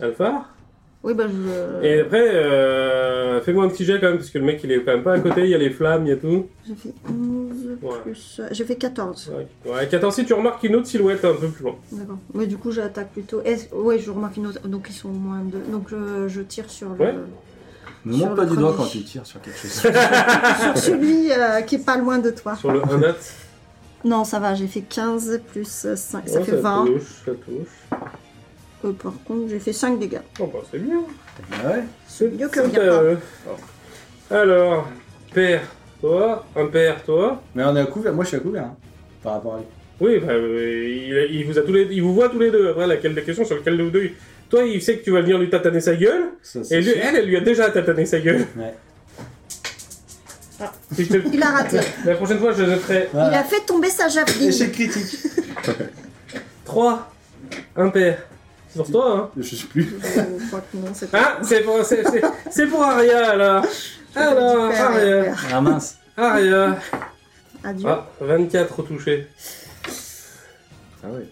Speaker 1: Alphar.
Speaker 6: oui bah je
Speaker 1: Et après, euh, fais-moi un petit jet quand même, parce que le mec, il est quand même pas à côté. Il y a les flammes, il y a tout.
Speaker 6: j'ai fait 11
Speaker 1: Ouais.
Speaker 6: plus j'ai fait 14.
Speaker 1: Ouais, Ouais, 14, si tu remarques une autre silhouette un peu plus loin.
Speaker 6: D'accord. Mais du coup, j'attaque plutôt. Est-ce- Ouais, je remarque une autre. Donc ils sont au moins deux. Donc euh, je, je tire sur le
Speaker 1: Ouais.
Speaker 4: Ne
Speaker 6: Sur
Speaker 4: monte
Speaker 6: le
Speaker 4: pas du doigt
Speaker 6: premier.
Speaker 4: quand tu tires sur quelque chose.
Speaker 1: Ah.
Speaker 6: sur celui euh, qui est pas loin de toi.
Speaker 1: Sur le 1 at.
Speaker 6: Non, ça va, j'ai fait 15 plus 5, ça
Speaker 1: Ouais,
Speaker 6: fait 20.
Speaker 1: touche, Oh, ça touche.
Speaker 6: Euh, par contre, j'ai fait 5 dégâts.
Speaker 1: Oh bah c'est bien.
Speaker 4: Ah ouais
Speaker 1: C'est
Speaker 6: mieux que
Speaker 1: c'est
Speaker 6: rien.
Speaker 1: à eux. Alors, père, toi, impair, toi.
Speaker 4: Mais on est à couvert, moi je suis à couvert. hein, par rapport à lui.
Speaker 1: Oui, bah, euh, il, il vous a tous les, il vous voit tous les deux. Après, laquelle des questions sur lequel de vous deux. il- Toi, il sait que tu vas venir lui tataner sa gueule.
Speaker 4: Ça,
Speaker 1: Et
Speaker 4: c'est
Speaker 1: lui,
Speaker 4: sûr.
Speaker 1: elle, elle lui a déjà tatané sa gueule.
Speaker 4: Ouais.
Speaker 1: Ah, si je te-
Speaker 6: Il a raté.
Speaker 1: La prochaine fois, je jetterai
Speaker 6: Il
Speaker 4: Voilà.
Speaker 6: a fait tomber sa javeline.
Speaker 4: Échec critique.
Speaker 1: 3 impair. C'est pour toi, hein.
Speaker 4: Je sais plus.
Speaker 6: Je crois que non, c'est
Speaker 1: Ah, c'est pour, c'est, c'est- c'est pour Aria, alors.
Speaker 6: pas du
Speaker 1: Ah, Alors,
Speaker 6: père, et
Speaker 1: Aria.
Speaker 6: père.
Speaker 4: Ah mince.
Speaker 1: Aria.
Speaker 6: Adieu.
Speaker 1: Ah, 24 touchés.
Speaker 3: Ah oui.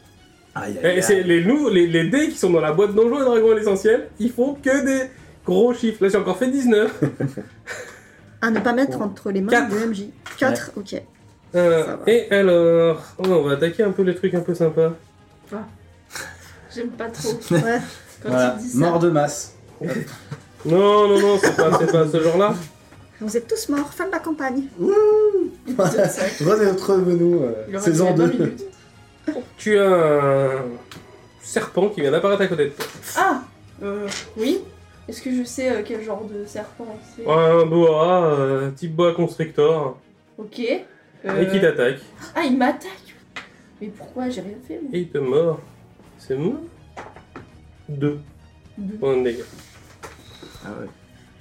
Speaker 4: Aïe, aïe,
Speaker 1: Et
Speaker 4: aïe.
Speaker 1: c'est les, nou- les, les dés qui sont dans la boîte Donjons et Dragons à l'essentiel, ils font que des gros chiffres. Là, j'ai encore fait 19.
Speaker 6: À ne pas mettre entre les mains
Speaker 1: Quatre.
Speaker 6: de MJ. 4, ok.
Speaker 1: Euh,
Speaker 6: Ça va.
Speaker 1: et alors oh, On va attaquer un peu les trucs un peu sympas.
Speaker 2: J'aime pas trop
Speaker 6: Ouais.
Speaker 2: quand
Speaker 4: Voilà.
Speaker 2: il dit ça.
Speaker 4: Mort de masse.
Speaker 1: Non, non, non, c'est pas, c'est pas ce genre-là.
Speaker 6: Vous êtes tous morts, fin de la campagne.
Speaker 2: Épisode cinq.
Speaker 4: Retrouvez-nous
Speaker 2: Il aurait
Speaker 4: saison
Speaker 2: duré
Speaker 4: 2.
Speaker 2: vingt minutes.
Speaker 1: Tu as un serpent qui vient d'apparaître à côté de toi.
Speaker 2: Ah euh, Oui Est-ce que je sais euh, quel genre de serpent c'est
Speaker 1: Ouais, un boa, euh, type boa constrictor,
Speaker 2: Ok. euh,
Speaker 1: et qui t'attaque.
Speaker 2: Ah, il m'attaque Mais pourquoi J'ai rien fait. moi.
Speaker 1: Et il te mord. C'est moi Deux
Speaker 2: Deux.
Speaker 1: points de dégâts.
Speaker 3: Ah ouais.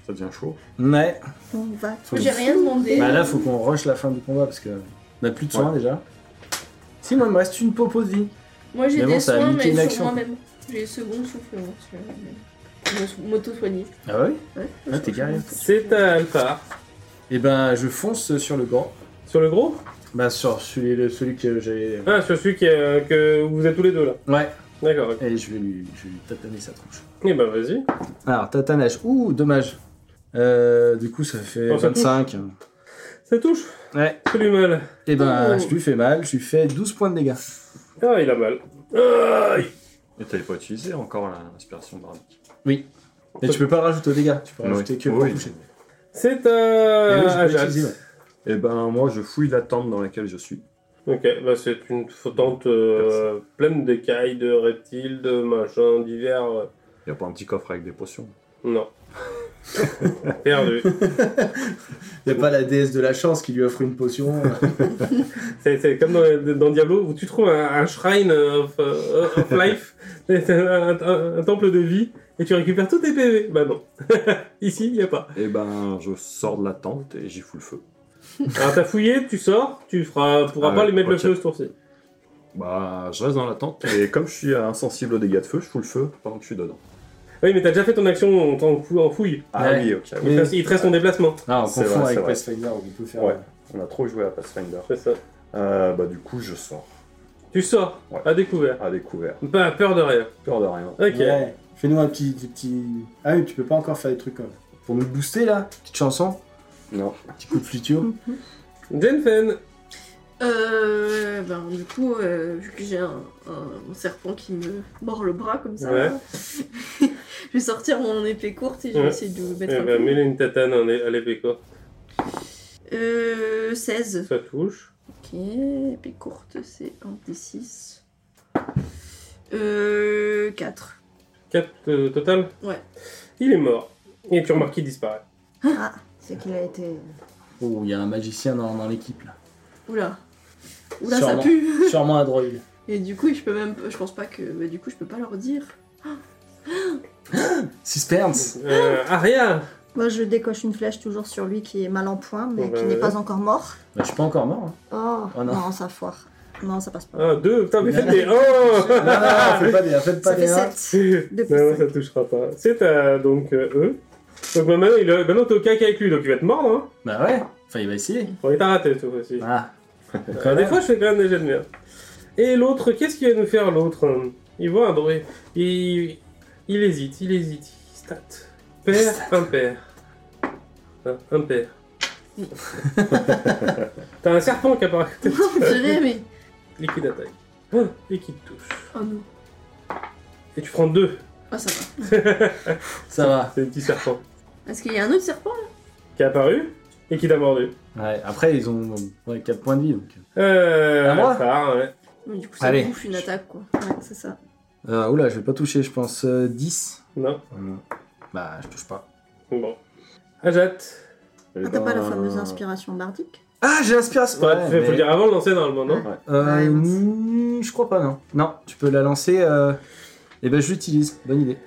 Speaker 3: Ça devient chaud.
Speaker 4: Ouais.
Speaker 6: On va.
Speaker 4: Faut-
Speaker 2: J'ai rien demandé.
Speaker 4: Bah là, faut qu'on rush la fin du combat parce que on a plus de soins déjà. Si, moi, il me reste une popo de vie.
Speaker 2: Moi j'ai
Speaker 4: Mais bon,
Speaker 2: des
Speaker 4: ça a
Speaker 2: soins,
Speaker 4: niqué une
Speaker 2: mais sur
Speaker 4: action.
Speaker 2: moi-même. J'ai second souffle. moi, hein, sur- Je me sou- m'auto-soigner.
Speaker 4: Ah ouais
Speaker 2: Ouais.
Speaker 4: Ah, t'es carré.
Speaker 1: C'est à Alpha.
Speaker 4: Et ben, je fonce sur le grand.
Speaker 1: Sur le gros
Speaker 4: Bah, sur celui, le- celui que j'ai.
Speaker 1: Ah, sur celui qui, euh, que vous êtes tous les deux là.
Speaker 4: Ouais.
Speaker 1: D'accord. ok.
Speaker 4: Et je vais lui, je vais lui tataner sa tronche.
Speaker 1: Eh ben vas-y.
Speaker 4: Alors, tatanage. Ouh, dommage. Euh, du coup, ça fait
Speaker 1: Oh, ça
Speaker 4: 25.
Speaker 1: Ça touche.
Speaker 4: Ouais.
Speaker 1: C'est lui mal.
Speaker 4: Et ben,
Speaker 2: Oh.
Speaker 4: je lui fais mal. Je lui fais 12 points de dégâts.
Speaker 1: Ah, il a mal. Aïe
Speaker 3: Et t'avais pas utilisé encore l'inspiration bardique.
Speaker 4: Et tu peux pas rajouter aux dégâts. Tu peux
Speaker 3: Oui.
Speaker 4: rajouter que
Speaker 3: Oui,
Speaker 4: pour
Speaker 3: oui.
Speaker 4: toucher.
Speaker 1: C'est
Speaker 4: Mais oui,
Speaker 1: à
Speaker 4: je peux
Speaker 1: Ajax.
Speaker 4: l'utiliser, ouais.
Speaker 3: Eh ben, moi, je fouille la tente dans laquelle je suis.
Speaker 1: Ok, bah c'est une tente euh, pleine d'écailles, de reptiles, de machins divers. euh,
Speaker 3: Y a pas un petit coffre avec des potions
Speaker 1: Non. Perdu.
Speaker 4: Y a pas la déesse de la chance qui lui offre une potion. euh.
Speaker 1: C'est c'est comme dans, dans Diablo où tu trouves un, un shrine of, euh, of life, c'est un, un- un temple de vie, et tu récupères tous tes PV. Bah non. Ici, il n'y a pas.
Speaker 3: Eh ben, je sors de la tente et j'y fous le feu.
Speaker 1: Alors t'as fouillé, tu sors, tu feras, pourras
Speaker 3: Ah
Speaker 1: pas
Speaker 3: ouais,
Speaker 1: lui mettre le
Speaker 3: ok.
Speaker 1: feu ce tour-ci.
Speaker 3: Bah, je reste dans la tente. Et comme je suis insensible aux dégâts de feu, je fous le feu pendant que je suis dedans.
Speaker 1: Oui, mais t'as déjà fait ton action en, tant que fou- en fouille.
Speaker 3: Ah
Speaker 4: Ouais.
Speaker 3: oui, ok.
Speaker 1: Il,
Speaker 4: Mais-
Speaker 1: te reste, il te reste ton déplacement.
Speaker 4: Ah, on
Speaker 3: C'est vrai,
Speaker 4: confond
Speaker 3: c'est
Speaker 4: avec
Speaker 3: vrai.
Speaker 4: Pathfinder, on peut faire. euh,
Speaker 3: Ouais. On a trop joué à Pathfinder.
Speaker 1: C'est ça.
Speaker 3: Euh, bah, du coup, je sors.
Speaker 1: Tu sors,
Speaker 3: Ouais.
Speaker 1: à découvert.
Speaker 3: À découvert.
Speaker 1: Pas peur de rien.
Speaker 3: Peur de rien.
Speaker 1: Ok.
Speaker 4: Ouais. Fais-nous un petit, des petits- Ah oui, tu peux pas encore faire des trucs comme. Pour nous booster là, petite chanson,
Speaker 3: Non.
Speaker 4: petit coup de fluture.
Speaker 1: Jenfen,
Speaker 2: Euh, ben, du coup, euh, vu que j'ai un, un- un serpent qui me mord le bras comme ça,
Speaker 1: Ouais.
Speaker 2: là, je vais sortir mon épée courte et je vais
Speaker 1: Ouais.
Speaker 2: essayer de le
Speaker 1: eh
Speaker 2: mettre un
Speaker 1: ben,
Speaker 2: coup.
Speaker 1: mets une tatane en é- à l'épée quoi.
Speaker 2: Euh, 16.
Speaker 1: Ça touche.
Speaker 2: Ok, épée courte, c'est un D6. Euh, 4.
Speaker 1: 4 euh, total
Speaker 2: Ouais.
Speaker 1: Il est mort. Et tu remarques qu'il disparaît.
Speaker 6: Ah, c'est qu'il a été.
Speaker 4: Oh, il y a un magicien dans, dans l'équipe là.
Speaker 2: Oula. Oula,
Speaker 4: Sûrement.
Speaker 2: ça pue.
Speaker 4: Sûrement un droïde.
Speaker 2: Et du coup, je peux même, je pense pas que, bah, du coup, je peux pas leur dire.
Speaker 4: Suspense
Speaker 1: Euh, Aria
Speaker 6: Moi, je décoche une flèche toujours sur lui qui est mal en point, mais
Speaker 1: Ouais.
Speaker 6: qui n'est pas encore mort.
Speaker 4: bah, Je suis pas encore mort. hein.
Speaker 6: Oh,
Speaker 4: Oh non.
Speaker 6: non. ça foire. Non, ça passe pas.
Speaker 1: 1, 2, putain, mais faites des 1
Speaker 4: Non, non, non, faites pas des, faites pas
Speaker 6: ça
Speaker 4: des
Speaker 6: fait
Speaker 4: uns.
Speaker 6: 7.
Speaker 1: Non,
Speaker 6: Deux plus
Speaker 1: non,
Speaker 6: cinq.
Speaker 1: ça touchera pas. C'est à donc euh, eux. Donc bah, maintenant, il a- maintenant, t'es au caca avec lui, donc il va te mordre. Hein.
Speaker 4: Bah ouais, enfin il va essayer.
Speaker 1: Bon, il t'a raté cette fois-ci.
Speaker 4: Ah.
Speaker 1: Euh, des fois, je fais quand même des jets de merde. Et l'autre, qu'est-ce qu'il va nous faire l'autre Il voit un droïde. Il... il hésite, il hésite. Il stat. Père, impair. Hein, impair. T'as un serpent qui apparaît à côté de toi.
Speaker 2: On dirait, Oh, mais.
Speaker 1: Liquide attaque. Ah, Liquide touche.
Speaker 2: Oh non.
Speaker 1: Et tu prends deux.
Speaker 2: Ah, ça va.
Speaker 4: Ça va.
Speaker 1: C'est le petit serpent
Speaker 2: Est-ce qu'il y a un autre serpent là
Speaker 1: qui est apparu et qui t'a mordu.
Speaker 4: Ouais, après ils ont 4 points de vie donc.
Speaker 1: Euh.
Speaker 4: À moi
Speaker 1: Alpha, ouais.
Speaker 2: Non, Du coup, ça
Speaker 4: Allez.
Speaker 2: bouffe une attaque quoi.
Speaker 6: Ouais, c'est ça.
Speaker 4: Euh, oula, je vais pas toucher, je pense euh, 10.
Speaker 1: Non.
Speaker 4: Bah, je touche pas.
Speaker 1: Bon. Ajat.
Speaker 3: Eh
Speaker 6: Ah, t'as pas la
Speaker 3: ben,
Speaker 1: euh,
Speaker 6: fameuse inspiration bardique
Speaker 4: Ah, j'ai inspiration
Speaker 1: Faut faut le dire avant de lancer normalement, non
Speaker 4: Euh,
Speaker 6: Ouais, mince.
Speaker 4: hmm, je crois pas, non. Non, tu peux la lancer. Euh... Et ben, je l'utilise. Bonne idée.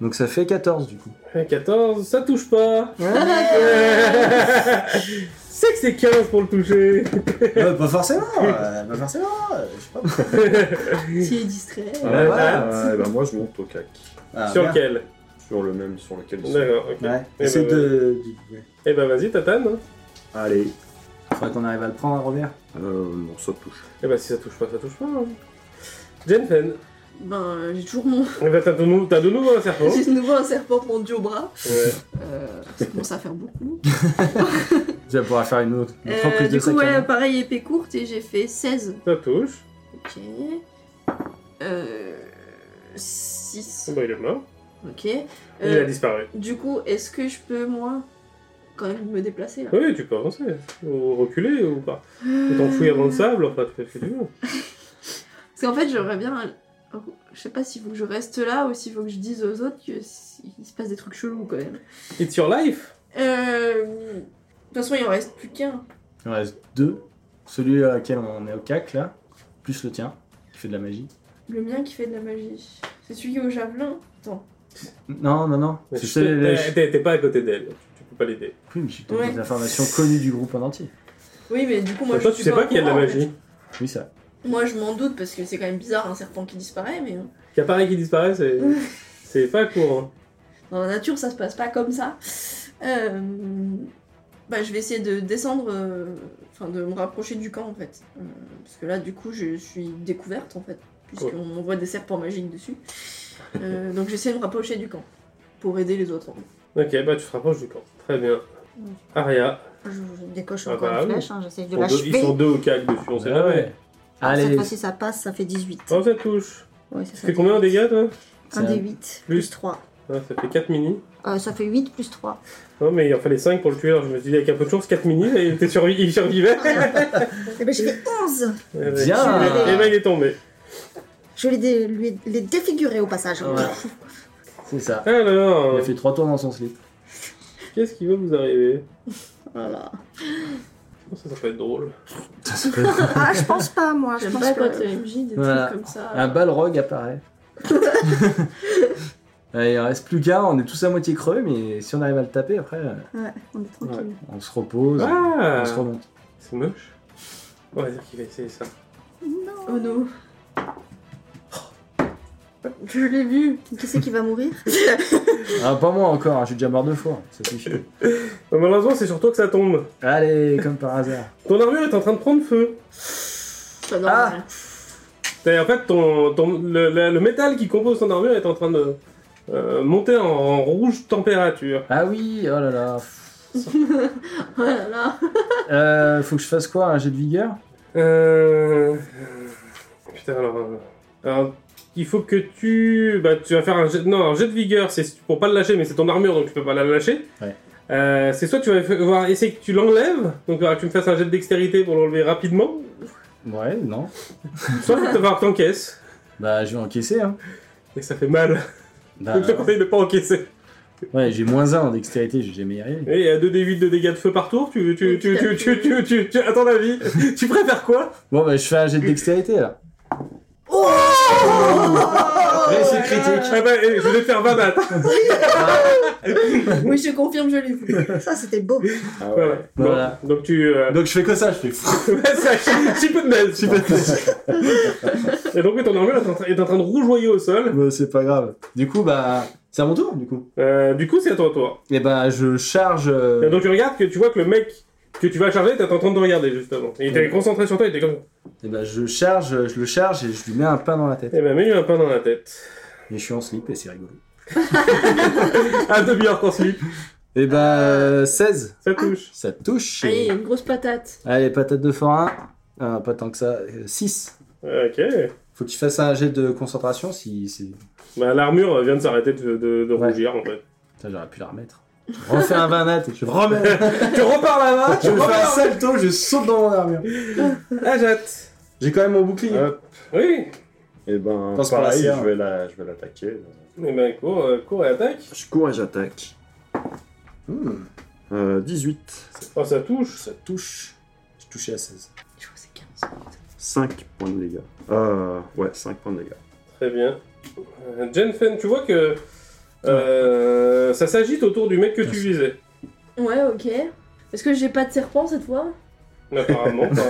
Speaker 4: Donc ça fait 14 du coup.
Speaker 1: 14, ça touche pas. c'est que c'est 15 pour le toucher.
Speaker 4: pas forcément. pas forcément.
Speaker 2: S'il est distrait.
Speaker 3: Ah,
Speaker 4: Ouais, voilà.
Speaker 3: ah, eh ben, moi, je monte au cac.
Speaker 1: sur lequel
Speaker 3: Sur le même sur lequel je suis.
Speaker 1: D'accord, ok.
Speaker 4: Ah, Ouais.
Speaker 1: Eh
Speaker 4: C'est
Speaker 1: ben,
Speaker 4: de.
Speaker 1: Eh ben vas-y, Tatane. hein.
Speaker 3: Allez.
Speaker 4: Faudrait qu'on arrive à le prendre, Robert.
Speaker 3: Euh, non, ça touche.
Speaker 1: Eh ben si ça touche pas, ça touche pas. hein. Jenfen,
Speaker 2: Ben, euh, j'ai toujours mon.
Speaker 1: eh ben, t'as de, nou- t'as de nouveau un serpent.
Speaker 2: J'ai de nouveau un serpent pendu au bras.
Speaker 1: Oh. Ouais.
Speaker 2: Euh, ça commence à faire beaucoup.
Speaker 4: Tu vas pouvoir faire une autre. une autre
Speaker 2: Euh,
Speaker 4: prise de
Speaker 2: du coup,
Speaker 4: sac à
Speaker 2: ouais,
Speaker 4: main.
Speaker 2: pareil, épée courte et j'ai fait 16.
Speaker 1: Ça touche.
Speaker 2: Ok. Euh. 6.
Speaker 1: Bon, Oh, bah, il est mort.
Speaker 2: Ok.
Speaker 1: Il a
Speaker 2: Euh,
Speaker 1: disparu.
Speaker 2: du coup, est-ce que je peux, moi, quand même me déplacer là
Speaker 1: Oui, tu peux avancer. Ou reculer ou pas. Ou t'enfouir dans le sable, enfin, tu fais ce que tu veux.
Speaker 2: Parce qu'en fait, j'aimerais bien oh, Je sais pas s'il faut que je reste là ou s'il faut que je dise aux autres qu'il se passe des trucs chelous quand même.
Speaker 1: It's your life
Speaker 2: Euh, De toute façon, il en reste plus qu'un.
Speaker 4: Il en reste deux. Celui à laquelle on est au cac, là, plus le tien, qui fait de la magie.
Speaker 2: Le mien qui fait de la magie. C'est celui qui est au javelin. Attends.
Speaker 4: Non, non, non.
Speaker 1: Mais
Speaker 4: C'est
Speaker 1: je-
Speaker 4: celle- la-
Speaker 1: T'es t'es pas à côté d'elle, tu peux pas l'aider.
Speaker 4: Oui, mais j'ai peut-être
Speaker 2: Ouais.
Speaker 4: des informations connues du groupe en entier.
Speaker 2: Oui, mais du coup, moi
Speaker 1: Bah, Toi,
Speaker 2: je
Speaker 1: tu
Speaker 2: suis
Speaker 1: sais pas
Speaker 2: au
Speaker 1: qu'il y a de la
Speaker 2: courant, en fait.
Speaker 1: magie.
Speaker 4: Oui, ça.
Speaker 2: Moi je m'en doute parce que c'est quand même bizarre un serpent qui disparaît, mais euh,
Speaker 1: Il y a pareil qui disparaît, c'est. C'est pas courant.
Speaker 2: dans la nature ça se passe pas comme ça. Euh, Bah, je vais essayer de descendre, euh, enfin de me rapprocher du camp en fait. Euh, parce que là du coup je suis découverte en fait, puisqu'on voit des serpents magiques dessus. Euh, donc j'essaie de me rapprocher du camp pour aider les autres.
Speaker 1: Ok, bah tu te rapproches du camp. Très bien.
Speaker 6: Mm.
Speaker 1: Aria,
Speaker 6: Je, je décoche
Speaker 1: Ah
Speaker 6: encore
Speaker 1: bah
Speaker 6: une
Speaker 1: oui.
Speaker 6: flèche, hein, j'essaie de
Speaker 1: pour deux- ils
Speaker 6: l'achever.
Speaker 1: sont deux au calque dessus, on sait jamais.
Speaker 6: Alors, Cette
Speaker 4: Ah, Allez,
Speaker 6: fois-ci, ça passe, ça fait 18.
Speaker 1: Oh, ça touche.
Speaker 6: Ouais, ça
Speaker 1: Tu fais combien en dégâts, toi
Speaker 6: Un des 8
Speaker 1: Plus.
Speaker 6: plus 3.
Speaker 1: Ah, Ça fait 4 mini.
Speaker 6: ça fait 8 plus 3.
Speaker 1: Non, mais il en fallait 5 pour le tuer, alors je me suis dit, avec un peu de chance, 4 mini, et il, était survi- il survivait.
Speaker 6: Eh ben, j'ai fait 11
Speaker 1: Ouais, ouais.
Speaker 4: Bien.
Speaker 1: Et ben, il est tombé.
Speaker 6: Je l'ai dé- lui- l'ai défiguré au passage.
Speaker 4: Ouais. c'est ça. Il
Speaker 1: Alors,
Speaker 4: a fait trois tours dans son slip.
Speaker 1: Ah qu'est-ce qui va vous arriver
Speaker 6: Voilà.
Speaker 1: Oh, Ça, ça peut être drôle.
Speaker 6: Ah, je pense pas, moi. Je
Speaker 2: J'aime
Speaker 6: pense
Speaker 2: pas quand
Speaker 6: que...
Speaker 2: euh, MJ des
Speaker 4: Voilà. Ah, bah.
Speaker 2: trucs comme ça.
Speaker 4: Un balrog apparaît. Allez, il en reste plus qu'un, on est tous à moitié creux, mais si on arrive à le taper, après, euh,
Speaker 6: Ouais, on est tranquille.
Speaker 4: on se repose,
Speaker 1: Ah
Speaker 4: on se remonte.
Speaker 1: C'est moche. On va dire qu'il va essayer ça.
Speaker 6: Non.
Speaker 2: Oh non. Je l'ai vu.
Speaker 6: Qui c'est qui va mourir
Speaker 4: Ah, pas moi encore, hein, je suis déjà mort deux fois, ça suffit.
Speaker 1: Euh, Malheureusement, c'est sur toi que ça tombe.
Speaker 4: Allez, comme par hasard.
Speaker 1: Ton armure est en train de prendre feu.
Speaker 2: Pas normal.
Speaker 1: Et en fait, ton, ton- le, le- le métal qui compose ton armure est en train de euh, monter en, en rouge température.
Speaker 4: Ah oui, oh là là.
Speaker 2: Oh là là.
Speaker 4: Euh, faut que je fasse quoi, un jet de vigueur
Speaker 1: Euh... Putain, alors, euh, alors, Il faut que tu. Bah, tu vas faire un jet. Non, un jet de vigueur, c'est pour pas le lâcher, mais c'est ton armure donc tu peux pas la lâcher.
Speaker 4: Ouais.
Speaker 1: Euh, c'est soit tu vas fa- voir, essayer que tu l'enlèves, donc il faudra que tu me fasses un jet de dextérité pour l'enlever rapidement,
Speaker 4: Ouais, non.
Speaker 1: soit tu vas t'encaisses,
Speaker 4: Bah, je vais encaisser, hein.
Speaker 1: et que ça fait mal.
Speaker 4: Bah,
Speaker 1: Donc je te conseille de pas encaisser.
Speaker 4: ouais, j'ai moins 1 en dextérité, j'ai jamais y arrivé.
Speaker 1: Et Eh, il y a 2d8 de dégâts de feu par tour, tu, tu, tu, tu, tu, tu, tu, tu- à ton avis, tu préfères quoi
Speaker 4: Bon, bah, je fais un jet de dextérité, là.
Speaker 2: Réussite
Speaker 4: c'est critique.
Speaker 1: Ah bah, eh, je vais te faire 20 dates.
Speaker 2: Oui, je confirme, je l'ai vu.
Speaker 6: Ça, c'était beau.
Speaker 3: Ah
Speaker 1: Voilà. Bon,
Speaker 4: Voilà.
Speaker 1: donc tu... Euh...
Speaker 4: Donc, je fais que ça, je fais fou.
Speaker 1: ça, petit peu de neige. Et donc oui, ton armure est en, train- est en train de rougeoyer au sol.
Speaker 4: Bah, c'est pas grave. Du coup, bah, c'est à mon tour, du coup.
Speaker 1: Euh, du coup, c'est à ton tour.
Speaker 4: Et bah, je charge. euh,
Speaker 1: Et donc tu regardes que tu vois que le mec que tu vas charger, t'es en train de regarder justement. Il était
Speaker 4: Ouais.
Speaker 1: concentré sur toi, il était comme...
Speaker 4: Et bah, je charge, euh, je le charge et je lui mets un pain dans la tête.
Speaker 1: Eh ben, mets-lui un pain dans la tête.
Speaker 4: Mais je suis en slip et c'est rigolo.
Speaker 1: À demi-heure en slip.
Speaker 4: Et bah, euh, 16.
Speaker 1: Ça touche.
Speaker 4: Ça touche.
Speaker 2: Allez,
Speaker 4: et-
Speaker 2: une grosse patate.
Speaker 4: Allez, patate de forain. Ah, pas tant que ça. 6.
Speaker 1: Ok.
Speaker 4: Faut qu'il fasse un jet de concentration si. si...
Speaker 1: Bah, l'armure vient de s'arrêter de, de- de
Speaker 4: Ouais.
Speaker 1: rougir en fait.
Speaker 4: Putain, j'aurais pu la remettre. Je refais un 20 nat. Je remets. je repars là-bas. Je
Speaker 1: repars.
Speaker 4: fais un salto, je saute dans mon armure.
Speaker 1: Ah, j'attends.
Speaker 4: J'ai quand même mon bouclier.
Speaker 1: Hop. Oui.
Speaker 3: Et ben,
Speaker 4: Pense par la
Speaker 3: pareil,
Speaker 4: sierre.
Speaker 3: je vais la- je vais l'attaquer.
Speaker 1: Eh ben, cours, euh, cours et attaque.
Speaker 3: Je cours et j'attaque.
Speaker 4: Hmm,
Speaker 3: Euh, 18.
Speaker 1: Oh, ça touche.
Speaker 4: ça touche. Je touchais à 16.
Speaker 2: Je crois que c'est 15.
Speaker 3: 5 points de dégâts. Euh, ouais, 5 points de dégâts.
Speaker 1: Très bien. Euh, Jenfen, tu vois que euh, ça s'agite autour du mec que tu
Speaker 4: Merci.
Speaker 1: visais.
Speaker 2: Ouais, ok. Est-ce que j'ai pas de serpent cette fois
Speaker 1: Apparemment. pas.
Speaker 2: Je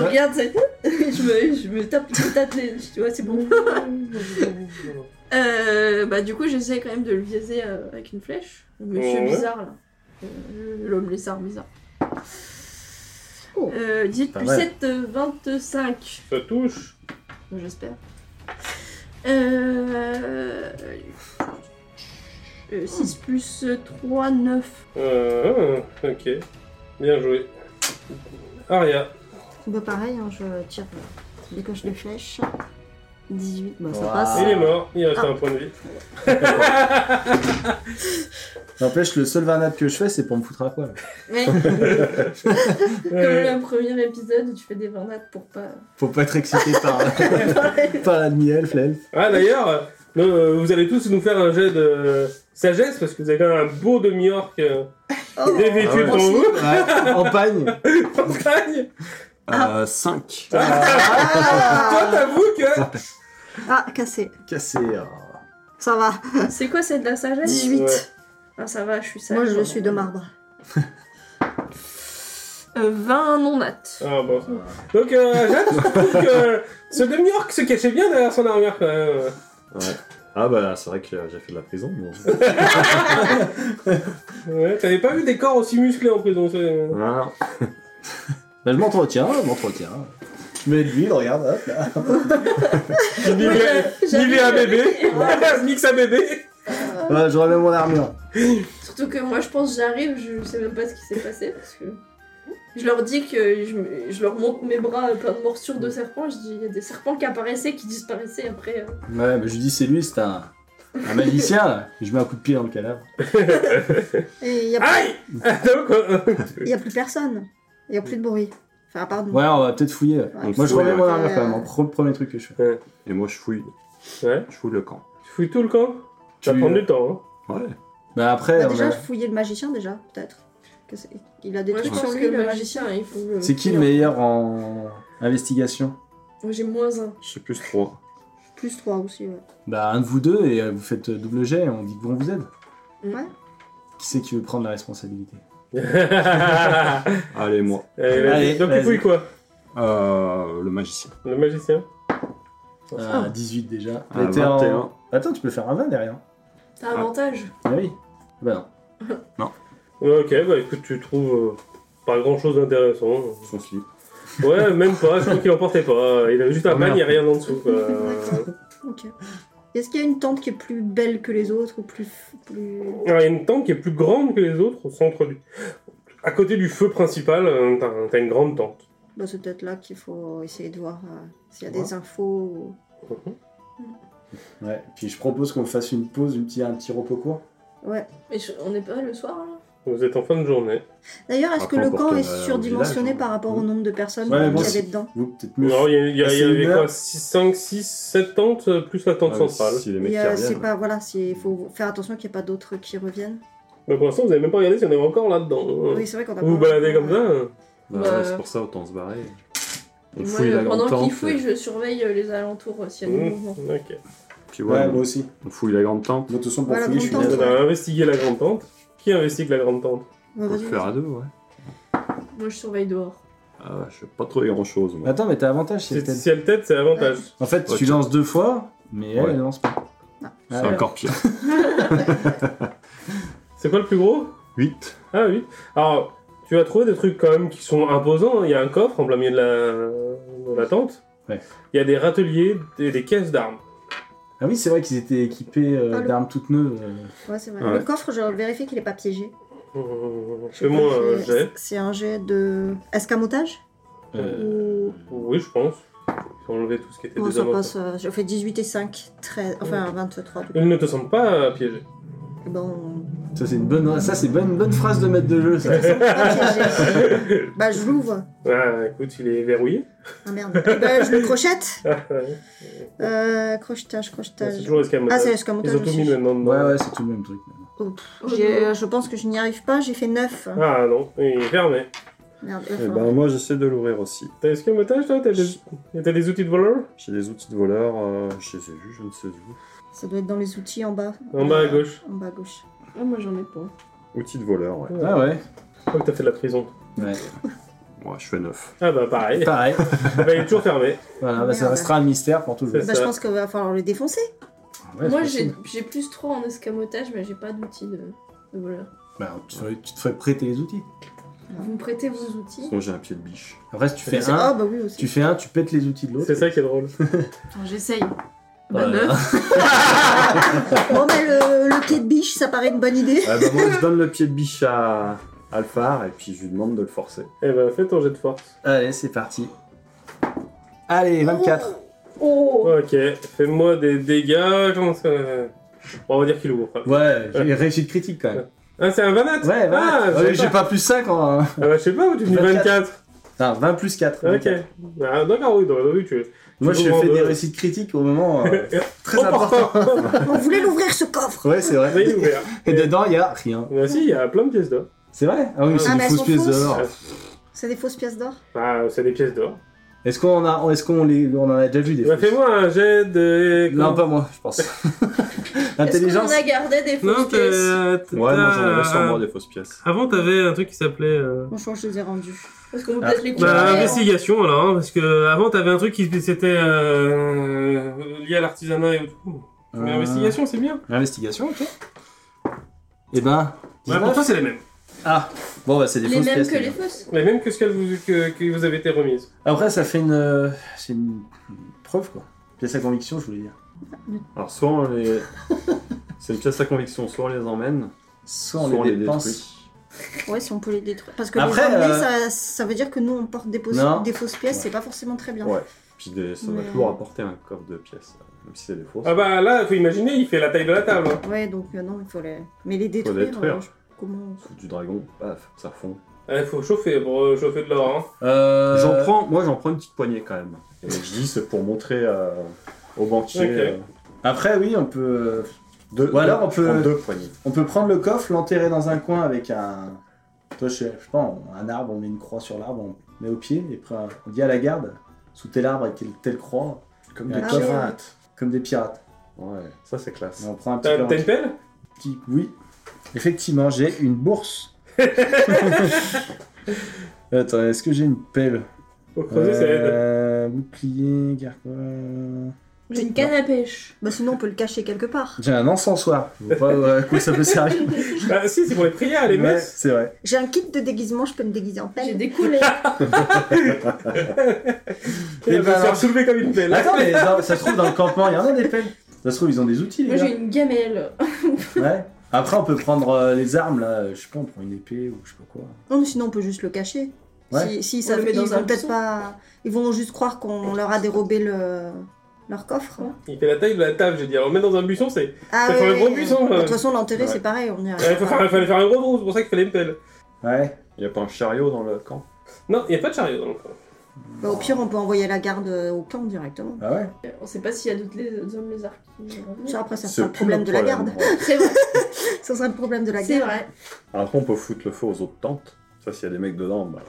Speaker 4: Ouais.
Speaker 2: regarde cette. je, me, je me tape une patate, les- tu vois, c'est bon. Euh, bah, du coup, j'essaie quand même de le viser euh, avec une flèche. Le monsieur
Speaker 1: Ouais.
Speaker 2: bizarre là. Euh, L'homme lézard bizarre.
Speaker 6: Oh.
Speaker 2: Euh, 18
Speaker 4: Pas
Speaker 2: plus
Speaker 4: mal.
Speaker 2: 7, euh, 25.
Speaker 1: ça touche.
Speaker 2: Moi, J'espère. Euh... 6 plus 3, 9.
Speaker 1: Euh, ah, ok. Bien joué. Aria.
Speaker 6: Bah, pareil, hein, je tire. Je décoche de flèche. 18, bah, ça
Speaker 4: Waouh.
Speaker 6: passe.
Speaker 1: Il est mort. Il reste un point de vie.
Speaker 4: N'empêche, le seul varnap que je fais, c'est pour me foutre à poil.
Speaker 2: Ouais, comme
Speaker 1: Euh,
Speaker 2: le premier épisode où tu fais des varnades pour pas.
Speaker 4: Faut pas être excité par, par la demi-elfe, l'elfe.
Speaker 1: Ah d'ailleurs, euh, euh, vous allez tous nous faire un jet de sagesse parce que vous avez quand même un beau demi-orc euh,
Speaker 6: Oh.
Speaker 1: dévêtu
Speaker 3: Ah ouais.
Speaker 1: devant vous.
Speaker 4: Ouais, en pagne.
Speaker 1: Bretagne.
Speaker 3: Euh, 5.
Speaker 1: Toi,
Speaker 6: Ah,
Speaker 1: t'avoues que.
Speaker 6: Ah, cassé.
Speaker 4: Cassé. oh.
Speaker 6: Ça va.
Speaker 2: C'est quoi, c'est de la sagesse
Speaker 6: 18.
Speaker 1: Ouais.
Speaker 2: Ah, ça va, je suis sage.
Speaker 6: Moi, je suis de marbre.
Speaker 2: Euh, 20 non nat.
Speaker 1: Ah bon. Donc, euh, Jade, je trouve que ce demi-orc se cachait bien derrière son armure quand même.
Speaker 3: Ah bah c'est vrai que euh, j'ai fait de la prison. bon.
Speaker 1: Ouais, t'avais pas vu des corps aussi musclés en prison. c'est-
Speaker 3: Voilà.
Speaker 4: Bah, je m'entretiens, je m'entretiens. Je mets de l'huile, regarde, hop là.
Speaker 1: Nivet nivet à bébé. Mix à bébé.
Speaker 4: Ouais, je remets mon armure.
Speaker 2: Surtout que moi, je pense, j'arrive, je sais même pas ce qui s'est passé parce que. Je leur dis que je, me- je leur montre mes bras euh, plein de morsures de serpents. Je dis, il y a des serpents qui apparaissaient, qui disparaissaient après. euh.
Speaker 4: Ouais, bah, je lui dis, c'est lui, c'est un, un magicien, là. Je mets un coup de pied dans le cadavre.
Speaker 6: Et il n'y a,
Speaker 1: Aïe Donc, euh,
Speaker 6: y a plus personne. Il n'y a plus de bruit. Enfin, à part nous.
Speaker 4: Ouais, on va peut-être fouiller. ouais.
Speaker 6: Ouais. Euh,
Speaker 4: Moi, je
Speaker 3: Ouais,
Speaker 4: remets
Speaker 3: ouais.
Speaker 4: mon armure quand même, en pro- premier truc que je fais.
Speaker 3: Et moi je fouille.
Speaker 1: Ouais.
Speaker 3: Je fouille le camp.
Speaker 1: tu fouilles tout le camp Tu vas prendre du temps. Hein.
Speaker 3: Ouais.
Speaker 4: Bah, après,
Speaker 6: Bah,
Speaker 4: on
Speaker 6: déjà,
Speaker 4: a-
Speaker 6: fouiller le magicien, déjà, peut-être. Que c'est- Il a des
Speaker 2: Moi, je
Speaker 6: trucs
Speaker 2: pense
Speaker 6: sur
Speaker 2: que
Speaker 6: lui,
Speaker 2: le magicien, il faut. le-
Speaker 4: c'est qui le meilleur en investigation
Speaker 2: Moi, j'ai moins un.
Speaker 3: Je sais plus 3.
Speaker 6: Plus 3 aussi, ouais.
Speaker 4: Bah, un de vous deux, et euh, vous faites euh, double jet, et on dit qu'on vous aide.
Speaker 6: Ouais.
Speaker 4: Qui c'est qui veut prendre la responsabilité
Speaker 3: Allez moi.
Speaker 1: hein. Allez, vas-y.
Speaker 4: Allez,
Speaker 1: Donc, tu
Speaker 4: vas-y.
Speaker 1: fouilles quoi
Speaker 3: Euh, le magicien.
Speaker 1: Le magicien
Speaker 6: Oh.
Speaker 4: Ah, 18 déjà.
Speaker 3: Ah,
Speaker 4: Et t'es en-
Speaker 3: 21.
Speaker 4: Attends, tu peux faire un 20 derrière.
Speaker 2: T'as avantage.
Speaker 4: Ah oui. Bah non.
Speaker 1: Ouais, Ok, bah écoute, tu trouves euh, pas grand chose d'intéressant.
Speaker 3: Son slip.
Speaker 1: Ouais, même pas, je crois qu'il en portait pas. Il avait juste un
Speaker 3: Oh, merde.
Speaker 1: bagne, il n'y a rien en dessous. quoi.
Speaker 6: D'accord. Ok. Est-ce qu'il y a une tente qui est plus belle que les autres ou plus. plus...
Speaker 1: Alors, il y a une tente qui est plus grande que les autres au centre du. À côté du feu principal, euh, t'as t'as une grande tente.
Speaker 6: Bah, c'est peut-être là qu'il faut essayer de voir euh, s'il y a
Speaker 4: Ouais.
Speaker 6: des infos.
Speaker 4: Ouais. Puis je propose qu'on fasse une pause, une petit, un petit repos court.
Speaker 6: ou- Ouais.
Speaker 2: Mais je- on n'est pas le soir hein. là
Speaker 1: Vous êtes en fin de journée.
Speaker 6: D'ailleurs, est-ce que
Speaker 3: Après,
Speaker 6: le
Speaker 3: on
Speaker 6: camp
Speaker 3: retourne,
Speaker 6: est
Speaker 3: euh, au
Speaker 6: surdimensionné
Speaker 3: village, hein.
Speaker 6: par rapport au nombre de personnes
Speaker 4: Ouais,
Speaker 6: qu'il
Speaker 4: bon,
Speaker 6: y
Speaker 4: c'est-
Speaker 6: avait dedans
Speaker 4: Vous, peut-être mieux.
Speaker 1: Non, il y, a- il y a-
Speaker 4: Ah,
Speaker 1: il y
Speaker 4: c'est
Speaker 1: avait
Speaker 4: une
Speaker 1: quoi
Speaker 4: heure
Speaker 1: 5, 6, 7 tentes, euh, plus la tente
Speaker 3: Ah, mais
Speaker 1: centrale.
Speaker 3: Si les mecs
Speaker 6: Et,
Speaker 3: qui
Speaker 6: euh,
Speaker 3: reviennent.
Speaker 6: c'est pas voilà, c'est il faut faire attention qu'il n'y ait pas d'autres qui reviennent.
Speaker 1: Mais pour l'instant, vous n'avez même pas regardé si on est encore là-dedans. hein.
Speaker 6: Oui, c'est vrai qu'on a
Speaker 1: Vous vous
Speaker 6: pas-
Speaker 1: baladez comme ça hein.
Speaker 3: Bah,
Speaker 2: Bah,
Speaker 3: ouais, c'est pour ça autant se barrer. On
Speaker 2: Moi, euh,
Speaker 3: fouille la grande
Speaker 2: Pendant
Speaker 3: tente.
Speaker 2: qu'il fouille, je surveille euh, les alentours euh, s'il y a du
Speaker 1: Mmh,
Speaker 2: mouvement.
Speaker 1: Ok.
Speaker 3: Puis
Speaker 4: Ouais,
Speaker 3: voilà,
Speaker 4: moi aussi.
Speaker 3: on fouille la grande tente.
Speaker 4: Moi, de toute façon, pour
Speaker 6: Voilà,
Speaker 4: fouiller, je suis
Speaker 6: dans le
Speaker 1: On
Speaker 4: là.
Speaker 6: temps.
Speaker 1: a investigué la grande tente. Qui investigue la grande tente
Speaker 6: Ouais,
Speaker 3: On peut
Speaker 6: vas-y,
Speaker 3: le faire à deux, ouais.
Speaker 2: Moi, je surveille dehors.
Speaker 3: Ah, je sais pas trouver grand chose, moi.
Speaker 4: Bah, Attends, mais t'as avantage, c'est
Speaker 1: Si
Speaker 4: peut-être.
Speaker 1: si elle tête, c'est avantage.
Speaker 4: En fait,
Speaker 3: Ok.
Speaker 4: tu lances deux fois, mais elle,
Speaker 3: Ouais.
Speaker 4: elle lance pas.
Speaker 6: Non.
Speaker 3: C'est
Speaker 4: Ah, ouais.
Speaker 3: encore pire.
Speaker 1: C'est quoi le plus gros
Speaker 3: 8.
Speaker 1: Ah oui. Alors, tu vas trouver des trucs quand même qui sont imposants. hein. Il y a un coffre en plein milieu de la, de la tente.
Speaker 4: Ouais.
Speaker 1: Il y a des râteliers et des caisses d'armes.
Speaker 4: Ah oui, c'est vrai qu'ils étaient équipés euh,
Speaker 6: Allô
Speaker 4: d'armes toutes neuves. euh.
Speaker 6: vas-y. Ouais, c'est vrai.
Speaker 3: Ouais.
Speaker 6: Le coffre, je vérifie qu'il est pas piégé.
Speaker 1: Fais-moi un
Speaker 6: C'est-
Speaker 1: euh, jet.
Speaker 6: C'est un jet de escamotage
Speaker 4: Euh,
Speaker 6: ou
Speaker 1: Oui, je pense. J'ai enlevé tout ce qui était
Speaker 6: Bon,
Speaker 1: des
Speaker 6: ça
Speaker 1: avantages.
Speaker 6: passe. euh, je fais 18 et 5, 13, enfin 23. du coup.
Speaker 1: Ils ne te semblent pas euh, piégés.
Speaker 6: Bon,
Speaker 4: Ça, c'est une bonne, ça, c'est bonne, bonne phrase de maître de jeu, ça.
Speaker 6: pas piégé. bah, je l'ouvre.
Speaker 1: Ah, écoute, il est verrouillé.
Speaker 6: Ah merde. Eh ben, je le crochette.
Speaker 1: c'est
Speaker 6: Euh, crochetage, crochetage.
Speaker 1: toujours euh, escamotage.
Speaker 6: Ah, c'est
Speaker 1: Ils
Speaker 6: escamotage.
Speaker 1: ont tout mis
Speaker 6: Aussi.
Speaker 1: maintenant. dedans.
Speaker 4: Ouais, ouais, c'est tout le même truc.
Speaker 6: J'ai- euh, Je pense que je n'y arrive pas, j'ai fait 9.
Speaker 1: Ah Eh non, il est fermé.
Speaker 6: Merde,
Speaker 3: Et
Speaker 6: enfin.
Speaker 3: ben moi j'essaie de l'ouvrir aussi.
Speaker 1: T'as escamotage toi T'as des... t'as des outils de voleur
Speaker 3: J'ai des outils de voleur, euh, je les ai vus, je ne sais où.
Speaker 6: Ça doit être dans les outils en bas.
Speaker 1: En bas à gauche.
Speaker 6: En bas à gauche.
Speaker 2: Ah, moi, j'en ai pas.
Speaker 3: Outils de voleur, ouais.
Speaker 4: Ah ouais
Speaker 1: Je crois que Oh, t'as fait de la prison.
Speaker 4: Ouais.
Speaker 3: Ouais, je fais 9.
Speaker 1: Ah bah pareil.
Speaker 4: Pareil.
Speaker 1: bah, il est toujours fermé.
Speaker 4: Voilà, bah, ça
Speaker 6: Merde.
Speaker 4: restera un mystère pour toujours.
Speaker 1: C'est
Speaker 6: Bah,
Speaker 1: ça.
Speaker 6: je pense qu'il va falloir le défoncer.
Speaker 4: Ouais,
Speaker 2: moi,
Speaker 4: c'est
Speaker 2: j'ai
Speaker 4: possible.
Speaker 2: j'ai plus 3 en escamotage, mais j'ai pas d'outils de, de voleur.
Speaker 4: Bah, tu, te ferais- tu te ferais prêter les outils.
Speaker 6: Ah.
Speaker 2: Vous me prêtez vos outils
Speaker 3: Sinon j'ai un pied de biche.
Speaker 4: Après, si tu
Speaker 6: C'est-
Speaker 4: fais
Speaker 6: Ah,
Speaker 4: un,
Speaker 6: bah oui, aussi.
Speaker 4: tu fais un, tu pètes les outils de l'autre.
Speaker 1: C'est ça qui est drôle.
Speaker 2: Attends, j'essaye.
Speaker 4: Voilà.
Speaker 2: Bah, neuf.
Speaker 6: Bon, bah, le, le quai de biche, ça paraît une bonne idée.
Speaker 3: Ah bah, moi je donne le pied de biche à Alphar et puis je lui demande de le forcer.
Speaker 1: Eh ben, fais ton jet de force.
Speaker 4: Allez, c'est parti. Allez, 24.
Speaker 2: Oh
Speaker 1: Ok, fais-moi des dégâts. Comment ça... Bon, on va dire qu'il ouvre.
Speaker 4: Ouais, j'ai réussi de critique quand même.
Speaker 1: Ah, c'est un 24
Speaker 4: Ouais,
Speaker 1: Ah,
Speaker 4: voilà.
Speaker 1: je sais
Speaker 4: Ouais, j'ai
Speaker 1: pas.
Speaker 4: pas plus 5 en.
Speaker 1: Ah, bah, je sais pas où tu me dis 24.
Speaker 4: 24. Non, 20 plus 4.
Speaker 1: Ok. Ah, D'accord, oui, donc, oui, tu
Speaker 4: Moi,
Speaker 1: Tu
Speaker 4: j'ai
Speaker 1: comprends,
Speaker 4: fait des
Speaker 1: ouais.
Speaker 4: réussites critiques au moment euh, très important.
Speaker 1: important.
Speaker 6: On voulait l'ouvrir ce coffre.
Speaker 4: Ouais, c'est
Speaker 1: Ça y est
Speaker 4: vrai.
Speaker 1: ouvert.
Speaker 4: Et dedans, il y a rien.
Speaker 1: Mais si, il y a plein de pièces d'or.
Speaker 4: C'est vrai Ah oui,
Speaker 1: Ah,
Speaker 4: c'est
Speaker 6: mais
Speaker 4: des
Speaker 6: elles
Speaker 4: fausses
Speaker 6: sont
Speaker 4: pièces
Speaker 6: fausses.
Speaker 4: d'or.
Speaker 6: C'est des fausses pièces d'or.
Speaker 1: Ah, c'est des pièces d'or.
Speaker 4: Est-ce qu'on a, est-ce qu'on les, on en a déjà vu des
Speaker 1: Bah,
Speaker 4: fausses
Speaker 1: Fais-moi un jet de.
Speaker 4: Non, pas moi, je pense.
Speaker 2: Est-ce qu'on
Speaker 4: Intelligence.
Speaker 2: a gardé des
Speaker 1: Non,
Speaker 2: fausses
Speaker 1: t'es.
Speaker 2: pièces
Speaker 3: Ouais, moi j'en avais sûrement des fausses pièces.
Speaker 1: Avant, t'avais un truc qui s'appelait. euh,
Speaker 6: Franchement, je les ai rendus.
Speaker 2: Parce qu'on peut
Speaker 4: Ah.
Speaker 2: peut-être les
Speaker 1: Bah,
Speaker 2: couper.
Speaker 1: investigation alors, hein, parce que avant t'avais un truc qui c'était euh, lié à l'artisanat et tout. Mais
Speaker 4: Euh,
Speaker 1: investigation, c'est bien.
Speaker 4: Investigation, ok. Eh ben.
Speaker 1: Ouais, pour
Speaker 4: 19.
Speaker 1: toi, c'est les mêmes.
Speaker 4: Ah, bon, bah, c'est des
Speaker 2: Les
Speaker 4: fausses
Speaker 2: mêmes
Speaker 4: pièces.
Speaker 2: que
Speaker 4: les
Speaker 2: les
Speaker 4: gars.
Speaker 2: fausses.
Speaker 1: Les mêmes que ce qu'elle vous, que, qui vous avait été remise.
Speaker 4: Après, ça fait une. euh, C'est une preuve, quoi. Pièce à conviction, je voulais dire.
Speaker 3: Alors, soit on les. c'est une pièce à conviction, soit on les emmène,
Speaker 4: Soit on
Speaker 3: soit
Speaker 4: les dépense.
Speaker 3: détruit.
Speaker 6: Ouais, si on peut les détruire. Parce que
Speaker 4: Après,
Speaker 6: les emmener,
Speaker 4: euh,
Speaker 6: ça, ça veut dire que nous, on porte des, fausses-
Speaker 4: Non.
Speaker 6: des fausses pièces,
Speaker 4: Ouais.
Speaker 6: c'est pas forcément très bien.
Speaker 3: Ouais. Puis des- ça va
Speaker 6: Mais-
Speaker 3: toujours apporter un coffre de pièces, euh, même si c'est des fausses.
Speaker 1: Ah bah là, faut imaginer, il fait la taille de la table. hein.
Speaker 6: Ouais, donc euh, non, il faut les. Mais les détruire,
Speaker 3: détruire.
Speaker 6: euh, je- comment
Speaker 3: Faut Du dragon, paf, ça fond.
Speaker 1: Ouais, faut chauffer pour euh, chauffer de l'or. Hein.
Speaker 4: Euh,
Speaker 3: J'en prends, moi j'en prends une petite poignée quand même. Et je dis, c'est pour montrer euh, au banquier.
Speaker 1: Ok.
Speaker 3: euh,
Speaker 4: Après, oui, on peut.
Speaker 3: deux,
Speaker 4: Ou alors, on
Speaker 3: je prends
Speaker 4: peut-
Speaker 3: deux poignées.
Speaker 4: On peut prendre le coffre, l'enterrer dans un coin avec un. Toi, je sais je sais pas, on- un arbre, on met une croix sur l'arbre, on met au pied, et après, on dit à la garde, sous tel arbre et telle, telle croix,
Speaker 3: Comme
Speaker 4: Ah
Speaker 3: des
Speaker 6: oui.
Speaker 3: pirates.
Speaker 4: comme des pirates.
Speaker 3: Ouais, ça c'est classe.
Speaker 4: Et on prend un petit,
Speaker 1: T'as
Speaker 4: peu-
Speaker 1: t'as une pelle
Speaker 4: petit- Oui. Effectivement, j'ai une bourse. Attends, est-ce que j'ai une pelle
Speaker 1: Faut creuser, ça aide.
Speaker 4: Euh, Bouclier, gargoyle.
Speaker 2: J'ai une canne à pêche.
Speaker 6: Bah sinon, on peut le cacher quelque part.
Speaker 4: J'ai un encensoir. Je vois pas euh, à quoi ça peut servir.
Speaker 1: Bah si, c'est pour les prières, les
Speaker 4: Ouais,
Speaker 1: messes.
Speaker 4: c'est vrai.
Speaker 6: J'ai un kit de déguisement, je peux me déguiser en
Speaker 2: J'ai
Speaker 6: pelle.
Speaker 2: des coulées.
Speaker 1: Elle
Speaker 4: Et
Speaker 1: va
Speaker 4: bah,
Speaker 1: se faire
Speaker 4: alors-
Speaker 1: soulever comme une pelle.
Speaker 4: Attends, mais non, ça se trouve dans le campement, il y en a des pelles. Ça se trouve, ils ont des outils,
Speaker 2: Moi
Speaker 4: les gars.
Speaker 2: j'ai une gamelle.
Speaker 4: Ouais. Après, on peut prendre euh, les armes, là. euh, Je sais pas, on prend une épée ou je sais pas quoi.
Speaker 6: Non, mais sinon, on peut juste le cacher.
Speaker 4: Ouais.
Speaker 6: Si, si,
Speaker 2: On
Speaker 6: ça,
Speaker 2: le met
Speaker 6: ils
Speaker 2: dans un
Speaker 6: vont peut-être
Speaker 2: buisson.
Speaker 6: pas. Ils vont juste croire qu'on leur a dérobé le... leur coffre.
Speaker 2: Ouais.
Speaker 1: Il fait la taille de la table, j'ai dit. Alors mettre dans un buisson, c'est.
Speaker 6: Ah,
Speaker 1: Ça fait un gros buisson, euh.
Speaker 6: De
Speaker 1: ouais.
Speaker 6: toute façon, l'enterrer,
Speaker 3: Ouais.
Speaker 6: c'est pareil, on y
Speaker 4: Ah.
Speaker 1: Ouais,
Speaker 6: arrive.
Speaker 1: faut
Speaker 6: pas.
Speaker 1: faire- fallait faire un gros trou, c'est pour ça qu'il fallait une pelle.
Speaker 4: Ouais.
Speaker 3: Y a pas un chariot dans le camp
Speaker 1: Non, il a pas de chariot dans le coin.
Speaker 6: Bah, au pire, on peut envoyer la garde euh, au camp directement.
Speaker 4: Ah ouais.
Speaker 2: On sait pas s'il y a d'autres les- hommes lézards qui vont revenir.
Speaker 6: Ça, après, ça
Speaker 3: C'est
Speaker 6: sera le
Speaker 3: plus
Speaker 6: problème de la garde.
Speaker 3: ouais.
Speaker 2: C'est vrai,
Speaker 6: Ça sera le problème de la
Speaker 2: c'est
Speaker 6: garde.
Speaker 2: vrai.
Speaker 3: Après, on peut foutre le feu aux autres tentes. Ça, s'il y a des mecs dedans, bah,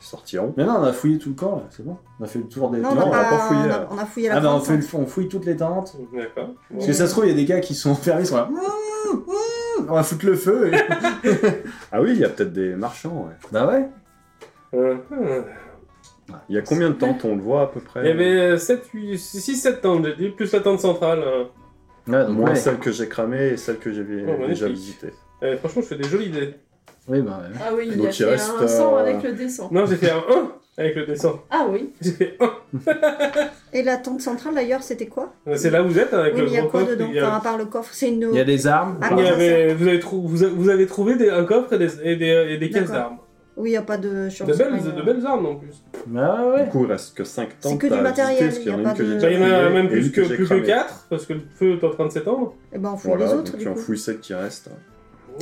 Speaker 3: ils sortiront.
Speaker 4: Mais non, on a fouillé tout le camp, là. C'est bon. On a fait le tour des
Speaker 6: Non,
Speaker 4: tentes.
Speaker 6: on,
Speaker 3: on
Speaker 6: a
Speaker 3: l'a
Speaker 6: pas,
Speaker 3: pas fouillé,
Speaker 6: on a-
Speaker 3: là.
Speaker 6: on a fouillé la
Speaker 4: Ah bah, on,
Speaker 6: tente. hein.
Speaker 4: fait le fou- on fouille toutes les tentes.
Speaker 1: D'accord.
Speaker 4: Parce que ça se trouve, il y a des gars qui sont enfermés, ils sont là. Mmh, mmh, On va foutre le feu. et-
Speaker 3: Ah oui, il y a peut-être des marchands, ouais.
Speaker 4: bah ouais.
Speaker 1: Euh, euh.
Speaker 3: Il y a combien de tentes On le voit à peu près
Speaker 1: Il y avait 7, 8, 6, 7 tentes, j'ai dit, plus la tente centrale. hein.
Speaker 4: Ouais, donc,
Speaker 3: Moins
Speaker 4: ouais.
Speaker 3: celle que j'ai cramée et celle que j'ai
Speaker 1: Oh, magnifique.
Speaker 3: déjà visitée.
Speaker 1: Euh, franchement, je fais des jolies idées.
Speaker 4: Oui, bah ouais.
Speaker 2: Ah oui, il
Speaker 3: Donc,
Speaker 2: a
Speaker 3: il
Speaker 2: fait
Speaker 3: reste,
Speaker 2: un sang
Speaker 3: euh,
Speaker 2: avec le dessin.
Speaker 1: Non, j'ai fait un 1 avec le dessin.
Speaker 2: Ah oui.
Speaker 1: J'ai fait 1.
Speaker 6: Et la tente centrale, d'ailleurs, c'était quoi
Speaker 1: C'est là où vous êtes hein, avec
Speaker 6: Oui,
Speaker 1: le
Speaker 6: mais il y a
Speaker 1: gros
Speaker 6: quoi
Speaker 1: coffre.
Speaker 6: dedans
Speaker 1: il y a-
Speaker 6: Enfin, à part le coffre, c'est une.
Speaker 4: Il y a des armes.
Speaker 6: Ah,
Speaker 1: il y
Speaker 6: non, ça,
Speaker 1: avait- vous, avez trou- vous, a- vous avez trouvé des- un coffre et des, et des, et des caisses
Speaker 6: D'accord.
Speaker 1: d'armes.
Speaker 6: Oui, il n'y a pas de.
Speaker 1: De belles, de belles armes en plus.
Speaker 4: Ah ouais.
Speaker 3: Du coup, il reste que 5 tentes.
Speaker 6: C'est que du
Speaker 3: à
Speaker 6: matériel,
Speaker 3: visiter,
Speaker 6: il y a
Speaker 3: parce
Speaker 6: pas
Speaker 3: qu'il
Speaker 6: de-
Speaker 1: Bah, il y en a même plus que,
Speaker 3: j'ai
Speaker 1: plus que
Speaker 3: cramée.
Speaker 1: 4 parce que le feu est en train de s'étendre.
Speaker 6: Et ben, on fouille
Speaker 3: Voilà,
Speaker 6: les autres,
Speaker 3: donc
Speaker 6: du
Speaker 3: on
Speaker 6: coup.
Speaker 3: fouille celle qui reste.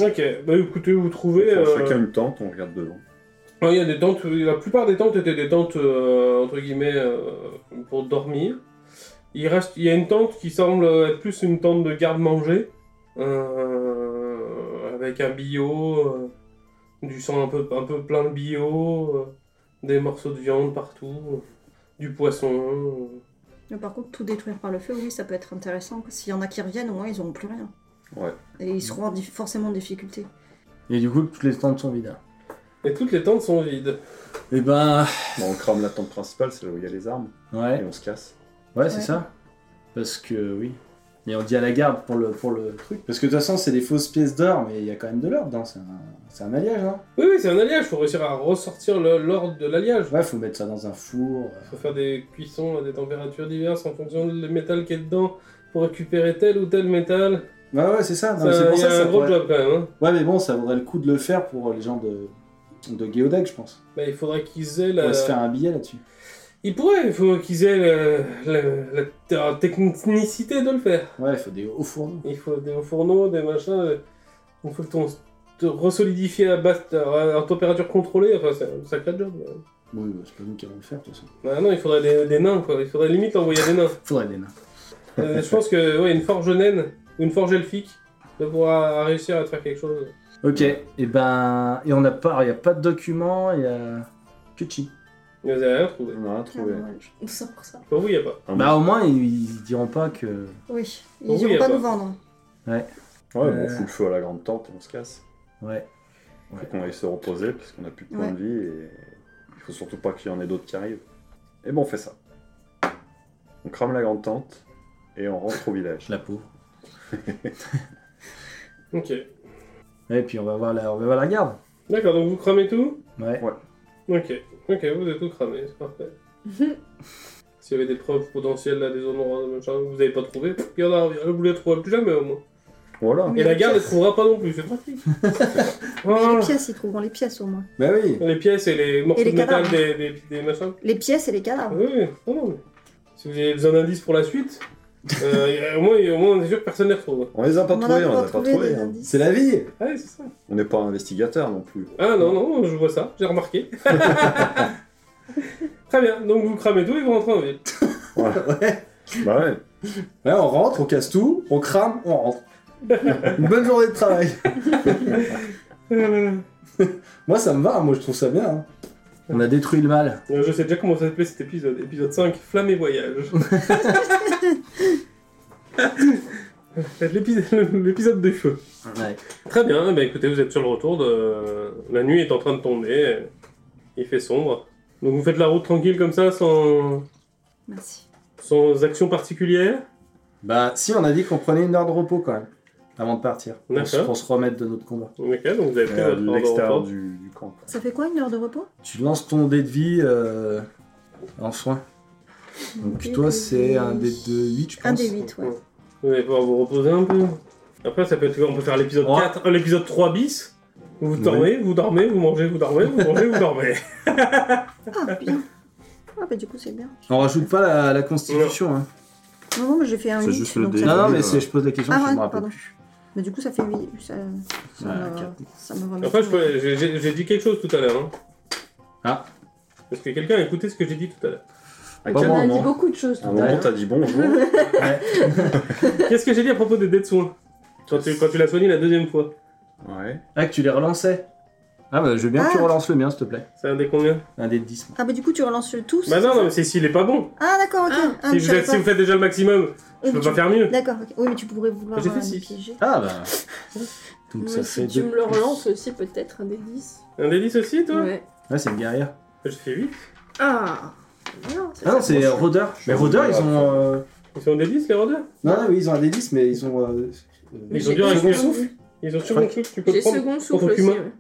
Speaker 1: Ok, bah écoutez, vous trouvez.
Speaker 3: On prend
Speaker 1: euh,
Speaker 3: Chacun une tente, on regarde devant.
Speaker 1: Ouais, Il y a des tentes, la plupart des tentes étaient des tentes euh, entre guillemets euh, pour dormir. Il reste, il y a une tente qui semble être plus une tente de garde-manger euh, avec un bio, euh, du sang un peu, un peu plein de bio, euh, des morceaux de viande partout, euh, du poisson. euh.
Speaker 6: Mais par contre, tout détruire par le feu, oui, ça peut être intéressant. S'il y en a qui reviennent, au moins, ils n'auront plus rien.
Speaker 3: Ouais.
Speaker 6: Et ils seront en dif- forcément en difficulté.
Speaker 4: Et du coup, toutes les tentes sont vides. hein.
Speaker 1: Et toutes les tentes sont vides.
Speaker 4: Et ben.
Speaker 3: Bon, on crame la tente principale, c'est là où il y a les armes, et
Speaker 4: Ouais.
Speaker 3: on se casse.
Speaker 4: Ouais, c'est
Speaker 6: Ouais.
Speaker 4: ça. Parce que oui. Et on dit à la garde pour le, pour le truc. Parce que de toute façon, c'est des fausses pièces d'or, mais il y a quand même de l'or dedans. C'est un, c'est un alliage, hein.
Speaker 1: Oui, oui, c'est un alliage. Faut réussir à ressortir le- l'ordre de l'alliage.
Speaker 4: Ouais, faut mettre ça dans un four.
Speaker 1: faut faire des cuissons à des températures diverses en fonction du métal qui est dedans pour récupérer tel ou tel métal.
Speaker 4: Ouais, ouais, c'est ça. Non, mais
Speaker 1: C'est
Speaker 4: c'est
Speaker 1: un, il
Speaker 4: pour
Speaker 1: Euh, y
Speaker 4: ça que
Speaker 1: a
Speaker 4: ça
Speaker 1: un gros
Speaker 4: pourrait-
Speaker 1: job quand même. hein.
Speaker 4: Ouais, mais bon, ça vaudrait le coup de le faire pour les gens de, de Geodag, je pense.
Speaker 1: Bah, il faudrait qu'ils aient
Speaker 4: On
Speaker 1: la.
Speaker 4: va se faire un billet là-dessus.
Speaker 1: Il pourrait, il faut qu'ils aient la, la- la- la technicité de le faire.
Speaker 4: Ouais, il faut des hauts fourneaux.
Speaker 1: Il faut des hauts fourneaux, des machins. euh, Une fois que ton, te resolidifier à basse à- à température contrôlée, enfin c'est un sacré job. ouais.
Speaker 4: Bon, bah, c'est pas nous qui allons le faire, de toute façon.
Speaker 1: Ah non, il faudrait des, des nains quoi, il faudrait limite envoyer des nains.
Speaker 4: Faudrait des nains.
Speaker 1: Euh, je pense que ouais, une forge naine ou une forge elfique de pouvoir réussir à te faire quelque chose.
Speaker 4: Ok, et ben. Et on n'a pas. Il n'y a pas de document, il y a. Cuchi.
Speaker 1: Vous avez rien trouvé.
Speaker 3: On a rien trouvé.
Speaker 6: dommage.
Speaker 2: Tout ça pour ça.
Speaker 1: Pour vous, il n'y a pas.
Speaker 3: Ah,
Speaker 4: Bah, au moins, ils, ils diront pas que.
Speaker 6: Oui,
Speaker 1: Oui,
Speaker 6: ils vont
Speaker 1: y a
Speaker 6: pas
Speaker 1: pas.
Speaker 6: nous vendre.
Speaker 3: Ouais, bon,
Speaker 4: Euh.
Speaker 3: on fout le feu à la grande tente et on se casse.
Speaker 4: Ouais.
Speaker 3: Faut qu'on aille se reposer parce qu'on a plus de points
Speaker 6: Ouais.
Speaker 3: de vie et il faut surtout pas qu'il y en ait d'autres qui arrivent. Et bon, on fait ça. On crame la grande tente et on rentre au village.
Speaker 4: La pauvre.
Speaker 1: Ok.
Speaker 4: Et puis, on va voir la, on va voir la garde.
Speaker 1: D'accord, donc vous cramez tout
Speaker 4: Ouais.
Speaker 1: Ok. Ok, vous avez tout cramé, c'est parfait. S'il y avait des preuves potentielles là, des endroits, machin, que vous n'avez pas trouvé, pff, il y en a, vous les trouverez plus jamais au moins.
Speaker 3: Voilà.
Speaker 6: Mais
Speaker 1: Et la
Speaker 6: les
Speaker 1: garde ne
Speaker 6: pièces-
Speaker 1: trouvera pas non plus, c'est pratique.
Speaker 6: Mais
Speaker 1: Voilà.
Speaker 6: les pièces, ils trouveront les pièces au moins.
Speaker 4: Bah oui.
Speaker 1: les pièces et les morceaux
Speaker 6: Et les
Speaker 1: de métal
Speaker 6: cadavres.
Speaker 1: des, des, des machins. Ah
Speaker 6: Les pièces et les cadavres.
Speaker 1: Oui, oui, non, non, mais Si vous avez besoin d'indices pour la suite, euh, il y a- au, moins, au moins on est sûr que personne ne les retrouve.
Speaker 3: On les a pas
Speaker 6: en
Speaker 3: trouvés, on les a pas
Speaker 6: retrouvé
Speaker 3: trouvés.
Speaker 6: des
Speaker 3: hein.
Speaker 6: indices.
Speaker 4: C'est la vie.
Speaker 1: Ah, c'est ça.
Speaker 3: On n'est pas investigateur non plus.
Speaker 1: Ah non, non, je vois ça, j'ai remarqué. Très bien, donc vous cramez tout et vous rentrez en ville.
Speaker 4: Ouais.
Speaker 3: Bah ouais.
Speaker 4: Ouais, on rentre, on casse tout, on crame, on rentre. Une bonne journée de travail.
Speaker 1: Euh,
Speaker 4: Moi, ça me va, moi, je trouve ça bien. hein. On a détruit le mal.
Speaker 1: Euh, Je sais déjà comment ça s'appelait cet épisode, épisode 5, Flamme et Voyage. L'épisode l'épisode des feux.
Speaker 4: Ouais.
Speaker 1: Très bien, bah écoutez, vous êtes sur le retour de... La nuit est en train de tomber, il fait sombre. Donc vous faites la route tranquille comme ça, sans,
Speaker 6: Merci.
Speaker 1: sans action particulière
Speaker 4: Bah, si, on a dit qu'on prenait une heure de repos quand même. Avant de partir. Pour, se-
Speaker 1: D'accord.
Speaker 4: pour se remettre de notre combat.
Speaker 1: Ok, donc vous avez pris
Speaker 3: Euh,
Speaker 1: votre
Speaker 3: de
Speaker 1: ordre
Speaker 3: l'extérieur
Speaker 1: au fond.
Speaker 3: du, du camp.
Speaker 6: Ça fait quoi une heure de repos
Speaker 4: Tu lances ton dé de vie euh, en soin. Donc, toi, c'est un dé de 8, je pense.
Speaker 6: Un des 8, ouais.
Speaker 1: Vous allez pouvoir vous reposer un peu. Après, ça peut être, on peut faire l'épisode
Speaker 4: Ouais.
Speaker 1: 4, euh, l'épisode 3 bis. Vous
Speaker 4: Oui.
Speaker 1: dormez, vous dormez, vous mangez, vous dormez, vous mangez, vous dormez.
Speaker 6: Ah, bien. Ah, bah du coup, c'est bien.
Speaker 4: On rajoute pas la, la constitution. Hein.
Speaker 6: Non, non, mais j'ai fait un
Speaker 3: C'est
Speaker 6: 8.
Speaker 3: juste le
Speaker 6: donc
Speaker 3: dé.
Speaker 6: ça
Speaker 4: Non,
Speaker 6: fait-
Speaker 4: non,
Speaker 3: oui,
Speaker 4: mais
Speaker 3: euh,
Speaker 4: c'est- je pose la question,
Speaker 6: Ah,
Speaker 4: je
Speaker 6: ouais,
Speaker 4: me rappelle.
Speaker 6: pardon. Mais du coup, ça fait 8. Ça, ça
Speaker 4: Ah,
Speaker 6: me-
Speaker 4: quatre.
Speaker 6: ça me remet.
Speaker 1: Après, je peux- j'ai- j'ai j'ai dit quelque chose tout à l'heure. hein.
Speaker 4: Ah.
Speaker 1: Parce que quelqu'un a écouté ce que j'ai dit tout à l'heure.
Speaker 3: À
Speaker 4: Pas
Speaker 3: quel
Speaker 4: bon,
Speaker 2: On a dit
Speaker 4: non.
Speaker 3: moment
Speaker 2: beaucoup de choses.
Speaker 3: À
Speaker 2: tout
Speaker 3: un
Speaker 2: à l'heure.
Speaker 3: moment, t'as dit bonjour.
Speaker 1: Qu'est-ce que j'ai dit à propos des dés de soins quand tu, quand tu l'as soigné la deuxième fois
Speaker 3: Ouais.
Speaker 4: Ah, que tu les relançais. Ah, bah, je veux bien que tu
Speaker 6: Ah.
Speaker 4: relances le mien, s'il te plaît.
Speaker 1: C'est un des combien
Speaker 4: Un dé de 10.
Speaker 6: Ah, bah du coup, tu relances le tout.
Speaker 1: Bah
Speaker 6: c'est
Speaker 1: non,
Speaker 6: ça
Speaker 1: non, mais c'est s'il est pas bon.
Speaker 6: Ah, d'accord, ok. Ah,
Speaker 1: si,
Speaker 6: mais
Speaker 1: vous
Speaker 6: je savais
Speaker 1: êtes- si
Speaker 6: pas.
Speaker 1: vous faites déjà le maximum,
Speaker 6: Oui,
Speaker 1: je peux
Speaker 6: mais
Speaker 1: pas
Speaker 6: tu-
Speaker 1: faire mieux.
Speaker 6: D'accord, ok. Oui, mais tu pourrais vouloir
Speaker 1: J'ai fait
Speaker 6: euh,
Speaker 1: six.
Speaker 6: nous piéger.
Speaker 4: Ah, bah. Donc,
Speaker 2: Moi,
Speaker 4: ça
Speaker 2: si
Speaker 4: fait
Speaker 2: tu
Speaker 4: deux.
Speaker 2: me le relances aussi, peut-être un des 10.
Speaker 1: Un des 10 aussi, toi
Speaker 2: Ouais.
Speaker 4: Ouais, c'est une guerrière.
Speaker 1: J'ai fait 8.
Speaker 2: Ah Non,
Speaker 4: Ah non, c'est Roder. Mais Roder, ils ont. euh,
Speaker 1: Ils sont des 10, les rôdeurs
Speaker 4: Non, non, oui, ils ont un D10, mais ils ont. euh, euh,
Speaker 1: Ils ont dû
Speaker 4: un
Speaker 1: réussir.
Speaker 4: souffle.
Speaker 1: Ils ont
Speaker 4: Je
Speaker 1: second
Speaker 4: crois
Speaker 1: souffle, tu peux
Speaker 2: J'ai
Speaker 1: prendre.
Speaker 2: second
Speaker 1: ton
Speaker 2: souffle aussi.
Speaker 1: cumin.
Speaker 2: ouais.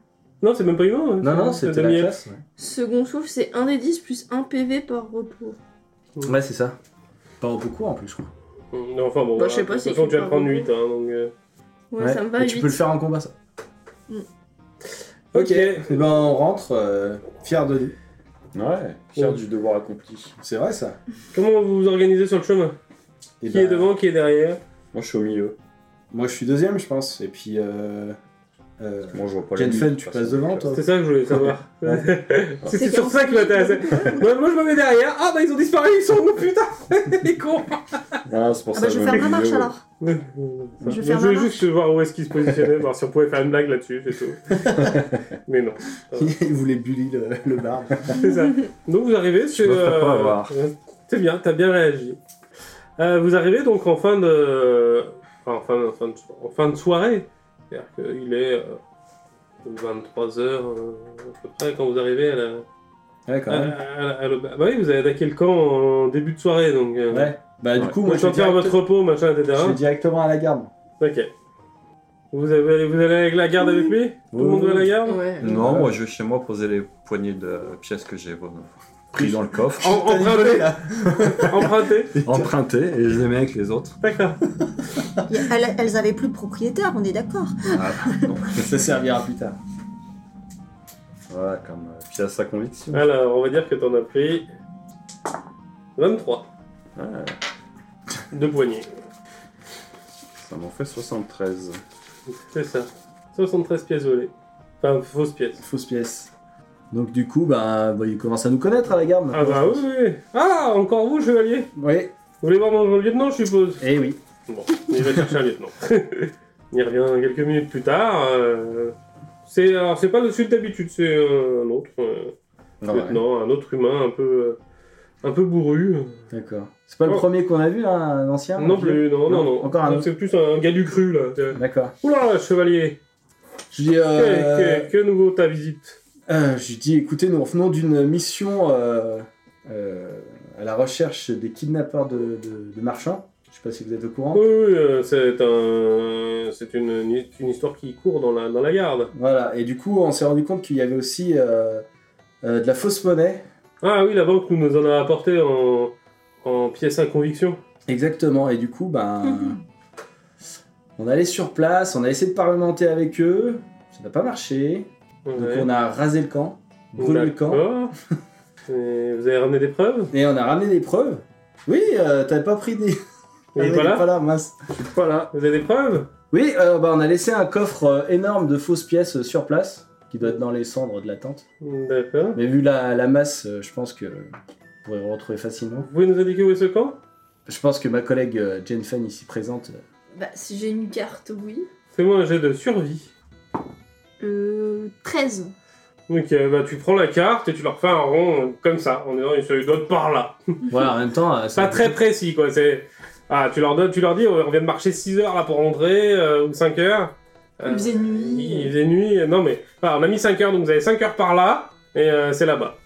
Speaker 1: Non, c'est même pas humain. hein.
Speaker 4: Non, non,
Speaker 1: C'est
Speaker 4: c'était la
Speaker 1: demi-elfe.
Speaker 4: classe. Ouais,
Speaker 2: Second souffle, c'est un des 10 plus un PV par repos.
Speaker 4: Ouais, c'est ça. Pas beaucoup en plus, je crois.
Speaker 1: Mm, Non, enfin bon,
Speaker 2: Bah, je sais pas,
Speaker 1: de toute
Speaker 2: c'est
Speaker 1: façon, tu vas
Speaker 2: écrit
Speaker 1: prendre
Speaker 2: par
Speaker 1: 8, hein, donc... euh,
Speaker 2: Ouais, ça me va,
Speaker 4: mais
Speaker 2: 8.
Speaker 4: Tu peux le faire en combat, ça.
Speaker 2: Mm.
Speaker 4: Ok,
Speaker 1: euh.
Speaker 4: et ben on rentre, euh, fier de lui.
Speaker 3: Ouais. Fier
Speaker 1: Ouais.
Speaker 3: du devoir accompli.
Speaker 4: C'est vrai ça
Speaker 1: Comment vous vous organisez sur le chemin
Speaker 4: Et
Speaker 1: Qui
Speaker 4: ben,
Speaker 1: est devant, qui est derrière
Speaker 3: Moi, je suis au milieu.
Speaker 4: Moi je suis deuxième, je pense. Et puis. Euh, euh,
Speaker 3: Moi, je vois pas
Speaker 4: Ken
Speaker 3: les
Speaker 4: Fen,
Speaker 3: buts, de
Speaker 4: tu
Speaker 3: toute
Speaker 4: passes
Speaker 3: façon.
Speaker 4: devant, toi
Speaker 1: C'est ça que je voulais savoir.
Speaker 6: C'est
Speaker 1: C'était sur
Speaker 6: quand-
Speaker 1: ça qui m'intéressait. Bah, moi, moi, je me mets derrière. Ah, bah, ils ont disparu, ils sont où, putain Les cons
Speaker 3: Ah, c'est pour ça
Speaker 6: Ah, bah
Speaker 3: que
Speaker 6: je
Speaker 3: je
Speaker 6: vais
Speaker 3: me
Speaker 6: faire
Speaker 3: mets au
Speaker 6: ma marche
Speaker 3: milieu.
Speaker 6: alors.
Speaker 1: Je,
Speaker 6: faire ma
Speaker 1: voulais
Speaker 6: marche.
Speaker 1: juste voir où est-ce qu'ils se positionnaient, voir si on pouvait faire une blague là-dessus, c'est tout. Mais non. Euh.
Speaker 4: Il voulait bully le, le barbe.
Speaker 1: C'est ça. Donc vous arrivez sur.
Speaker 3: me ferai pas avoir.
Speaker 1: euh, C'est bien, t'as bien réagi. Euh, vous arrivez donc en fin de. enfin, en, fin de... en fin de so- en fin de soirée. C'est-à-dire qu'il est euh, 23h euh, à peu près quand vous arrivez à la.
Speaker 4: Ouais, quand
Speaker 1: à-
Speaker 4: même.
Speaker 1: à- à- à l'auba- bah oui, vous avez attaqué le camp en début de soirée donc. euh,
Speaker 4: Ouais. Bah, du
Speaker 3: Ouais.
Speaker 4: coup,
Speaker 1: Vous
Speaker 4: moi je vais,
Speaker 1: sortir à
Speaker 4: direct-
Speaker 1: votre repos, machin, etc.
Speaker 4: je vais directement à la garde.
Speaker 1: Ok. Vous, avez, vous allez avec la garde avec lui Tout le monde va à la garde
Speaker 2: Ouais.
Speaker 4: Ouais.
Speaker 5: Non, moi je vais chez moi poser les poignées de pièces que j'ai euh, prises dans le coffre,
Speaker 1: En-
Speaker 4: T'as rigolé,
Speaker 1: Emprunté
Speaker 4: là
Speaker 1: Emprunté
Speaker 5: empruntées, et je les mets avec les autres.
Speaker 1: D'accord.
Speaker 6: Il y a- Elles, elles avaient plus de propriétaire, on est d'accord.
Speaker 5: Ah, non.
Speaker 4: Ça servira plus tard.
Speaker 3: Voilà, comme euh, puis à sa conviction.
Speaker 1: Alors, on va dire que t'en as pris 23
Speaker 4: Ah.
Speaker 3: Ouais,
Speaker 1: de poignées.
Speaker 3: ça m'en fait 73.
Speaker 1: C'est ça. 73 pièces volées. Enfin, fausses pièces.
Speaker 4: Fausse pièce. Donc du coup, bah, bah, il commence à nous connaître à la gare.
Speaker 1: Ah bah oui, oui. Ah, encore vous, chevalier
Speaker 4: Oui,
Speaker 1: Vous voulez voir mon mon lieutenant, je suppose
Speaker 4: et oui.
Speaker 1: Bon, il va chercher un lieutenant. il revient quelques minutes plus tard. euh, C'est alors c'est pas le sud d'habitude, c'est euh, un autre euh,
Speaker 3: Ah ouais.
Speaker 1: lieutenant, un autre humain un peu euh, un peu bourru.
Speaker 4: D'accord. C'est pas le
Speaker 1: Oh.
Speaker 4: premier qu'on a vu, là, un ancien un
Speaker 1: Non
Speaker 4: vieux
Speaker 1: plus, non non
Speaker 4: Non,
Speaker 1: non.
Speaker 4: encore un
Speaker 1: Non,
Speaker 4: autre.
Speaker 1: C'est plus un gars du cru là. C'est-
Speaker 4: D'accord.
Speaker 1: Oula, chevalier.
Speaker 4: Je dis,
Speaker 1: Que,
Speaker 4: euh,
Speaker 1: que- que nouveau ta visite
Speaker 4: euh, je dis, écoutez, nous revenons d'une mission euh, euh, à la recherche des kidnappeurs de, de- de marchands. Je sais pas si vous êtes au courant.
Speaker 1: Oui, oui, euh, c'est un c'est une, une histoire qui court dans la dans la garde.
Speaker 4: Voilà. Et du coup, on s'est rendu compte qu'il y avait aussi euh, euh, de la fausse monnaie.
Speaker 1: Ah oui, la banque nous nous en a apporté en en pièces à conviction.
Speaker 4: Exactement. Et du coup, ben,
Speaker 1: Mhm.
Speaker 4: on allait sur place, on a essayé de parlementer avec eux. Ça n'a pas marché. Donc
Speaker 1: Ouais.
Speaker 4: on a rasé le camp, brûlé le camp.
Speaker 1: D'accord. Oh. Et vous avez ramené des preuves
Speaker 4: Et on a ramené des preuves. Oui, euh, t'avais pas pris des.
Speaker 1: Il
Speaker 4: Ah,
Speaker 1: est
Speaker 4: il
Speaker 1: pas
Speaker 4: est
Speaker 1: là
Speaker 4: mince.
Speaker 1: Voilà. Vous avez des preuves
Speaker 4: Oui, euh, bah, on a laissé un coffre euh, énorme de fausses pièces euh, sur place, qui doit être dans les cendres de la tente.
Speaker 1: D'accord.
Speaker 4: Mais vu la, la masse, euh, je pense que on pourrait le retrouver facilement.
Speaker 1: Vous pouvez nous indiquer où est ce camp
Speaker 4: Je pense que ma collègue euh, Jane Fan ici présente. euh,
Speaker 2: Bah, si j'ai une carte, oui.
Speaker 1: Fais-moi un jet de survie.
Speaker 2: Euh, 13.
Speaker 1: Donc euh, bah, tu prends la carte et tu leur fais un rond euh, comme ça, en disant il y en a d'autres par là.
Speaker 4: Voilà, en même temps. euh,
Speaker 1: C'est
Speaker 4: ça-
Speaker 1: pas très précis quoi, c'est... Ah, tu leur, donnes, tu leur dis on vient de marcher 6 heures là pour rentrer, euh, ou 5 heures. Euh,
Speaker 2: Il faisait
Speaker 1: Il
Speaker 2: nuit.
Speaker 1: faisait nuit, euh, non mais... enfin, on a mis 5 heures, donc vous avez 5 heures par là, et euh, c'est là-bas.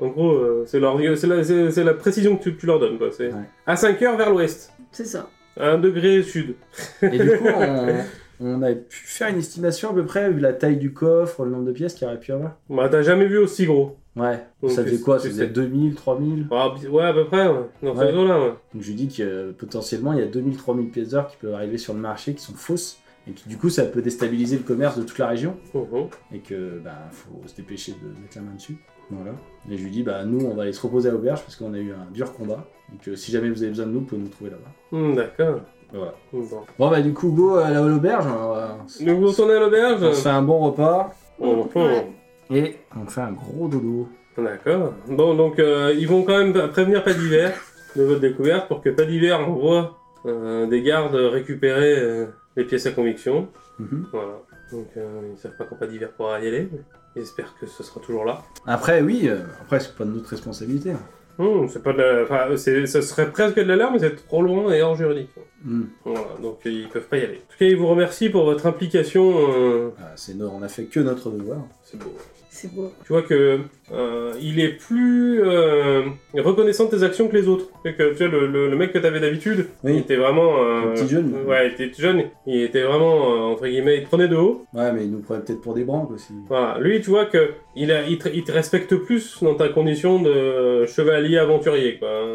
Speaker 1: en gros, euh, c'est, leur... c'est, la... c'est- c'est la précision que tu, tu leur donnes quoi. C'est...
Speaker 4: Ouais.
Speaker 1: À 5 heures vers l'ouest,
Speaker 2: C'est ça.
Speaker 1: à 1 degré sud.
Speaker 4: Et du coup, on, on a pu faire une estimation à peu près, vu la taille du coffre, le nombre de pièces qu'il aurait pu avoir.
Speaker 1: Bah t'as jamais vu aussi gros.
Speaker 4: Ouais.
Speaker 1: Donc,
Speaker 4: ça
Speaker 1: tu-
Speaker 4: faisait quoi
Speaker 1: tu
Speaker 4: Ça faisait
Speaker 1: sais.
Speaker 4: 2000, 3000
Speaker 1: Ah, bi- ouais, à peu près, ouais. Dans
Speaker 4: Ouais.
Speaker 1: ces eaux-là, ouais.
Speaker 4: Donc je lui dis que euh, potentiellement il y a 2000-3000 pièces d'or qui peuvent arriver sur le marché qui sont fausses et qui du coup ça peut déstabiliser le commerce de toute la région
Speaker 1: Mhm.
Speaker 4: et que bah faut se dépêcher de mettre la main dessus. Voilà. Et je lui dis bah nous on va aller se reposer à l'auberge parce qu'on a eu un dur combat et que si jamais vous avez besoin de nous vous pouvez nous trouver là-bas.
Speaker 1: Hmm, D'accord.
Speaker 4: Voilà.
Speaker 1: Bon.
Speaker 4: Bon bah du coup go à la- à l'auberge, on, va-
Speaker 1: Nous euh, vous retournez à l'auberge
Speaker 4: on se fait un bon repas
Speaker 1: Oh, oh.
Speaker 2: Ouais.
Speaker 4: et on fait un gros dodo.
Speaker 1: D'accord. Bon, donc euh, ils vont quand même prévenir pas d'hiver de votre découverte pour que pas d'hiver envoie euh, des gardes récupérer euh, les pièces à conviction.
Speaker 4: Mhm.
Speaker 1: Voilà. Donc euh, ils savent pas quand pas d'hiver pourra y aller. mais J'espère que ce sera toujours là.
Speaker 4: Après oui, euh, après c'est pas de notre responsabilité. hein.
Speaker 1: Hmm, c'est pas de la... enfin, c'est- ce serait presque de l'alarme, mais c'est trop loin et hors juridiction.
Speaker 4: Hmm.
Speaker 1: Voilà, donc euh, ils peuvent pas y aller. En tout cas, ils vous remercient pour votre implication. euh,
Speaker 4: Ah, c'est no- on a fait que notre devoir.
Speaker 1: C'est beau.
Speaker 2: C'est beau.
Speaker 1: Tu vois que euh, il est plus euh, reconnaissant de tes actions que les autres. C'est que tu vois, le, le- le mec que t'avais d'habitude,
Speaker 4: Oui.
Speaker 1: il était vraiment euh,
Speaker 4: Le petit jeune.
Speaker 1: Ouais, il était jeune. Il était vraiment euh, entre guillemets, il te prenait de haut.
Speaker 4: Ouais mais ils nous prenaient peut-être pour des branques aussi.
Speaker 1: Voilà. Lui, tu vois que il, a, il, te, il te respecte plus dans ta condition de chevalier aventurier, quoi. Euh,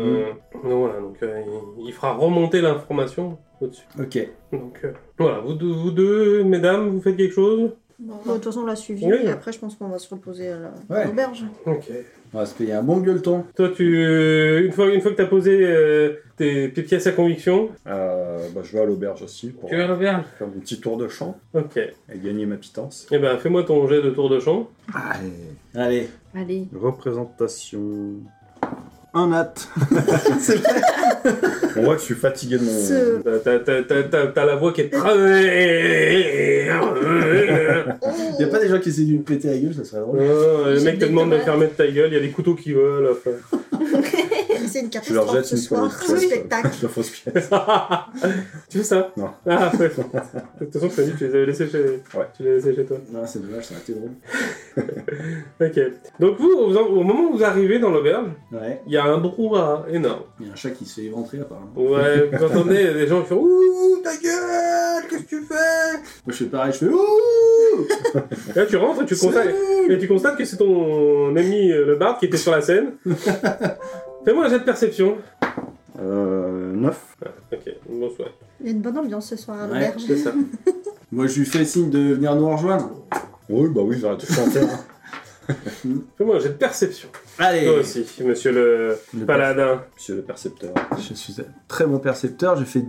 Speaker 4: Mm.
Speaker 1: donc voilà, donc euh, il, il fera remonter l'information au-dessus.
Speaker 4: Ok.
Speaker 1: Donc euh, voilà, vous deux, vous deux, mesdames, vous faites quelque chose.
Speaker 2: Bon,
Speaker 6: Bon, de toute façon, on l'a suivi.
Speaker 1: Oui.
Speaker 6: Et après, je pense qu'on va se reposer à la-
Speaker 4: Ouais.
Speaker 6: à l'auberge.
Speaker 1: Ok.
Speaker 4: On va se payer un bon gueuleton.
Speaker 1: Toi, tu, une fois, une fois que t'as posé euh, tes, tes pièces à conviction,
Speaker 3: Euh, bah, je vais à l'auberge aussi pour
Speaker 1: tu vas à l'auberge.
Speaker 3: faire mon petit tour de champ
Speaker 1: Ok.
Speaker 3: et gagner ma pitance.
Speaker 1: Eh ben, fais-moi ton jet de tour de champ.
Speaker 3: Allez.
Speaker 4: Allez.
Speaker 6: Allez.
Speaker 3: Représentation. Un nat.
Speaker 4: C'est vrai.
Speaker 3: On voit que je suis fatigué de
Speaker 1: Euh,
Speaker 3: mon.
Speaker 6: Ce-
Speaker 1: T'as- T'as t'as- t'as- t'as- t'as la voix qui est. euh, Ah,
Speaker 6: Oh,
Speaker 4: Y a pas des gens qui essaient de me péter la gueule, ça serait drôle.
Speaker 1: euh, le mec te demande de fermer ta gueule, il y a des couteaux qui volent. enfin.
Speaker 6: C'est une
Speaker 3: Tu leur
Speaker 6: catastrophe
Speaker 3: jettes
Speaker 6: ce
Speaker 3: une
Speaker 6: soir.
Speaker 3: poignée
Speaker 6: Ce
Speaker 3: de pièces,
Speaker 6: spectacle.
Speaker 3: euh, de fausses pièces.
Speaker 1: tu veux ça
Speaker 3: Non.
Speaker 1: Ah, ouais. De toute façon, je t'ai dit, tu les avais laissés chez,
Speaker 3: Ouais.
Speaker 1: tu les laissais chez toi.
Speaker 4: Non, c'est dommage, ça aurait été drôle.
Speaker 1: Ok. Donc, vous, vous en- au moment où vous arrivez dans l'auberge,
Speaker 4: Ouais.
Speaker 1: il y a un brouhaha énorme.
Speaker 4: Il y a un chat qui se fait éventrer apparemment. Moi
Speaker 1: Ouais, vous entendez des gens qui font Ouh, ta gueule, qu'est-ce que tu fais
Speaker 4: je fais pareil, je fais Ouh
Speaker 1: Là, tu rentres et tu constates, et
Speaker 4: Salut
Speaker 1: tu constates que c'est ton ami euh, le barde qui était sur la scène. Fais-moi un jet de perception.
Speaker 3: Euh, 9.
Speaker 1: Ok, bon souhait.
Speaker 6: Il y a une bonne ambiance ce soir à
Speaker 4: Ouais.
Speaker 6: l'auberge.
Speaker 1: C'est ça.
Speaker 4: Moi je lui fais signe de venir nous rejoindre.
Speaker 3: Oui, bah oui, j'arrête de chanter. hein.
Speaker 1: Fais-moi un jet de perception.
Speaker 4: Allez
Speaker 1: Toi aussi, monsieur le
Speaker 4: Le
Speaker 1: paladin.
Speaker 3: Monsieur le percepteur.
Speaker 4: perce- Je suis un très bon percepteur, j'ai fait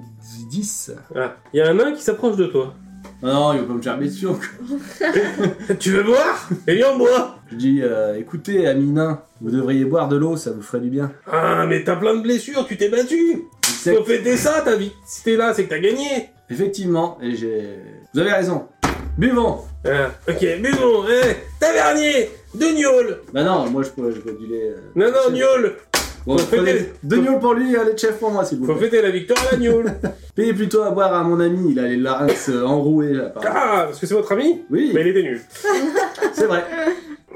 Speaker 4: 10.
Speaker 1: Ah, Il y a un nain qui s'approche de toi.
Speaker 4: Non, non, il va pas me gerber dessus encore.
Speaker 1: Tu veux boire Eh bien, bois
Speaker 4: Je dis, euh, écoutez, amis nains, vous devriez boire de l'eau, ça vous ferait du bien.
Speaker 1: Ah, mais t'as plein de blessures, tu t'es battu
Speaker 4: Insectes.
Speaker 1: Faut fêter ça, ta vie Si t'es là, c'est que t'as gagné
Speaker 4: Effectivement, et j'ai. Vous avez raison. Buvons
Speaker 1: Ah, Ok, mais bon, eh Tavernier Deux gnôles
Speaker 4: Bah non, moi je peux, je peux du lait. euh,
Speaker 1: Non, non,
Speaker 4: chef.
Speaker 1: gnôle
Speaker 4: Bon,
Speaker 1: Faut
Speaker 4: prenez
Speaker 1: fêter-
Speaker 4: deux gnôles pour lui et un lait de chef pour moi, s'il vous
Speaker 1: Faut
Speaker 4: plaît.
Speaker 1: fêter la victoire à la gnôle
Speaker 4: Payez plutôt à boire à mon ami, il a les larynx euh, enroués là. par-
Speaker 1: Ah, parce que c'est votre ami
Speaker 4: Oui,
Speaker 1: Mais il était nul.
Speaker 4: c'est vrai.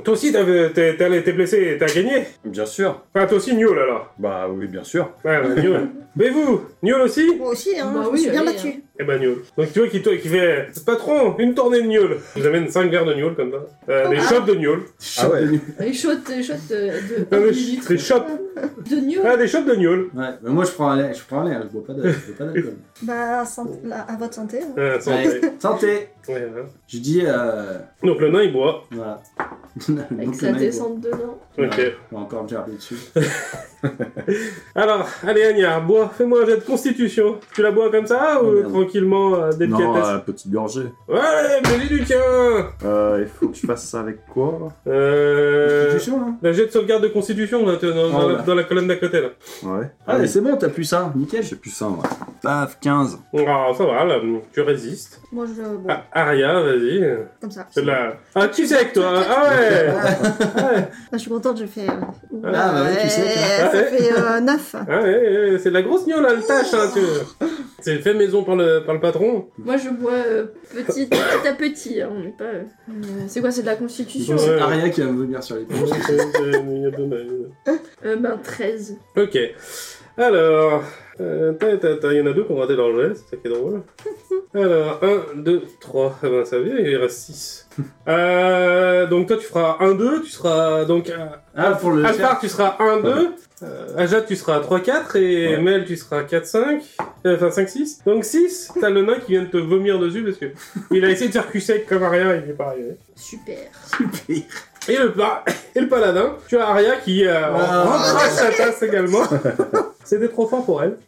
Speaker 1: Toi aussi, t'avais- t'es t'es- t'es blessé et t'as gagné
Speaker 3: Bien sûr.
Speaker 1: Ah, toi aussi, gnôle, alors
Speaker 3: Bah oui, bien sûr.
Speaker 1: Ouais, bah, gnôle. Mais vous Gnôle aussi
Speaker 6: Moi aussi, hein,
Speaker 2: Bah
Speaker 6: je me
Speaker 2: oui,
Speaker 6: suis bien
Speaker 2: allez,
Speaker 6: battue.
Speaker 1: Eh ben, gnôle. Donc tu vois qui, toi, qui fait « Patron, une tournée de gnôle !» Je vous amène 5 verres de gnôle, comme ça. Euh, des
Speaker 2: Ah.
Speaker 1: chopes de gnôle.
Speaker 3: Ah ouais.
Speaker 2: Les shots, les shots de, euh, de,
Speaker 1: Ah,
Speaker 2: un
Speaker 1: des
Speaker 2: millilitre
Speaker 1: des chopes.
Speaker 2: de gnôle.
Speaker 1: Ah, des chopes de gnôle.
Speaker 4: Ouais, mais moi je prends un lait, je prends un lait, hein, je bois pas de- je bois pas d'alcool.
Speaker 6: Bah, san- la- à votre santé. hein.
Speaker 1: Ah, santé.
Speaker 4: Ouais. Santé
Speaker 1: Ouais, voilà.
Speaker 4: Je dis, euh.
Speaker 1: Donc le nain il boit.
Speaker 4: Voilà.
Speaker 2: Avec
Speaker 4: Donc,
Speaker 2: sa
Speaker 4: le mec,
Speaker 2: descente dedans.
Speaker 4: bon.
Speaker 1: Ok.
Speaker 4: Ouais, on va encore me gerber dessus.
Speaker 1: Alors, allez Agnard, bois, fais-moi un jet de constitution. Tu la bois comme ça ou
Speaker 3: Oh, merde.
Speaker 1: tranquillement, euh,
Speaker 3: Non,
Speaker 1: délicatesse
Speaker 3: euh, petite gorgée.
Speaker 1: Ouais, mais dis du tien
Speaker 3: Euh, il faut que je fasse ça avec quoi
Speaker 1: Euh.
Speaker 4: Constitution, non
Speaker 1: La jet de sauvegarde de constitution là, t'es dans, dans
Speaker 4: Oh,
Speaker 1: la-
Speaker 4: bah.
Speaker 1: dans la colonne d'à côté là.
Speaker 3: Ouais.
Speaker 4: Ah, mais c'est bon, t'as plus ça, nickel.
Speaker 3: j'ai plus ça, ouais. Paf, 15.
Speaker 1: Ah, ça va, là, tu résistes.
Speaker 6: Moi, je bois
Speaker 1: Ah, Aria, vas-y.
Speaker 6: comme ça.
Speaker 1: C'est de la. Ah, tu sais que toi Ah ouais Ouais.
Speaker 6: Bah, je suis contente, je fais. euh, ouais,
Speaker 4: bah ouais, tu sais,
Speaker 1: toi.
Speaker 6: Ça fait euh, 9.
Speaker 1: Ah ouais, ouais, c'est de la grosse gnôle, elle tâche, hein, tu C'est fait maison par le, par le patron.
Speaker 2: Moi je bois euh, petit, petit à petit. hein, on n'est pas. euh, euh, c'est quoi, c'est de la
Speaker 4: Du
Speaker 2: constitution
Speaker 4: coup,
Speaker 1: Ouais.
Speaker 4: C'est Aria qui va me venir sur les pieds.
Speaker 2: euh, Ben 13.
Speaker 1: Ok. Alors, euh, ta, ta, ta, il y en a deux qui ont raté leur jet, c'est ça qui est drôle. Alors, 1, 2, 3. Ah ben, ça vient, il reste 6. Euh, donc, toi, tu feras 1, 2, tu seras. Donc, euh,
Speaker 4: Ah, pour le
Speaker 1: Alphard,
Speaker 4: chef.
Speaker 1: tu seras 1, 2. Euh, Ajat, tu seras 3, 4. Et
Speaker 3: Ouais.
Speaker 1: Mel, tu seras 4, 5. euh, Enfin, 5, 6. Donc, 6. T'as le nain qui vient de te vomir dessus parce que il a essayé de faire cul sec comme Aria, il n'est pas arrivé.
Speaker 2: Super.
Speaker 1: Et le, pa- et le paladin, tu as Aria qui euh,
Speaker 4: Ah.
Speaker 1: recrache sa tasse également. C'était trop fort pour elle.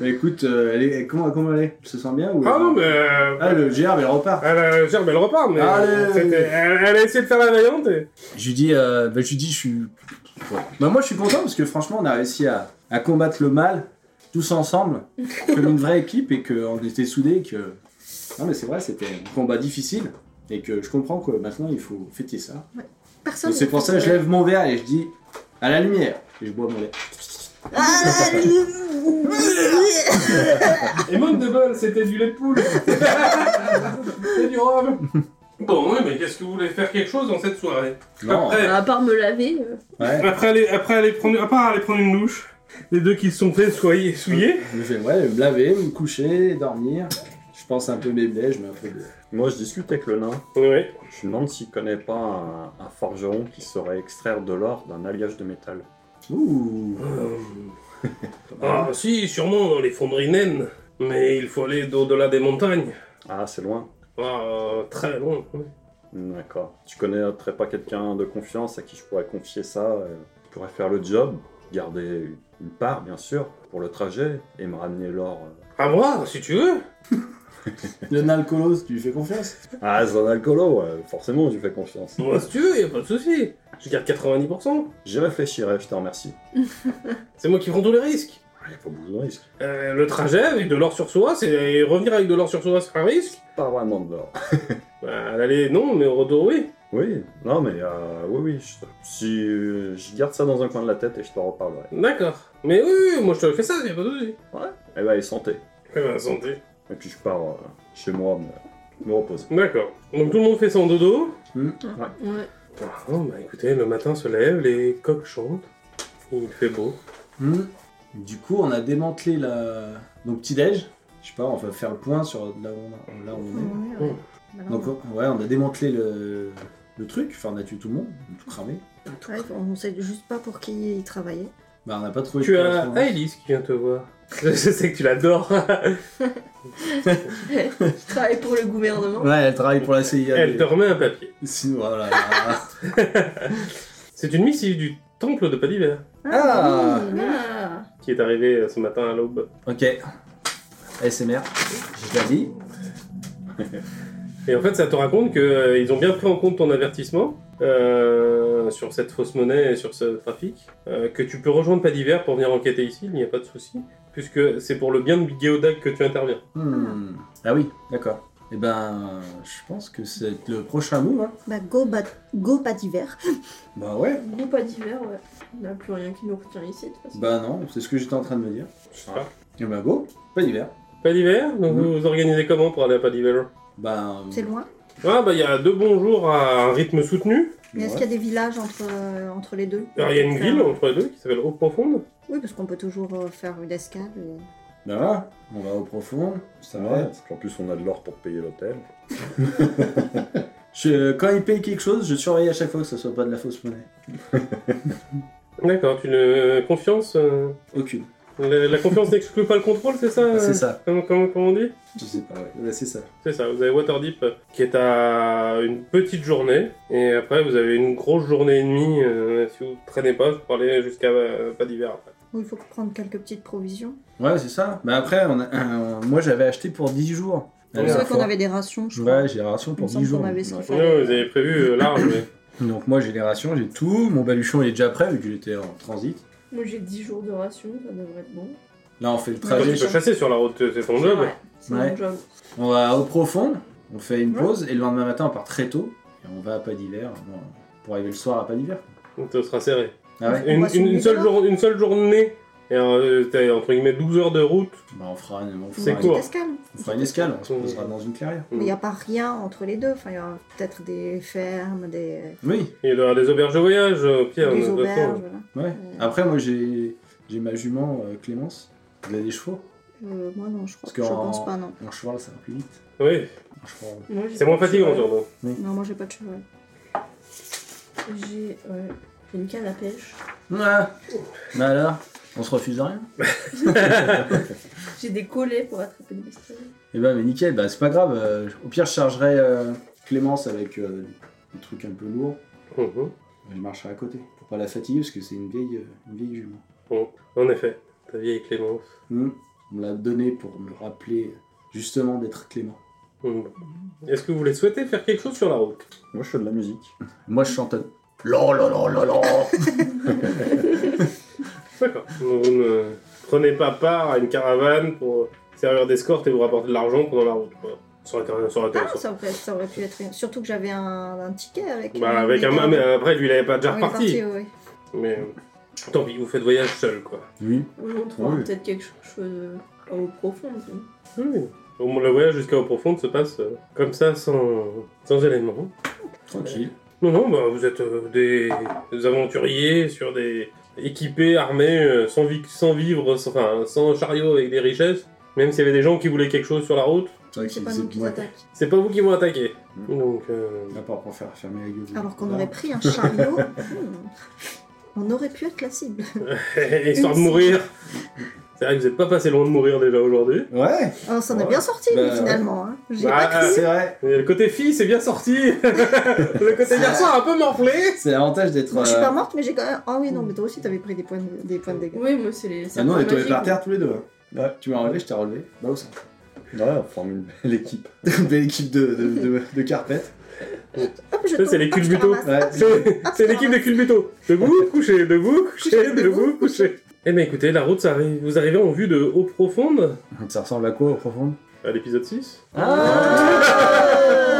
Speaker 4: Bah, écoute, euh, elle est- comment, comment elle est Elle se sent bien ou...
Speaker 1: Ah non, mais. euh,
Speaker 4: Ah, le gerbe, elle repart.
Speaker 1: Elle euh, gerbe, elle repart, mais.
Speaker 4: Allez.
Speaker 1: euh, c'était- Elle, elle a essayé de faire la vaillante. et-
Speaker 4: Je lui dis, euh, bah, je lui dis, je suis. Ouais. Bah, moi, je suis content parce que franchement, on a réussi à, à combattre le mal tous ensemble, comme une vraie équipe, et qu'on était soudés. et Que... Non, mais c'est vrai, c'était un combat difficile, et que je comprends que maintenant, il faut fêter ça.
Speaker 6: Personne.
Speaker 4: Donc, C'est pour ça que je lève mon verre et je dis, à la lumière, et je bois mon lait.
Speaker 6: Ah, là, le-
Speaker 1: Et manque de bol, c'était du lait de poule. C'est du rhum. Bon, ouais, mais qu'est-ce que vous voulez faire quelque chose dans cette soirée
Speaker 4: Non,
Speaker 1: Après,
Speaker 2: à part me laver. euh,
Speaker 4: ouais.
Speaker 1: après, aller, après aller prendre, à part aller prendre une douche, les deux qui se sont fait soyer, souiller.
Speaker 4: Je vais ouais, me laver, me coucher, dormir. Je pense un peu mes blés, je mets un peu de.
Speaker 3: Moi, je discute avec le nain.
Speaker 1: Ouais.
Speaker 3: Je me demande s'il connaît pas un, un forgeron qui saurait extraire de l'or d'un alliage de métal.
Speaker 4: Ouh
Speaker 1: Euh, Ah, si, sûrement dans les fonderies naines. Mais il faut aller au-delà des montagnes.
Speaker 3: Ah, c'est loin. Hmm,
Speaker 1: Ah, euh, très loin. ouais.
Speaker 3: D'accord. Tu connaîtrais pas quelqu'un de confiance à qui je pourrais confier ça euh, qui pourrait faire le job, garder une part, bien sûr, pour le trajet et me ramener l'or. euh.
Speaker 1: À voir, si tu veux.
Speaker 4: Le Nalcolos, tu lui fais confiance
Speaker 3: Ah, c'est un alcoolo, ouais, forcément, je lui fais confiance.
Speaker 1: Moi, si tu veux, y a pas de souci. Je garde 90%.
Speaker 3: J'y réfléchirai, je te remercie.
Speaker 1: C'est moi qui prends tous les risques.
Speaker 3: Il n'y a pas beaucoup de risques.
Speaker 1: Euh, le trajet avec de l'or sur soi, c'est et revenir avec de l'or sur soi, c'est un risque.
Speaker 3: Pas vraiment de l'or.
Speaker 1: Bah, à l'aller, non, mais au retour, oui.
Speaker 3: Oui, non, mais euh, oui, oui. Je, si, euh, je garde ça dans un coin de la tête et je t'en reparlerai.
Speaker 1: D'accord. Mais oui, oui, moi je te fais ça, y a pas de souci.
Speaker 3: Eh ben, et santé.
Speaker 1: Eh ben, santé.
Speaker 3: Et puis je pars euh, chez moi me, me reposer.
Speaker 1: D'accord. Donc tout le monde fait son dodo.
Speaker 2: ouais.
Speaker 1: Bon, bah écoutez, le matin se lève, les coqs chantent. Il fait beau.
Speaker 4: Hmm. Du coup, on a démantelé la... nos petits-déj. Je sais pas, on va faire le point sur là où on, là où on
Speaker 6: Ouais, ouais. Bah,
Speaker 4: est.
Speaker 6: non,
Speaker 4: Donc, ouais, on a démantelé le, le truc. Enfin, on a tué tout le monde, on a tout cramé.
Speaker 6: ouais, on sait juste pas pour qui il travaillait.
Speaker 4: Bah, on n'a pas trouvé
Speaker 1: Tu
Speaker 4: de
Speaker 1: as
Speaker 4: correspondance.
Speaker 1: Alice qui vient te voir. Je sais que tu l'adores.
Speaker 2: Je travaille pour le gouvernement.
Speaker 4: Ouais, elle travaille pour la CIA.
Speaker 1: Elle te remet un papier.
Speaker 4: Sinon, voilà.
Speaker 1: C'est une missive du temple de Padiver
Speaker 4: ah
Speaker 2: Ah.
Speaker 1: qui est arrivée euh, ce matin à l'aube.
Speaker 4: Ok. ASMR, je l'ai dit.
Speaker 1: Et en fait, ça te raconte qu'ils ont bien pris en compte ton avertissement euh, sur cette fausse monnaie et sur ce trafic, euh, que tu peux rejoindre Padiver pour venir enquêter ici, il n'y a pas de souci, puisque c'est pour le bien de Geodag que tu interviens.
Speaker 4: Hmm. Ah oui, d'accord. Eh ben, je pense que c'est le prochain move. Hein.
Speaker 6: Bah, go, bat- go pas d'hiver.
Speaker 4: Bah ouais.
Speaker 2: Gros pas d'hiver, ouais. On n'a plus rien qui nous retient ici, de toute façon.
Speaker 4: Bah non, c'est ce que j'étais en train de me dire.
Speaker 1: Je sais pas.
Speaker 4: Eh ben go, pas d'hiver.
Speaker 1: Padiver Donc
Speaker 4: Mhm.
Speaker 1: vous vous organisez comment pour aller à Padiver
Speaker 4: Ben.
Speaker 6: C'est loin.
Speaker 1: Ah bah il y a deux bons jours à un rythme soutenu.
Speaker 6: Mais est-ce
Speaker 4: ouais.
Speaker 6: qu'il y a des villages entre, euh, entre les deux
Speaker 1: Alors il y a une
Speaker 6: Faire-
Speaker 1: ville entre les deux qui s'appelle Eau Profonde.
Speaker 6: Oui, parce qu'on peut toujours euh, faire une escale. et-
Speaker 4: Ben voilà, on va au profond.
Speaker 3: Ça
Speaker 4: Ouais.
Speaker 3: va, parce qu'en plus on a de l'or pour payer l'hôtel.
Speaker 4: Je- quand ils payent quelque chose, je surveille à chaque fois que ce soit pas de la fausse monnaie.
Speaker 1: D'accord, tu ne... Confiance... euh,
Speaker 4: Aucune. Bah,
Speaker 1: La, la confiance n'exclut pas le contrôle, c'est ça euh,
Speaker 4: C'est ça.
Speaker 1: Comment, comment- comment on dit
Speaker 4: Je sais pas, ouais. Ouais, c'est ça.
Speaker 1: C'est ça, vous avez Waterdeep euh, qui est à une petite journée, et après vous avez une grosse journée et demie, euh, si vous traînez pas, vous parlez jusqu'à euh, pas d'hiver après.
Speaker 6: Ou il faut prendre quelques petites provisions.
Speaker 4: Ouais, c'est ça. Mais après, on a- euh, moi j'avais acheté pour 10 jours. la
Speaker 1: Ouais,
Speaker 6: C'est vrai
Speaker 4: dernière
Speaker 6: qu'on
Speaker 4: fois.
Speaker 6: avait des rations, je crois.
Speaker 4: Ouais, j'ai les rations
Speaker 6: Il me
Speaker 4: pour
Speaker 6: semble
Speaker 4: 10 jours.
Speaker 6: qu'on avait ce qu'il
Speaker 1: Ouais,
Speaker 6: fallait.
Speaker 1: vous avez prévu euh, large, mais...
Speaker 4: Donc moi j'ai les rations, j'ai tout. Mon baluchon il est déjà prêt vu qu'il était en transit.
Speaker 2: Moi j'ai 10 jours de ration, ça devrait être bon.
Speaker 4: Là on fait le
Speaker 1: Toi,
Speaker 6: Ouais,
Speaker 1: tu
Speaker 4: trajet.
Speaker 1: peux chasser sur la route, euh, c'est ton job.
Speaker 2: Ouais, c'est
Speaker 4: Ouais.
Speaker 2: mon job.
Speaker 4: On va au profond, on fait une
Speaker 2: Ouais.
Speaker 4: pause et le lendemain matin on part très tôt et on va à pas d'hiver bon, pour arriver le soir à pas d'hiver.
Speaker 1: Donc ça sera serré.
Speaker 4: Ah ouais
Speaker 6: On
Speaker 1: Une,
Speaker 6: va sur
Speaker 1: une-
Speaker 6: le
Speaker 1: une seule
Speaker 6: départ.
Speaker 1: jour- une seule journée, et euh, t'as entre guillemets 12 heures de route.
Speaker 4: Bah on fera une, on fera
Speaker 1: C'est
Speaker 4: une-
Speaker 6: Une
Speaker 1: court.
Speaker 6: petite escale.
Speaker 4: on fera une escale, on se posera dans une clairière.
Speaker 6: Mais il n'y a pas rien entre les deux. Enfin, il y a peut-être des fermes, des,
Speaker 4: Oui,
Speaker 1: Il doit y avoir des auberges de voyage, euh, au pire. de
Speaker 6: des
Speaker 1: toute façon.
Speaker 6: auberges. voilà.
Speaker 4: ouais. Après moi j'ai j'ai ma jument euh, Clémence, elle a des chevaux.
Speaker 6: Euh, moi, non, je crois.
Speaker 4: Parce que
Speaker 6: Je
Speaker 4: en-
Speaker 6: pense pas, non.
Speaker 4: En cheval ça va plus vite.
Speaker 1: Oui,
Speaker 4: En cheval.
Speaker 2: Moi, j'ai
Speaker 1: c'est
Speaker 2: pas
Speaker 1: moins
Speaker 2: de
Speaker 1: fatigant
Speaker 2: cheval.
Speaker 1: surtout.
Speaker 6: Non, moi, j'ai pas de cheval.
Speaker 2: J'ai ouais, j'ai une canne à pêche.
Speaker 4: Ouais. Bah euh. alors, on se refuse à rien.
Speaker 2: J'ai des collets pour attraper des bestioles.
Speaker 4: Eh ben, mais nickel, bah, c'est pas grave. euh, au pire, je chargerai euh, Clémence avec euh, des trucs un peu lourds.
Speaker 1: Mhm.
Speaker 4: Je marcherai à côté pour pas la fatiguer parce que c'est une vieille, euh, une vieille jument.
Speaker 1: En effet, ta vieille Clémence.
Speaker 4: Hmm. On me l'a donnée pour me rappeler justement d'être Clément.
Speaker 1: Mhm. Est-ce que vous voulez souhaiter faire quelque chose sur la route
Speaker 3: Moi je fais de la musique.
Speaker 4: Moi, je euh, chantonne. La la la la la.
Speaker 1: D'accord. Vous ne prenez pas part à une caravane pour servir d'escorte et vous rapporter de l'argent pendant la route. quoi. Ça aurait été ça aurait été-
Speaker 6: Ah, ça aurait, ça aurait pu être rien. Surtout que j'avais un, un ticket avec.
Speaker 1: Bah, avec un main, mais après, lui, il avait pas déjà
Speaker 6: Ah oui, le
Speaker 1: reparti.
Speaker 6: parti, oui, oui.
Speaker 1: Mais euh, tant pis, vous faites voyage seul, quoi.
Speaker 4: Oui.
Speaker 2: Oui, on trouvera
Speaker 4: Ah Oui.
Speaker 2: peut-être quelque chose euh, au profond. tu vois.
Speaker 1: Oui. Au moins, Le voyage jusqu'à eau profonde se passe euh, comme ça, sans, sans éléments.
Speaker 4: Tranquille.
Speaker 1: Non, non, bah, vous êtes euh, des, des aventuriers sur des équipés, armés, euh, sans, vi- sans vivre, sans, enfin, sans chariot avec des richesses. Même s'il y avait des gens qui voulaient quelque chose sur la route,
Speaker 4: vrai
Speaker 6: C'est
Speaker 4: qu'il-
Speaker 6: pas nous qui
Speaker 4: ouais.
Speaker 6: attaquent.
Speaker 1: c'est pas vous qui vont attaquer.
Speaker 3: Mm.
Speaker 1: Donc, euh,
Speaker 4: À part pour faire fermer la gueule.
Speaker 6: Alors qu'on
Speaker 4: Voilà.
Speaker 6: aurait pris un chariot. hmm, On aurait pu être la cible.
Speaker 1: histoire de mourir. C'est vrai que vous n'êtes pas passé loin de mourir déjà aujourd'hui.
Speaker 4: Ouais,
Speaker 6: On s'en Oh, est
Speaker 4: Ouais.
Speaker 6: bien sorti,
Speaker 4: Bah,
Speaker 6: nous,
Speaker 4: ouais.
Speaker 6: finalement. hein. J'ai
Speaker 1: Bah,
Speaker 6: pas cru.
Speaker 1: euh,
Speaker 4: Ah, c'est vrai.
Speaker 1: Et le côté fille, c'est bien sorti. le côté garçon, un peu morflé.
Speaker 4: C'est l'avantage d'être.
Speaker 6: Bon, je suis
Speaker 4: euh,
Speaker 6: pas morte, mais j'ai quand même. Ah oui, non, mais toi aussi, t'avais pris des points de, des points de dégâts.
Speaker 2: Oui, moi c'est les.
Speaker 4: Ah, nous, on est tombés
Speaker 2: magique,
Speaker 4: par
Speaker 2: mais-
Speaker 4: terre tous les deux. Ouais. Tu m'as relevé, je t'ai relevé. Bah, au centre.
Speaker 3: Ouais, on forme une belle équipe.
Speaker 4: Belle équipe de, de, de, de carpette.
Speaker 6: Hop, je
Speaker 1: Ça, c'est
Speaker 6: tombe,
Speaker 1: les
Speaker 6: hop, je te
Speaker 1: culbuto.
Speaker 6: ramasse.
Speaker 4: Ouais.
Speaker 1: C'est c'est l'équipe de Culbuto. Debout, couché, debout, couché,
Speaker 6: Couché,
Speaker 1: debout, couché. Eh ben écoutez, la route, ça arrive- vous arrivez en vue de eau profonde
Speaker 4: Ça ressemble à quoi au profond
Speaker 1: à l'épisode 6.
Speaker 4: Ah.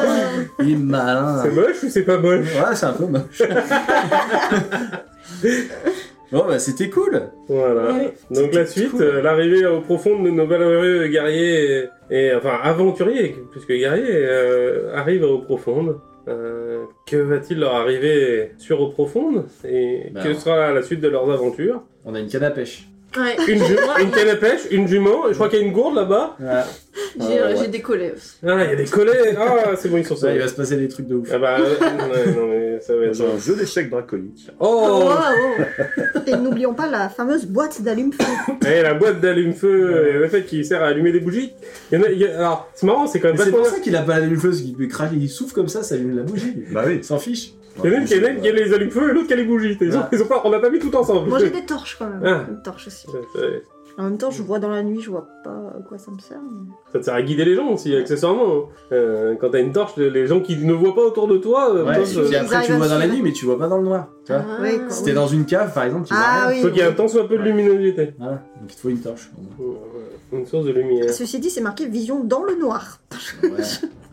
Speaker 6: Oh.
Speaker 4: Il est malin.
Speaker 1: C'est moche ou c'est pas moche
Speaker 4: Ouais, c'est un peu moche. bon, bah c'était cool.
Speaker 1: Voilà.
Speaker 2: Oui.
Speaker 1: Donc la suite, euh, l'arrivée au profond de nos valeureux guerriers, et, et- enfin aventuriers, puisque guerriers, euh, arrivent au profonde. Euh, que va-t-il leur arriver sur au profonde Et
Speaker 4: Ben,
Speaker 1: que
Speaker 4: on-
Speaker 1: sera la suite de leurs aventures
Speaker 4: On a une canne à pêche.
Speaker 2: Ouais,
Speaker 1: une, ju- une canne à pêche, une jument, et je crois qu'il y a une gourde là-bas.
Speaker 2: j'ai euh,
Speaker 3: Ah, ouais.
Speaker 2: j'ai des collets aussi.
Speaker 1: Ah, il y a des collets Ah, c'est bon, ils sont
Speaker 4: Ça, il
Speaker 1: sauvés.
Speaker 4: va se passer des trucs de ouf.
Speaker 1: Ah bah, euh, ouais, non mais ça va être...
Speaker 3: J'ai un jeu d'échecs draconique.
Speaker 1: Oh
Speaker 2: Waouh.
Speaker 6: oh. Et n'oublions pas la fameuse boîte d'allume-feu.
Speaker 1: Eh, la boîte d'allume-feu, et le fait qu'il sert à allumer des bougies. Il y en a- il y a- Alors, c'est marrant, c'est quand même
Speaker 4: Mais C'est
Speaker 1: vachement
Speaker 4: pour
Speaker 1: bien.
Speaker 4: ça qu'il a pas la même chose, qu'il peut craquer, il souffle comme ça, ça allume la bougie.
Speaker 3: Bah oui.
Speaker 4: Il s'en fiche.
Speaker 1: Il y en a une qui aime- qui aime les allumes-feu et l'autre qui a les bougies. Ils ont-
Speaker 4: Ouais.
Speaker 1: ils ont pas- on n'a pas mis tout ensemble.
Speaker 6: Moi, j'ai des torches quand même.
Speaker 1: Ah.
Speaker 6: Une torche aussi.
Speaker 1: C'est-
Speaker 6: En même temps, je vois dans la nuit, je vois pas à quoi ça me sert. mais-
Speaker 1: Ça te sert à guider les gens aussi, accessoirement. Euh, quand t'as une torche, les- les gens qui ne voient pas autour de toi, euh,
Speaker 4: Ouais,
Speaker 1: toi,
Speaker 4: et
Speaker 1: euh,
Speaker 4: puis après, tu
Speaker 6: Ils
Speaker 4: vois dans la
Speaker 6: arrivent à
Speaker 4: nuit, mais tu vois pas dans le noir. Tu vois
Speaker 6: Ouais,
Speaker 2: Ah.
Speaker 6: quoi.
Speaker 4: Si t'es dans une cave, par exemple, tu vois
Speaker 6: Ah
Speaker 4: rien.
Speaker 6: oui.
Speaker 1: faut qu'il y ait un temps soit peu de luminosité.
Speaker 4: Voilà. Donc il te faut Ah, une torche.
Speaker 1: Euh, Une source de lumière.
Speaker 6: Ceci dit, c'est marqué vision dans le noir.
Speaker 4: Ouais.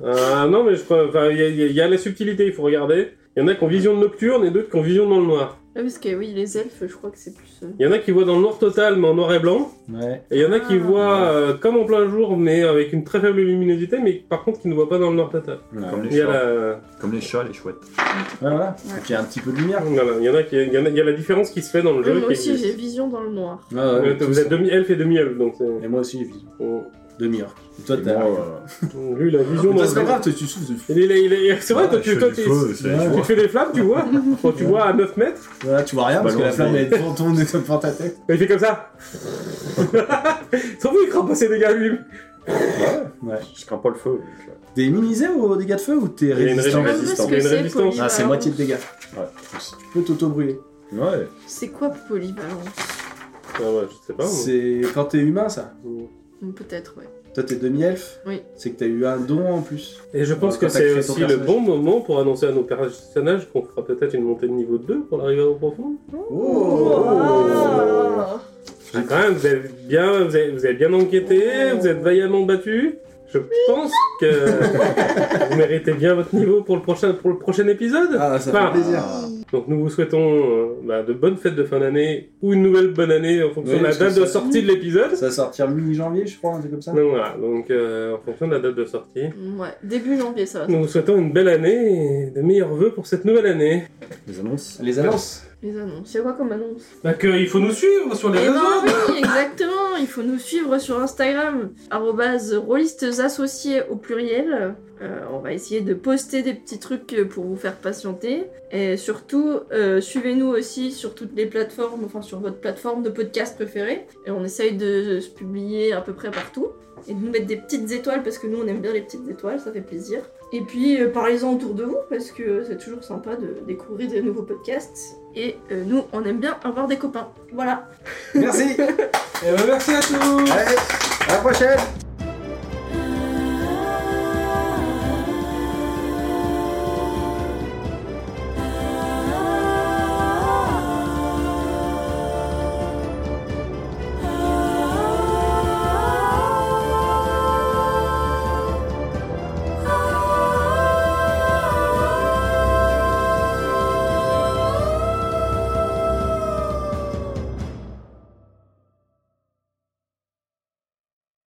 Speaker 1: Ah non, mais je crois. Enfin, il y, a- il y a- il y a la subtilité, il faut regarder. Il y en a qui ont vision nocturne et d'autres qui ont vision dans le noir.
Speaker 2: Ah, parce que oui, les elfes, je crois que c'est plus. euh,
Speaker 1: Il y en a qui voient dans le noir total, mais en noir et blanc.
Speaker 4: ouais.
Speaker 1: Et il y en a qui
Speaker 2: Ah.
Speaker 1: voient euh, comme en plein jour, mais avec une très faible luminosité, mais par contre qui ne voient pas dans le noir total.
Speaker 5: Comme
Speaker 1: Il y
Speaker 5: les
Speaker 1: a
Speaker 5: chats.
Speaker 1: la.
Speaker 5: Comme les chats, les chouettes.
Speaker 4: Ouais, voilà. Faut qu'il y ait un petit peu de lumière.
Speaker 1: voilà, il y en a qui. Il y, en a- il y a la différence qui se fait dans le jeu.
Speaker 2: Moi
Speaker 1: qui
Speaker 2: aussi,
Speaker 1: existe.
Speaker 2: j'ai vision dans le noir.
Speaker 4: Ouais, ouais,
Speaker 1: Euh,
Speaker 4: tout
Speaker 1: Vous
Speaker 4: ça.
Speaker 1: êtes demi-elfe et demi-elfe, donc c'est.
Speaker 4: Et moi aussi, j'ai vision.
Speaker 1: on-
Speaker 4: Demi-heure. Et toi,
Speaker 3: Et
Speaker 4: t'as.
Speaker 3: moi, euh,
Speaker 1: Lui, la vision dans
Speaker 4: Mais C'est pas
Speaker 1: le
Speaker 4: grave, tu tu souffles.
Speaker 1: Il est là, il est- C'est vrai, toi,
Speaker 5: Ah,
Speaker 1: tu,
Speaker 5: je
Speaker 1: toi,
Speaker 5: fais du
Speaker 1: t'es-
Speaker 5: feu, c'est-
Speaker 1: tu te fais des flammes, tu vois. Quand tu vois à 9 mètres,
Speaker 4: Voilà, tu vois rien parce que la
Speaker 3: Balance,
Speaker 4: flamme
Speaker 3: oui.
Speaker 4: elle est devant ton devant ta tête.
Speaker 1: il fait comme ça. Sans vous, il crampe ses dégâts, lui.
Speaker 4: Ouais.
Speaker 3: Je crains pas le feu. donc, euh,
Speaker 4: T'es immunisé aux dégâts de feu ou t'es
Speaker 1: Il y a une
Speaker 4: résistant
Speaker 2: Je sais
Speaker 1: résistance. Il y a
Speaker 2: ce Ah, que
Speaker 1: une
Speaker 2: c'est,
Speaker 1: résistance.
Speaker 4: Ah, c'est
Speaker 2: polyvalence.
Speaker 4: moitié de dégâts.
Speaker 3: Ouais.
Speaker 4: Donc, si tu peux t'auto-brûler.
Speaker 3: euh, Ouais.
Speaker 2: C'est quoi polyvalence
Speaker 1: Ah ouais, je sais pas. moi.
Speaker 4: C'est quand t'es humain, ça.
Speaker 2: Peut-être, ouais.
Speaker 4: Toi, t'es demi-elfe.
Speaker 2: Oui.
Speaker 4: C'est que t'as eu un don en plus.
Speaker 1: Et je pense
Speaker 4: Ouais,
Speaker 1: que
Speaker 4: quand t'as
Speaker 1: c'est
Speaker 4: créé ton
Speaker 1: aussi le
Speaker 4: personnage.
Speaker 1: bon moment pour annoncer à nos personnages qu'on fera peut-être une montée de niveau 2 pour l'arrivée au profond.
Speaker 4: Oh
Speaker 1: Ah, quand même, vous avez bien, vous avez, vous avez bien enquêté, vous êtes vaillamment battu. Je pense que vous méritez bien votre niveau pour le prochain, pour le prochain épisode.
Speaker 4: Ah, ça
Speaker 1: Enfin,
Speaker 4: fait plaisir.
Speaker 1: Donc nous vous souhaitons euh, bah, de bonnes fêtes de fin d'année ou une nouvelle bonne année en fonction
Speaker 4: Oui,
Speaker 1: de la
Speaker 4: parce que
Speaker 1: date de
Speaker 4: ça-
Speaker 1: sortie de l'épisode.
Speaker 4: Ça va sortir le mi-janvier, je crois, un truc comme ça.
Speaker 1: Donc voilà, donc euh, en fonction de la date de sortie.
Speaker 2: Ouais, début janvier, ça va.
Speaker 1: Nous vous souhaitons une belle année et de meilleurs vœux pour cette nouvelle année.
Speaker 3: Les annonces.
Speaker 4: Les annonces.
Speaker 2: Les annonces. C'est quoi comme annonce
Speaker 1: Bah que il faut nous suivre sur les
Speaker 2: Eh ben
Speaker 1: réseaux.
Speaker 2: oui, exactement. Il faut nous suivre sur Instagram, arrobase rôlistes associés au pluriel. Euh, on va essayer de poster des petits trucs euh, pour vous faire patienter. Et surtout, euh, suivez-nous aussi sur toutes les plateformes, enfin sur votre plateforme de podcast préférée. Et on essaye de se publier à peu près partout. Et de nous mettre des petites étoiles parce que nous on aime bien les petites étoiles, ça fait plaisir. Et puis euh, parlez-en autour de vous parce que c'est toujours sympa de découvrir des nouveaux podcasts. Et euh, nous on aime bien avoir des copains. Voilà.
Speaker 4: Merci.
Speaker 1: Eh ben, merci à tous.
Speaker 4: Allez, à la prochaine.